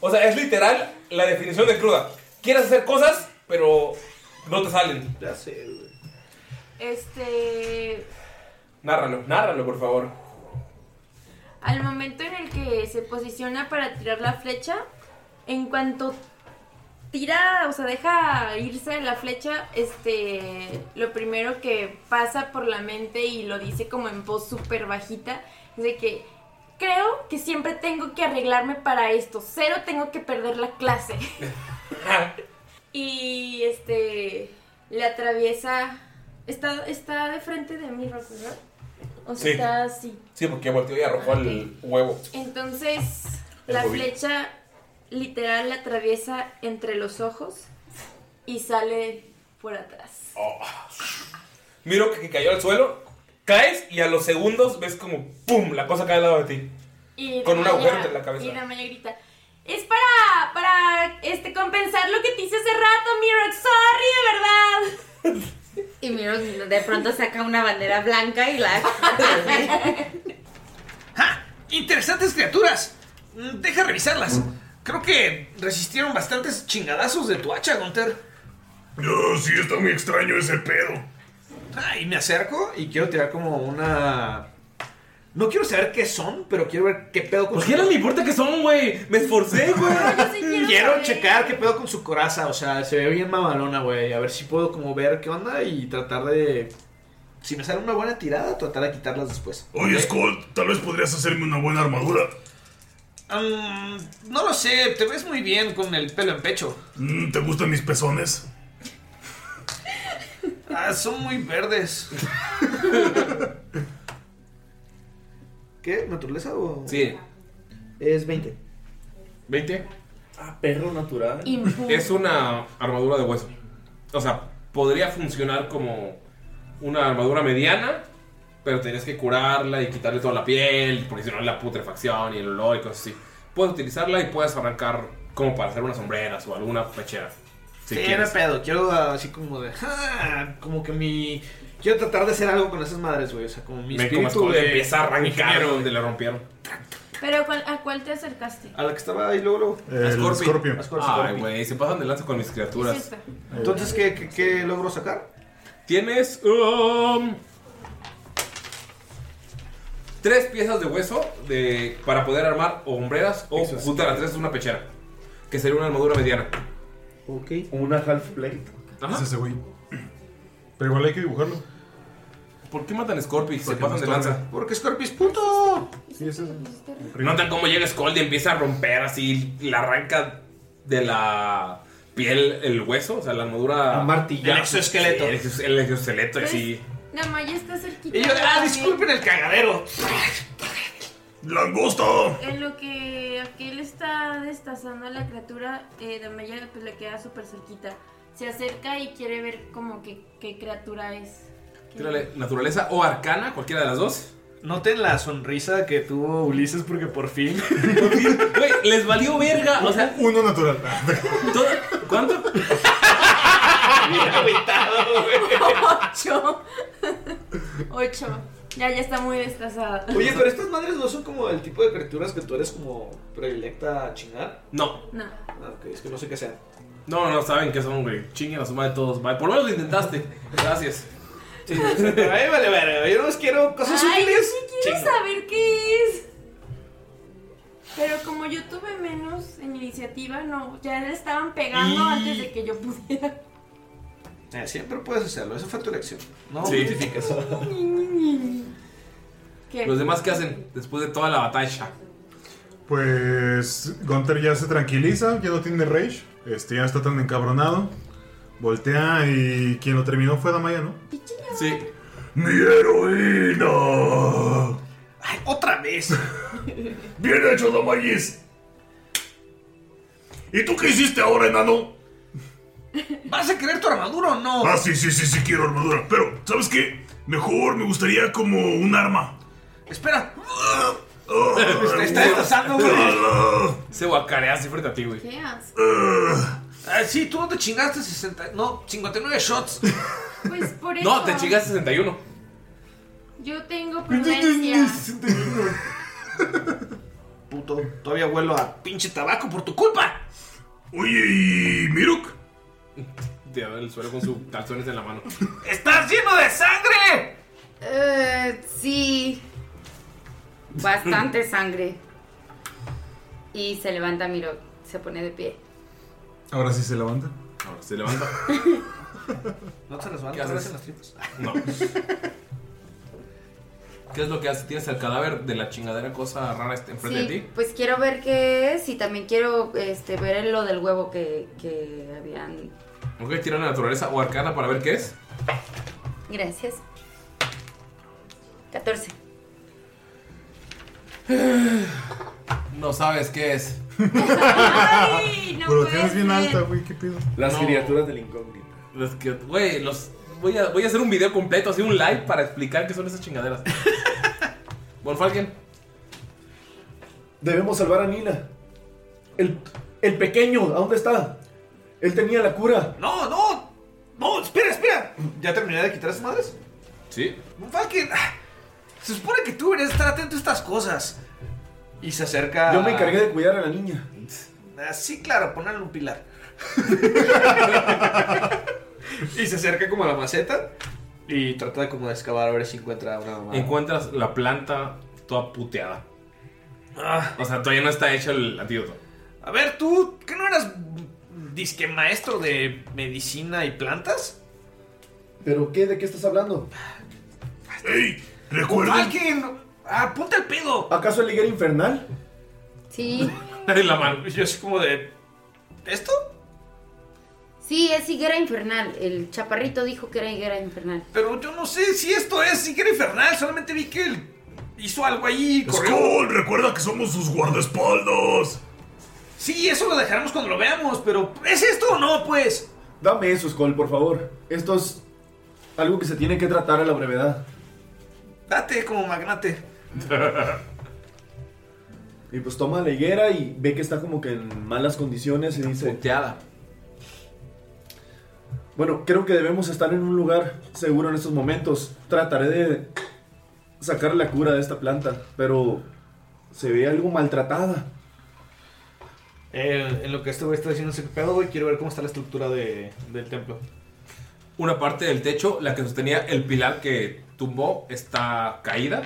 S1: O sea, es literal la definición de cruda. Quieres hacer cosas, pero no te salen.
S4: Ya sé, güey.
S8: Este.
S1: Nárralo, nárralo, por favor.
S8: Al momento en el que se posiciona para tirar la flecha, en cuanto tira, o sea, deja irse la flecha, este, lo primero que pasa por la mente y lo dice como en voz súper bajita, es de que creo que siempre tengo que arreglarme para esto, cero tengo que perder la clase. y este, le atraviesa, está, está de frente de mí, Rocco, ¿verdad? O sea,
S1: Sí.
S8: está así.
S1: Sí, porque volteó y arrojó el huevo.
S8: Entonces,
S1: El
S8: la
S1: bobillo.
S8: flecha literal la atraviesa entre los ojos y sale por atrás.
S1: Miro que, que cayó al suelo, caes y a los segundos ves como ¡pum! la cosa cae al lado de ti.
S8: Y
S1: Con un
S8: Damaya-
S1: agujero entre la cabeza.
S8: Y Damaya grita, es para, para este, compensar lo que te hice hace rato, Mirox, sorry, de verdad.
S7: Y Miro de pronto saca una bandera blanca y la.
S4: Interesantes criaturas. Mm, Deja revisarlas. Creo que resistieron bastantes chingadazos de tu hacha, Gunter.
S5: No, sí, está muy extraño ese pedo.
S4: Ah, y me acerco y quiero tirar como una. No quiero saber qué son, pero quiero ver qué pedo con
S1: Pues
S4: su
S1: qué no me importa que son, güey. Me esforcé, güey.
S8: Yo sí quiero,
S4: Quiero
S8: saber.
S4: checar qué pedo con su coraza, o sea, se ve bien mamalona, güey. A ver si puedo como ver qué onda y tratar de. Si me sale una buena tirada, tratar de quitarlas después.
S5: Oye, Skull, tal vez podrías hacerme una buena armadura.
S4: Mm, no lo sé, te ves muy bien con el pelo en pecho.
S5: Mm, ¿Te gustan mis pezones?
S4: Ah, son muy verdes. ¿Qué? ¿Naturaleza o.?
S1: Sí.
S4: Es 20.
S1: ¿20?
S6: Ah, perro natural.
S8: Impu-
S1: Es una armadura de hueso. O sea, podría funcionar como una armadura mediana, pero tenías que curarla y quitarle toda la piel, porque si no la putrefacción y el olor y cosas así. Puedes utilizarla y puedes arrancar como para hacer unas sombreras o alguna pechera. Si
S4: Sí, no
S1: quieres.
S4: pedo, quiero ah, así como de. ah, como que mi. Quiero tratar de hacer algo con esas madres, güey. O sea, como mi
S1: Ven cómo
S4: espíritu
S1: Skull
S4: de.
S1: empieza a arrancar
S4: ingeniero,
S1: donde le rompieron.
S8: Pero ¿cuál- ¿a cuál te acercaste?
S4: A la que estaba ahí luego, luego.
S2: El
S1: Scorpion.
S2: Scorpion.
S4: A Scorpio,
S1: Ay,
S4: Scorpio.
S1: güey, se pasan de lanza con mis
S8: ¿Qué
S1: criaturas.
S8: es esto?
S4: Entonces, ¿qué, qué, qué logro sacar?
S1: Tienes um, tres piezas de hueso de, para poder armar o hombreras o juntar a tres es una pechera. Que sería una armadura mediana.
S4: Ok.
S6: Una half plate.
S1: Ajá.
S2: Es ese güey. Pero igual hay que dibujarlo.
S1: ¿Por qué matan Scorpius? Se
S2: Porque
S1: pasan
S2: no
S1: de
S2: estorbe.
S1: lanza.
S4: Porque Scorpio es puto.
S2: Sí, es ese.
S1: Notan cómo llega Scold y empieza a romper así, la arranca de la piel el hueso, o sea, la armadura.
S6: A martillar.
S4: El exoesqueleto.
S1: Sí, el exos- el exoesqueleto, y así.
S8: Damaya está cerquita.
S4: Y yo,
S8: de
S4: ah,
S8: mí.
S4: disculpen el cagadero.
S5: ¡Langosta!
S8: En lo que aquel está destazando a la criatura, eh, Damaya pues, le queda súper cerquita. Se acerca y quiere ver como que qué criatura es. ¿Qué-
S1: Tírale naturaleza o arcana, cualquiera de las dos.
S4: Noten la sonrisa que tuvo Ulises porque por fin.
S1: Güey, les valió verga. O sea,
S2: Uno natural.
S1: todo- ¿cuánto?
S8: Ocho. Ocho. Ya, ya está muy destazada.
S4: Oye, pero estas madres no son como el tipo de criaturas que tú eres como predilecta a chingar.
S1: No,
S8: No.
S4: Ah, ok, es que no sé qué sean.
S1: No, no saben qué son, güey. Chinguen a su madre todos. Bye. Por lo menos lo intentaste. Gracias.
S4: Pero a mí vale verga, yo no les quiero cosas
S8: Ay,
S4: útiles.
S8: sí quiero
S4: Chinga.
S8: saber qué es. Pero como yo tuve menos en iniciativa, no. Ya le estaban pegando
S1: Y-
S8: antes de que yo pudiera.
S4: Eh, siempre puedes hacerlo, esa fue tu elección. No
S1: Sí.
S4: justifiques.
S8: ¿Qué?
S1: ¿Los demás qué hacen después de toda la batalla?
S2: Pues Gunther ya se tranquiliza, ya no tiene rage, este, ya no está tan encabronado. Voltea y quien lo terminó fue Damaya, ¿no?
S1: Sí.
S5: ¡Mi heroína!
S4: ¡Ay, otra vez!
S5: ¡Bien hecho, Damayis! ¿Y tú qué hiciste ahora, enano?
S4: ¿Vas a querer tu armadura o no?
S5: Ah, sí, sí, sí, sí, quiero armadura. Pero, ¿sabes qué? Mejor me gustaría como un arma. Ah,
S4: Espera.
S1: Te está destrozando,
S5: güey. ah,
S1: Se guacarea así frente a ti, güey.
S8: ¿Qué haces?
S4: Ah, sí, tú no te chingaste 60. No, 59 shots.
S8: Pues por eso.
S1: No, te chingas 61.
S8: Yo tengo prudencia.
S4: Puto, todavía vuelo a pinche tabaco por tu culpa.
S5: Oye, ¿y Mirok?
S1: Te da el suelo con sus calzones en la mano.
S4: ¡Estás lleno de sangre!
S7: Eh, sí. Bastante sangre. Y se levanta Miro, se pone de pie.
S2: Ahora sí se levanta.
S1: Ahora se levanta.
S4: No se las van
S1: ¿Qué
S4: a en
S1: haces?
S4: las tripas.
S1: No. ¿Qué es lo que haces? ¿Tienes el cadáver de la chingadera cosa rara este enfrente de
S7: Sí,
S1: ti?
S7: pues quiero ver qué es y también quiero este, ver lo del huevo que, que habían.
S1: Ok, tira la naturaleza o arcana para ver qué es.
S7: Gracias. 14.
S1: No sabes qué es.
S8: Ay, no
S2: Pero
S8: puede
S2: tienes bien
S8: ser.
S2: alta, güey, qué pido.
S1: Las
S15: criaturas del incógnito.
S1: Los que, güey, los. Voy a, voy a hacer un video completo, así un live para explicar qué son esas chingaderas. Wolfalken,
S6: Debemos salvar a Nina. El, el pequeño, ¿a dónde está? Él tenía la cura.
S4: No, no. No, espera, espera. ¿Ya terminé de quitar esas madres?
S1: Sí.
S4: Fucking. ah, Se supone que tú deberías estar atento a estas cosas. Y se acerca.
S6: Yo me encargué de cuidar a la niña.
S4: Ah, Sí, claro, ponerle un pilar. y se acerca como a la maceta y trata de como de excavar a ver si encuentra una mamá.
S1: encuentras la planta toda puteada.
S4: Ah,
S1: O sea, todavía no está hecho el antídoto.
S4: a ver, tú, ¿qué no eras disque maestro de medicina y plantas?
S6: ¿Pero qué? ¿De qué estás hablando?
S5: ¡Ey! Recuerden.
S4: ¡Alguien! ¡Apunta el pedo!
S6: ¿Acaso el liguero infernal?
S7: Sí.
S1: En la mano.
S4: Yo soy como de. ¿Esto?
S7: Sí, es higuera infernal. El chaparrito dijo que era higuera infernal.
S4: Pero yo no sé si esto es siquiera infernal, solamente vi que él hizo algo ahí y corrió.
S5: Skull, recuerda que somos sus guardaespaldas.
S4: Sí, eso lo dejaremos cuando lo veamos, pero ¿es esto o no, pues?
S6: Dame eso, Skull, por favor. Esto es algo que se tiene que tratar a la brevedad.
S4: Date como magnate.
S6: Y pues toma la higuera y ve que está como que en malas condiciones y dice...
S1: Puteada.
S6: Bueno, creo que debemos estar en un lugar seguro en estos momentos. Trataré de sacar la cura de esta planta, pero se ve algo maltratada.
S4: en lo que este güey está diciendo ese pedo, güey, quiero ver cómo está la estructura de, del templo.
S1: Una parte del techo, la que sostenía el pilar que tumbó, está caída.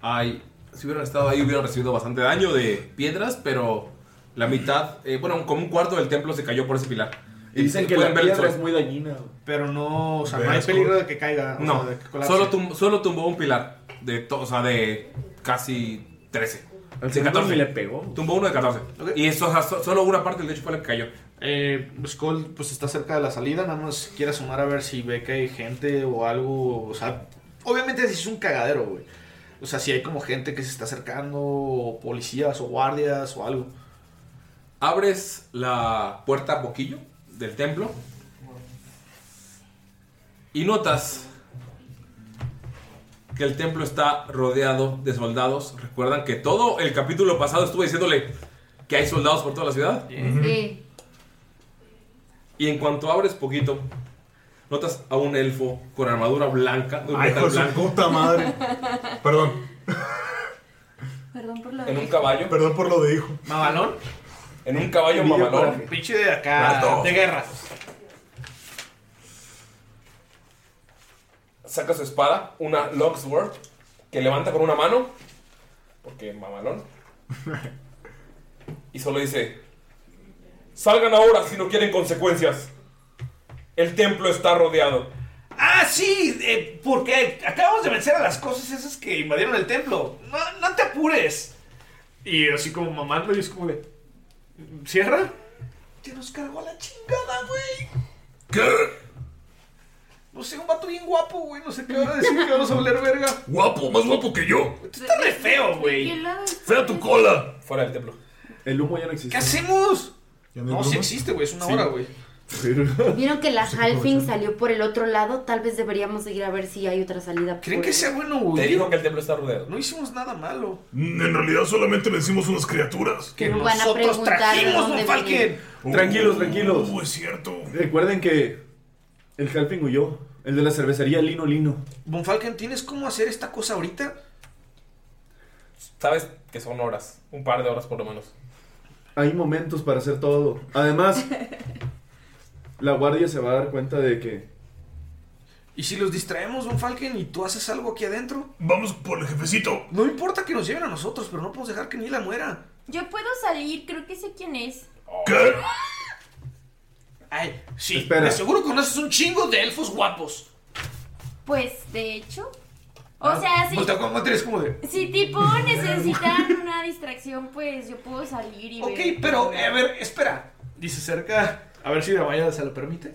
S1: Hay, si hubieran estado ahí, hubieran recibido bastante daño de piedras, pero la mitad, eh, bueno, como un cuarto del templo se cayó por ese pilar.
S6: Y dicen que la
S1: Pueden ver el
S6: piedra
S1: sol.
S6: es muy dañina.
S4: Pero no, o sea,
S2: Ve
S4: no hay
S2: asco.
S4: peligro de que caiga. o
S1: No,
S4: sea, de que colapse.
S1: solo, tum- solo tumbó un pilar. De to- o sea, de casi 13.
S6: Al
S1: Sí,
S6: segundo
S1: 14.
S6: ni le pegó.
S1: Tumbó uno de 14.
S4: Ok.
S1: Y eso, o sea, so- solo una parte del techo fue la que cayó.
S4: Eh, Skull, pues está cerca de la salida, nada más quiere asomar a ver si ve que hay gente o algo, o sea, obviamente si es un cagadero, güey. O sea, si hay como gente que se está acercando, o policías o guardias o algo.
S1: Abres la puerta boquillo del templo y notas que el templo está rodeado de soldados. Recuerdan que todo el capítulo pasado estuve diciéndole que hay soldados por toda la ciudad.
S7: Sí.
S1: Y en cuanto abres poquito, notas a un elfo con armadura blanca, de un
S2: Ay,
S1: metal
S2: hijo de su
S1: blanco,
S2: puta madre. Perdón,
S8: Perdón por lo
S1: en un
S8: de.
S1: caballo,
S2: perdón por lo de hijo.
S4: ¿Mamalón?
S1: en un caballo mamalón.
S4: Pinche de acá,
S5: Las dos.
S4: de guerra.
S1: saca su espada, una longsword, que levanta con una mano, porque mamalón, y solo dice, salgan ahora si no quieren consecuencias. El templo está rodeado.
S4: Ah, sí, eh, porque acabamos de vencer a las cosas esas que invadieron el templo. No, no te apures. Y así como mamando, y es como de. ¿Cierra? Te nos cargó a la chingada, güey.
S5: ¿Qué?
S4: No sé, un vato bien guapo, güey. No sé qué va a decir que vamos a oler verga.
S5: Guapo, más guapo que yo.
S4: Tú estás re feo, güey.
S5: Fea tu cola.
S1: Fuera del templo.
S6: El humo ya no existe.
S4: ¿Qué hacemos? No,
S6: hay
S4: sí
S6: broma?
S4: existe, güey. Es una
S6: Sí.
S4: hora, güey.
S7: Vieron que la
S4: No sé cómo
S7: Halfing
S4: decirlo.
S7: salió por el otro lado. Tal vez deberíamos ir a ver si hay otra salida.
S4: ¿Creen
S7: por-
S4: que sea bueno, güey?
S1: Te dijo que el templo está rodeado.
S4: No hicimos nada malo.
S5: Mm, En realidad solamente vencimos unas criaturas.
S4: Que
S7: Van a
S4: nosotros
S7: preguntar de
S4: trajimos,
S7: dónde
S4: Monfalken.
S7: vienen.
S6: Tranquilos, tranquilos.
S5: Uh, es cierto.
S6: Recuerden que el Halping huyó. El de la cervecería Lino Lino.
S4: Monfalken, ¿tienes cómo hacer esta cosa ahorita?
S1: Sabes que son horas. Un par de horas por lo menos.
S6: Hay momentos para hacer todo. Además, la guardia se va a dar cuenta de que
S4: ¿Y si los distraemos, Don Falken, y tú haces algo aquí adentro?
S5: Vamos por el jefecito.
S4: No importa que nos lleven a nosotros, pero no podemos dejar que Nila muera.
S8: Yo puedo salir, creo que sé quién es.
S5: ¿Qué?
S4: Ay, sí,
S6: Espera.
S4: de seguro conoces un chingo de elfos guapos.
S8: Pues, de hecho.
S4: Ah,
S8: O sea, si,
S4: Voltea con Matria, es como de.
S8: si tipo necesitan una distracción, pues yo puedo salir y
S4: Ok,
S8: ver.
S4: pero, eh, a ver, espera. Dice cerca, a ver si la Maya se lo permite.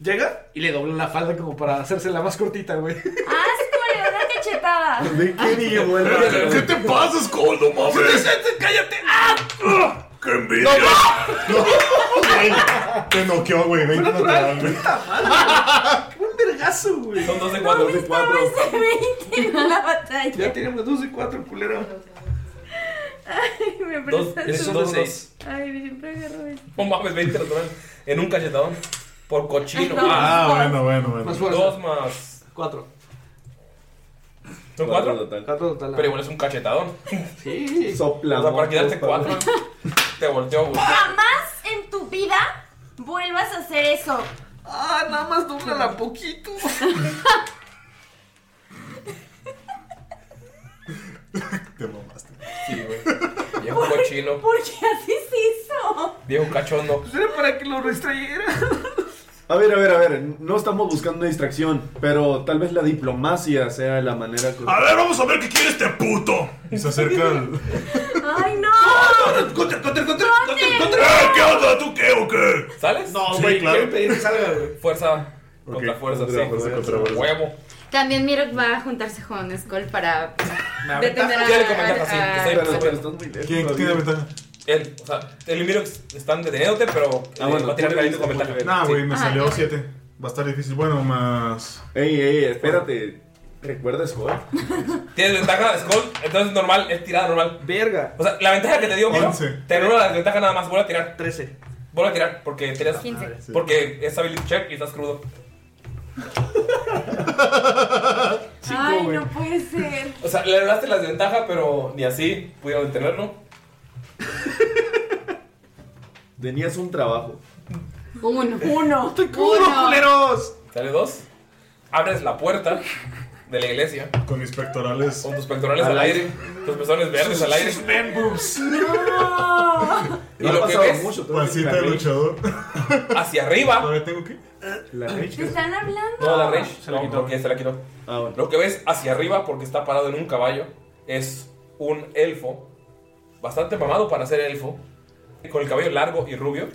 S4: Llega y le dobla la falda como para hacerse la más cortita, güey.
S8: ¡Asco! Ah, ¡Una cachetada!
S6: ¿De qué ni vuelva?
S5: ¿Qué te pasa, Skull? No mames.
S4: ¡Cállate! Ah,
S5: ¡Qué envidia!
S2: Te noqueó, güey. Veinte natural, güey.
S4: ¡Un vergazo, güey!
S1: Son dos de cuatro.
S6: de cuatro.
S8: en la batalla.
S4: Ya tenemos dos y cuatro, culero.
S8: Ay, me
S1: Dos,
S8: prestas
S1: esos
S8: un-
S1: dos, dos.
S8: Ay, siempre agarro esto.
S1: No mames, 20 natural. En un cachetadón. Por cochino.
S8: No.
S2: Ah,
S1: Ah,
S2: bueno, bueno, bueno.
S4: Más fuerza.
S1: Dos más.
S4: Cuatro.
S1: ¿Son cuatro?
S6: total.
S4: Cuatro total.
S1: Pero igual es un cachetadón.
S4: Sí.
S6: Sopla.
S1: O sea, para quitarte
S6: mocos,
S1: cuatro. Te volteó, güey.
S8: Jamás en tu vida vuelvas a hacer eso.
S4: Ah, nada más doblala poquito.
S2: Te mamaste.
S1: Sí, güey. Viejo cochino.
S8: ¿Por qué haces eso?
S1: Viejo cachondo.
S4: Era para que lo distrayera.
S6: A ver, a ver, a ver. No estamos buscando distracción, pero tal vez la diplomacia sea la manera
S5: A
S1: Ah.
S6: correcta.
S5: ver, vamos a ver qué quiere este puto.
S2: Y se acerca al.
S8: ¡Ay, no!
S4: ¡Contra, contra, contra!
S8: ¡Corte!
S5: ¡Eh, qué onda! ¿Tú qué o qué?
S1: ¿Sales?
S4: No, güey,
S2: claro.
S4: quiero pedir que salga, güey.
S1: Fuerza contra
S2: Ok,
S1: fuerza,
S2: contra
S1: sí.
S2: fuerza, contra fuerza.
S1: Huevo.
S7: También Mirok va a juntarse con Skull para detener a.
S1: Ya le comenté así,
S7: a-
S1: que
S7: a-
S1: estoy-
S6: Pero, pero estás muy lejos.
S2: ¿Quién quién tiene
S6: todavía.
S2: ventaja?
S1: Él, o sea, el y Miro están deteniéndote, pero
S6: Ah,
S1: eh,
S6: bueno,
S1: va a tirar
S6: tiene
S1: caliente con
S6: ventaja.
S1: ventaja.
S2: Nah,
S1: Sí.
S2: güey, me
S7: Ah,
S2: salió
S7: ya.
S2: 7. Va a estar difícil. Bueno, más.
S6: Ey, ey, espérate. ¿Recuerdas, joder?
S1: Tienes ventaja, Skull, entonces normal, es tirada normal.
S4: Verga.
S1: O sea, la ventaja que te dio, Miro,
S2: Once.
S1: te anula la desventaja nada más, vuelve a tirar.
S4: Trece.
S1: Vuelve a tirar, porque tenías...
S2: Ah,
S7: 15.
S1: Porque es ability check y estás crudo.
S8: Ay, no puede ser.
S1: O sea, le anulaste la desventaja, pero ni así pudieron detenerlo.
S6: Tenías un trabajo.
S7: Uno.
S8: Uno.
S4: ¡Puro culeros!
S1: Sale dos. Abres la puerta de la iglesia
S2: Con mis pectorales.
S5: Oh,
S1: con tus pectorales
S6: Al
S1: al
S6: aire.
S1: aire, tus pezones verdes al aire.
S4: Man boobs.
S1: Y
S6: No ha
S1: lo que
S6: pasado
S1: ves
S6: mucho, todavía
S2: Pancita
S6: la
S2: de
S6: rage.
S2: luchador.
S1: hacia arriba.
S2: ¿Todavía tengo que?
S6: La rage.
S8: ¿Te están hablando?
S1: No, la Rage.
S4: Se la
S1: no,
S4: quitó.
S1: porque se la quitó.
S6: Ah, bueno.
S1: Lo que ves hacia arriba, porque está parado en un caballo, es un elfo, bastante mamado para ser elfo, con el cabello largo y rubio.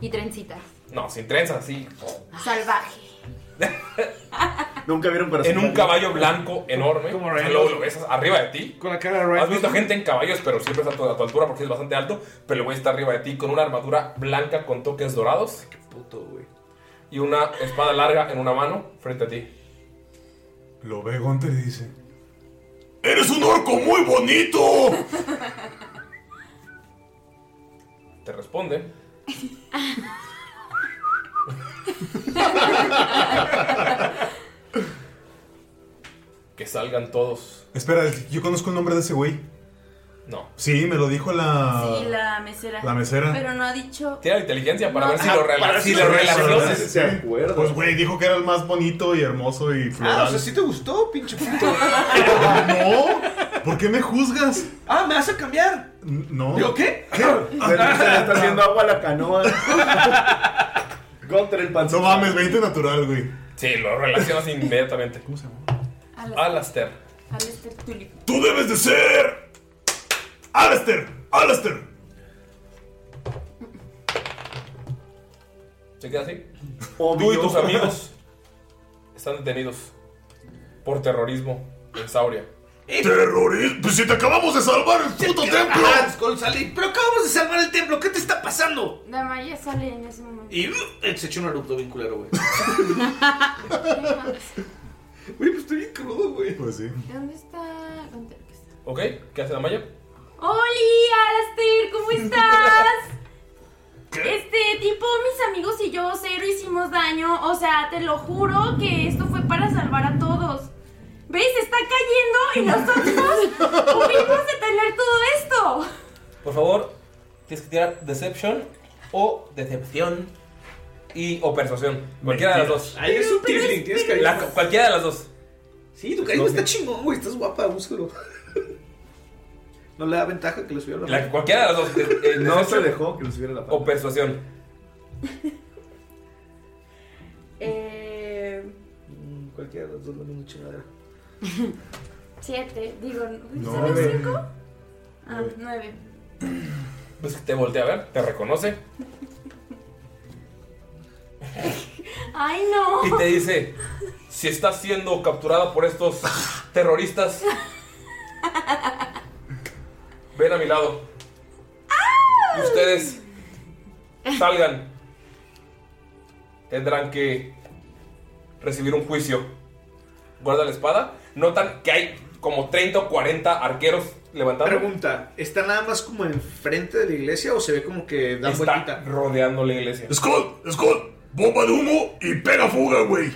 S7: Y trencitas.
S1: No, sin trenzas, así.
S7: Salvaje.
S6: Nunca vieron para
S1: En un caballo blanco enorme.
S4: Como
S1: O sea,
S4: Ryan.
S1: luego lo ves arriba de ti.
S4: Con la cara de
S1: Has
S4: Ryan.
S1: visto gente en caballos, pero siempre está a tu, a tu altura porque es bastante alto. Pero el güey está arriba de ti con una armadura blanca con toques dorados
S4: Puto, güey.
S1: y una espada larga en una mano frente a ti.
S2: Lo ve Gonter y dice:
S5: ¡Eres un orco muy bonito!
S1: Te responde. que salgan todos.
S2: Espera, yo conozco el nombre de ese güey.
S1: No.
S2: Sí, me lo dijo la.
S8: Sí, la mesera.
S2: La mesera.
S8: Pero no ha dicho.
S1: Tira la inteligencia para
S8: No.
S1: ver si
S8: Ah,
S1: lo, rela-
S4: para ver
S1: si
S4: si
S1: lo
S4: lo
S1: relacionas.
S6: ¿Se acuerda?
S2: Pues, güey, dijo que era el más bonito y hermoso y floral.
S4: Ah, o sea, ¿sí te gustó, pinche puto?
S2: No, ¿por qué me juzgas?
S4: ah, ¿me vas a cambiar?
S2: N- No.
S4: ¿Yo qué?
S6: Se le se le está haciendo agua a la canoa.
S16: Gunter, el panzón.
S14: No mames, 20 natural, güey.
S1: Sí, lo relacionas inmediatamente. ¿Cómo se llama? Alastair.
S8: Alistair Tulip.
S5: ¡Tú debes de ser! ¡Alastair! ¡Alastair!
S1: ¿Se queda así? Tú y tus amigos están detenidos por terrorismo en Sauria.
S5: ¡Terrorismo! ¡Pues si te acabamos de salvar el puto templo!
S4: Ajá, Skull sale, Pero acabamos de salvar el templo, ¿qué te está pasando?
S8: Damaya sale en ese momento.
S4: Y uh, se echó un eructo bien culero, güey.
S1: Güey, pues estoy bien crudo, güey. Pues sí.
S8: ¿Dónde está? ¿Dónde está?
S1: ¿Ok? ¿Qué hace Damaya?
S8: ¡Oli, Alastair! ¿Cómo estás? Este tipo, mis amigos y yo cero hicimos daño. O sea, te lo juro que esto fue para salvar a todos. ¿Veis? Está cayendo y nosotros pudimos detener todo esto.
S1: Por favor, tienes que tirar Deception o Decepción y o Persuasión. Cualquiera de las dos.
S4: Ahí es un tiefling, tienes carisma.
S1: La- cualquiera de las dos.
S4: Sí, tu carisma está chingón, güey. Estás guapa, búscalo. No le da ventaja que le subiera la
S1: La- cualquiera de las dos. eh, eh,
S16: No se
S1: Deception
S16: dejó que le subiera la
S1: O Persuasión.
S8: Eh,
S4: Mm, Cualquiera de los dos la misma chingadera.
S8: siete, digo, ¿no? ¿salió
S1: Nueve.
S8: cinco? Ah, nueve.
S1: Pues te voltea a ver, te reconoce
S8: Ay, no.
S1: y te dice: Si estás siendo capturada por estos terroristas, ven a mi lado. Y ustedes salgan. Tendrán que recibir un juicio. Guarda la espada. Notan que hay como 30 o 40 arqueros levantando.
S4: Pregunta, ¿está nada más como enfrente de la iglesia o se ve como que da
S1: Está
S4: vueltita?
S1: rodeando la iglesia.
S5: ¡Scott! ¡Scott! ¡Bomba de humo y pega fuga, güey!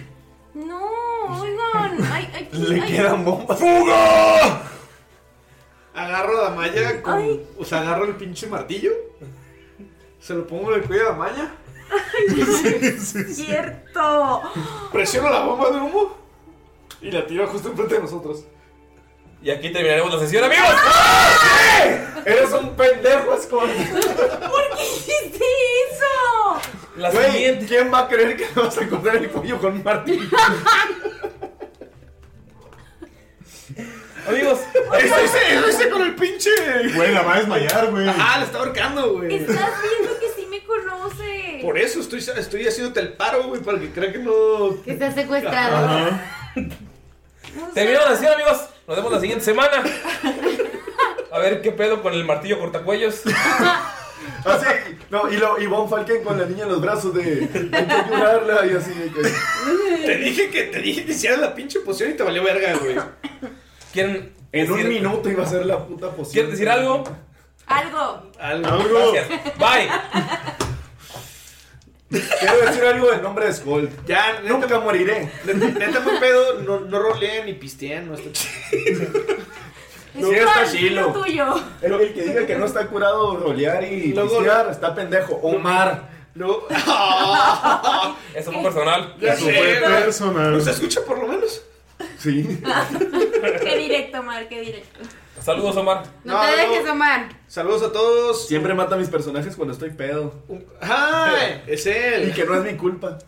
S8: No, oigan. Ay, ay, ay.
S4: bombas.
S5: ¡Fuga!
S4: Agarro a Damaya con. O sea, agarro el pinche martillo. Se lo pongo en el cuello a Damaya.
S8: Cierto.
S4: Presiono la bomba de humo y la tiro justo enfrente de nosotros.
S1: Y aquí terminaremos la sesión, amigos.
S4: Eres un pendejo, Scott.
S8: ¿Por qué hiciste eso?
S1: La
S16: Güey, ¿Quién va a creer que vas a cortar el cuello con Martín?
S1: Amigos,
S4: eso hice, eso hice con el pinche.
S14: Güey, la va a desmayar, güey.
S4: Ah, la está ahorcando, güey.
S8: Estás viendo que sí me conoce.
S4: Por eso estoy, estoy haciéndote el paro, güey, para que crea que no.
S7: Que estás secuestrado.
S1: Terminamos así, amigos. Nos vemos la siguiente semana. A ver qué pedo con el martillo cortacuellos.
S16: Así, no, y, lo, y Von Falken con la niña en los brazos de hay que ayudarla y así. de que-
S4: Te dije que te dije que hicieras la pinche poción y te valió verga, güey.
S1: ¿Quieren
S16: En un minuto iba a ser la puta posición.
S1: ¿Quieres decir algo?
S8: Algo.
S4: Algo.
S1: Gracias. Bye.
S16: Quiero decir algo en nombre de Skull.
S4: Ya, neta,
S16: Nunca moriré.
S4: neta, neta, fue pedo, no, no roleen ni pisteen, no está chido.
S8: Es
S16: Sí, está
S8: igual,
S16: chilo.
S8: lo tuyo.
S16: El, el que diga que no está curado rolear y
S4: Luego-
S16: pistear está pendejo. Omar.
S4: Luego, ah,
S1: Eso fue personal.
S4: ya
S14: Eso
S4: sé,
S14: fue
S4: güey.
S14: personal.
S4: ¿No se escucha por lo menos?
S16: Sí.
S8: Qué directo, Mar, qué directo.
S1: Saludos, Omar.
S7: No,
S4: No,
S7: te
S4: no.
S7: dejes amar.
S4: Saludos a todos.
S16: Siempre mata a mis personajes cuando estoy pedo.
S4: ¡Ay! Es
S16: Y
S4: él.
S16: que no es mi culpa.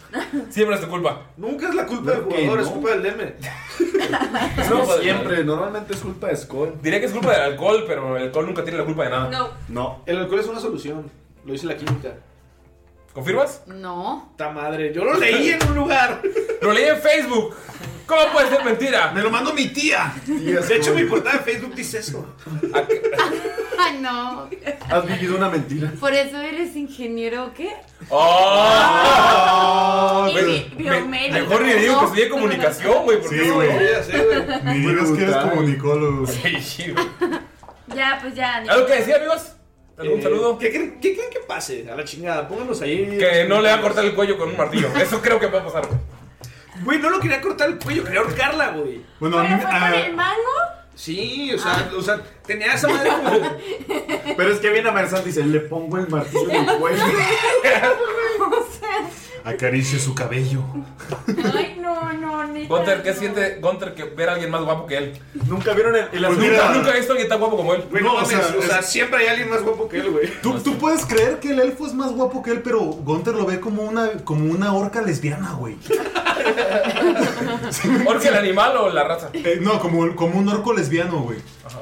S1: Siempre es tu culpa.
S4: Nunca es la culpa del
S16: Claro que
S4: jugador, es
S16: no.
S4: culpa del DM.
S16: No,
S1: pues,
S16: siempre. Normalmente es culpa de Skull.
S1: Diría que es culpa del alcohol, pero el alcohol nunca tiene la culpa de nada.
S8: No.
S16: No.
S4: El alcohol es una solución. Lo dice la química.
S1: ¿Confirmas?
S7: No.
S4: ¡Ta madre! Yo lo leí en un lugar.
S1: Lo leí en Facebook. ¿Cómo puede ser mentira?
S2: Me lo mandó mi tía.
S4: De hecho, mi portada de Facebook dice eso.
S7: Ay, no.
S16: Has vivido una mentira.
S7: Por eso eres ingeniero, ¿o ¿qué?
S1: ¡Oh!
S8: Y bi-
S1: Me-
S8: biomédico.
S1: mejor ni digo que estudié comunicación, güey. porque
S14: Sí,
S1: eso-
S14: güey.
S4: Ya sé, güey.
S14: Ni digas que eres
S16: brutal.
S14: comunicólogo.
S1: Sí, güey.
S8: Ya, pues ya. ni-
S1: ¿Algo que decir, amigos? ¿Algún
S4: Eh,
S1: saludo?
S4: ¿Qué creen, qué creen que pase? A la chingada, pónganos ahí.
S1: Que no le va a cortar el cuello con un martillo. Eso creo que va a pasar.
S4: Güey, no lo quería cortar el cuello, quería ahorcarla, güey.
S14: Bueno, a mí,
S8: ¿Pero fue con
S14: ah,
S8: el mango?
S4: Sí, o sea, o sea, tenía esa madre como.
S16: Pero es que viene a Mersan y dice, le pongo el martillo en el cuello.
S8: O sea,
S14: acaricie su cabello.
S8: Ay, no. No, no, neta.
S1: Gunter, ¿qué siente Gunter que ver a alguien más guapo que él?
S16: Nunca vieron el, el
S1: pues
S16: azul.
S1: nunca, nunca he visto a alguien tan guapo como él.
S4: Güey, no mames, o sea, siempre hay alguien más guapo que él, güey.
S2: Tú, tú puedes creer que el elfo es más guapo que él, pero Gunther lo ve como una, como una orca lesbiana, güey.
S1: ¿Orca el animal o la raza?
S2: Eh, no, como, como un orco lesbiano, güey.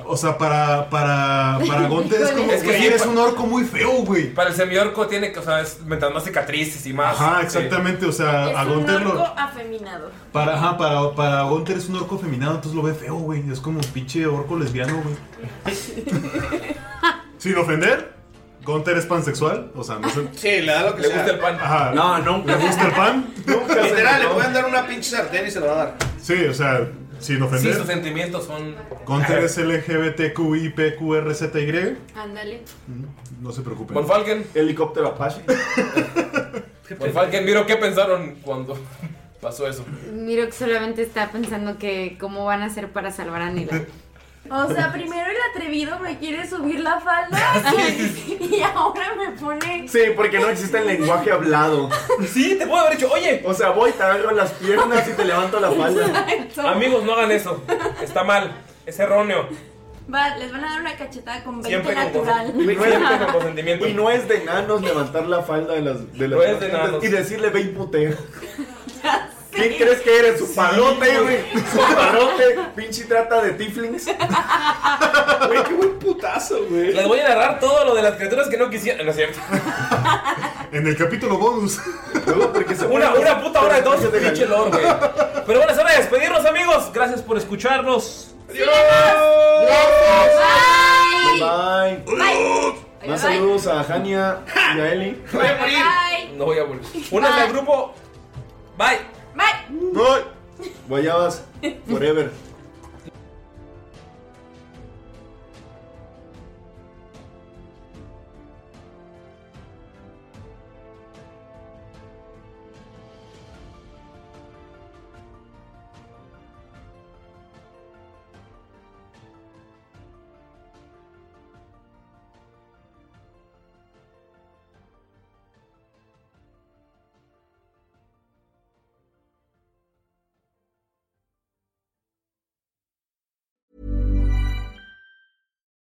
S2: O sea, para, para, para Gunther es como que eres un orco muy feo, güey.
S1: Para el semiorco tiene que, o sea, es mientras más cicatrices y más. este,
S2: Ajá, exactamente. O sea, a
S8: Es un
S2: Gunther
S8: orco
S2: lo.
S8: afeminado.
S2: Para, ajá, para, para Gunther es un orco feminado, entonces lo ve feo, güey. Es como un pinche orco lesbiano, güey. Sin ofender, Gunther es pansexual. O sea, no sé.
S4: Sí, le da lo que sea.
S2: Ajá. ¿Le gusta el pan?
S4: Literal, le pueden dar una pinche sartén y se la va a dar.
S2: Sí, o sea, sin
S1: Sí,
S2: ofender.
S1: sus sentimientos son.
S2: Gunter es LGBTQIPQRZY.
S8: Ándale.
S2: No se preocupen.
S1: Von Falken.
S16: Helicóptero Apache.
S1: Von Falken, miro qué pensaron cuando pasó eso.
S7: Miro que solamente está pensando que cómo van a hacer para salvar a Nila.
S8: O sea, primero el atrevido me quiere subir la falda y ahora me pone.
S16: Sí, porque no existe el lenguaje hablado.
S1: Sí, te puedo haber dicho, oye.
S16: O sea, voy, te agarro las piernas y te levanto la falda.
S8: Exacto.
S1: Amigos, no hagan eso. Está mal. Es erróneo.
S8: Va, les van a dar una cachetada con 20
S1: Siempre con
S8: natural.
S1: con consentimiento.
S16: Y no es de enanos levantar la falda de las, de las
S1: No es de enanos.
S16: y decirle ve y putea. ¿Quién crees que eres? Su palote, güey. Su palote, pinche trata de tiflings. Güey, qué buen putazo, güey.
S1: Les voy a narrar todo lo de las criaturas que no quisieron. No es cierto.
S2: En el capítulo bonus.
S1: Una, una puta hora de dos, pinche lore, güey. Pero bueno, es hora de despedirnos, amigos. Gracias por escucharnos.
S16: Bye.
S8: Bye.
S16: Más saludos a Jania y a Eli.
S1: Voy a morir.
S8: Bye.
S1: No voy a morir. Únanse al grupo. Bye.
S8: Bye.
S16: Guayabas, forever.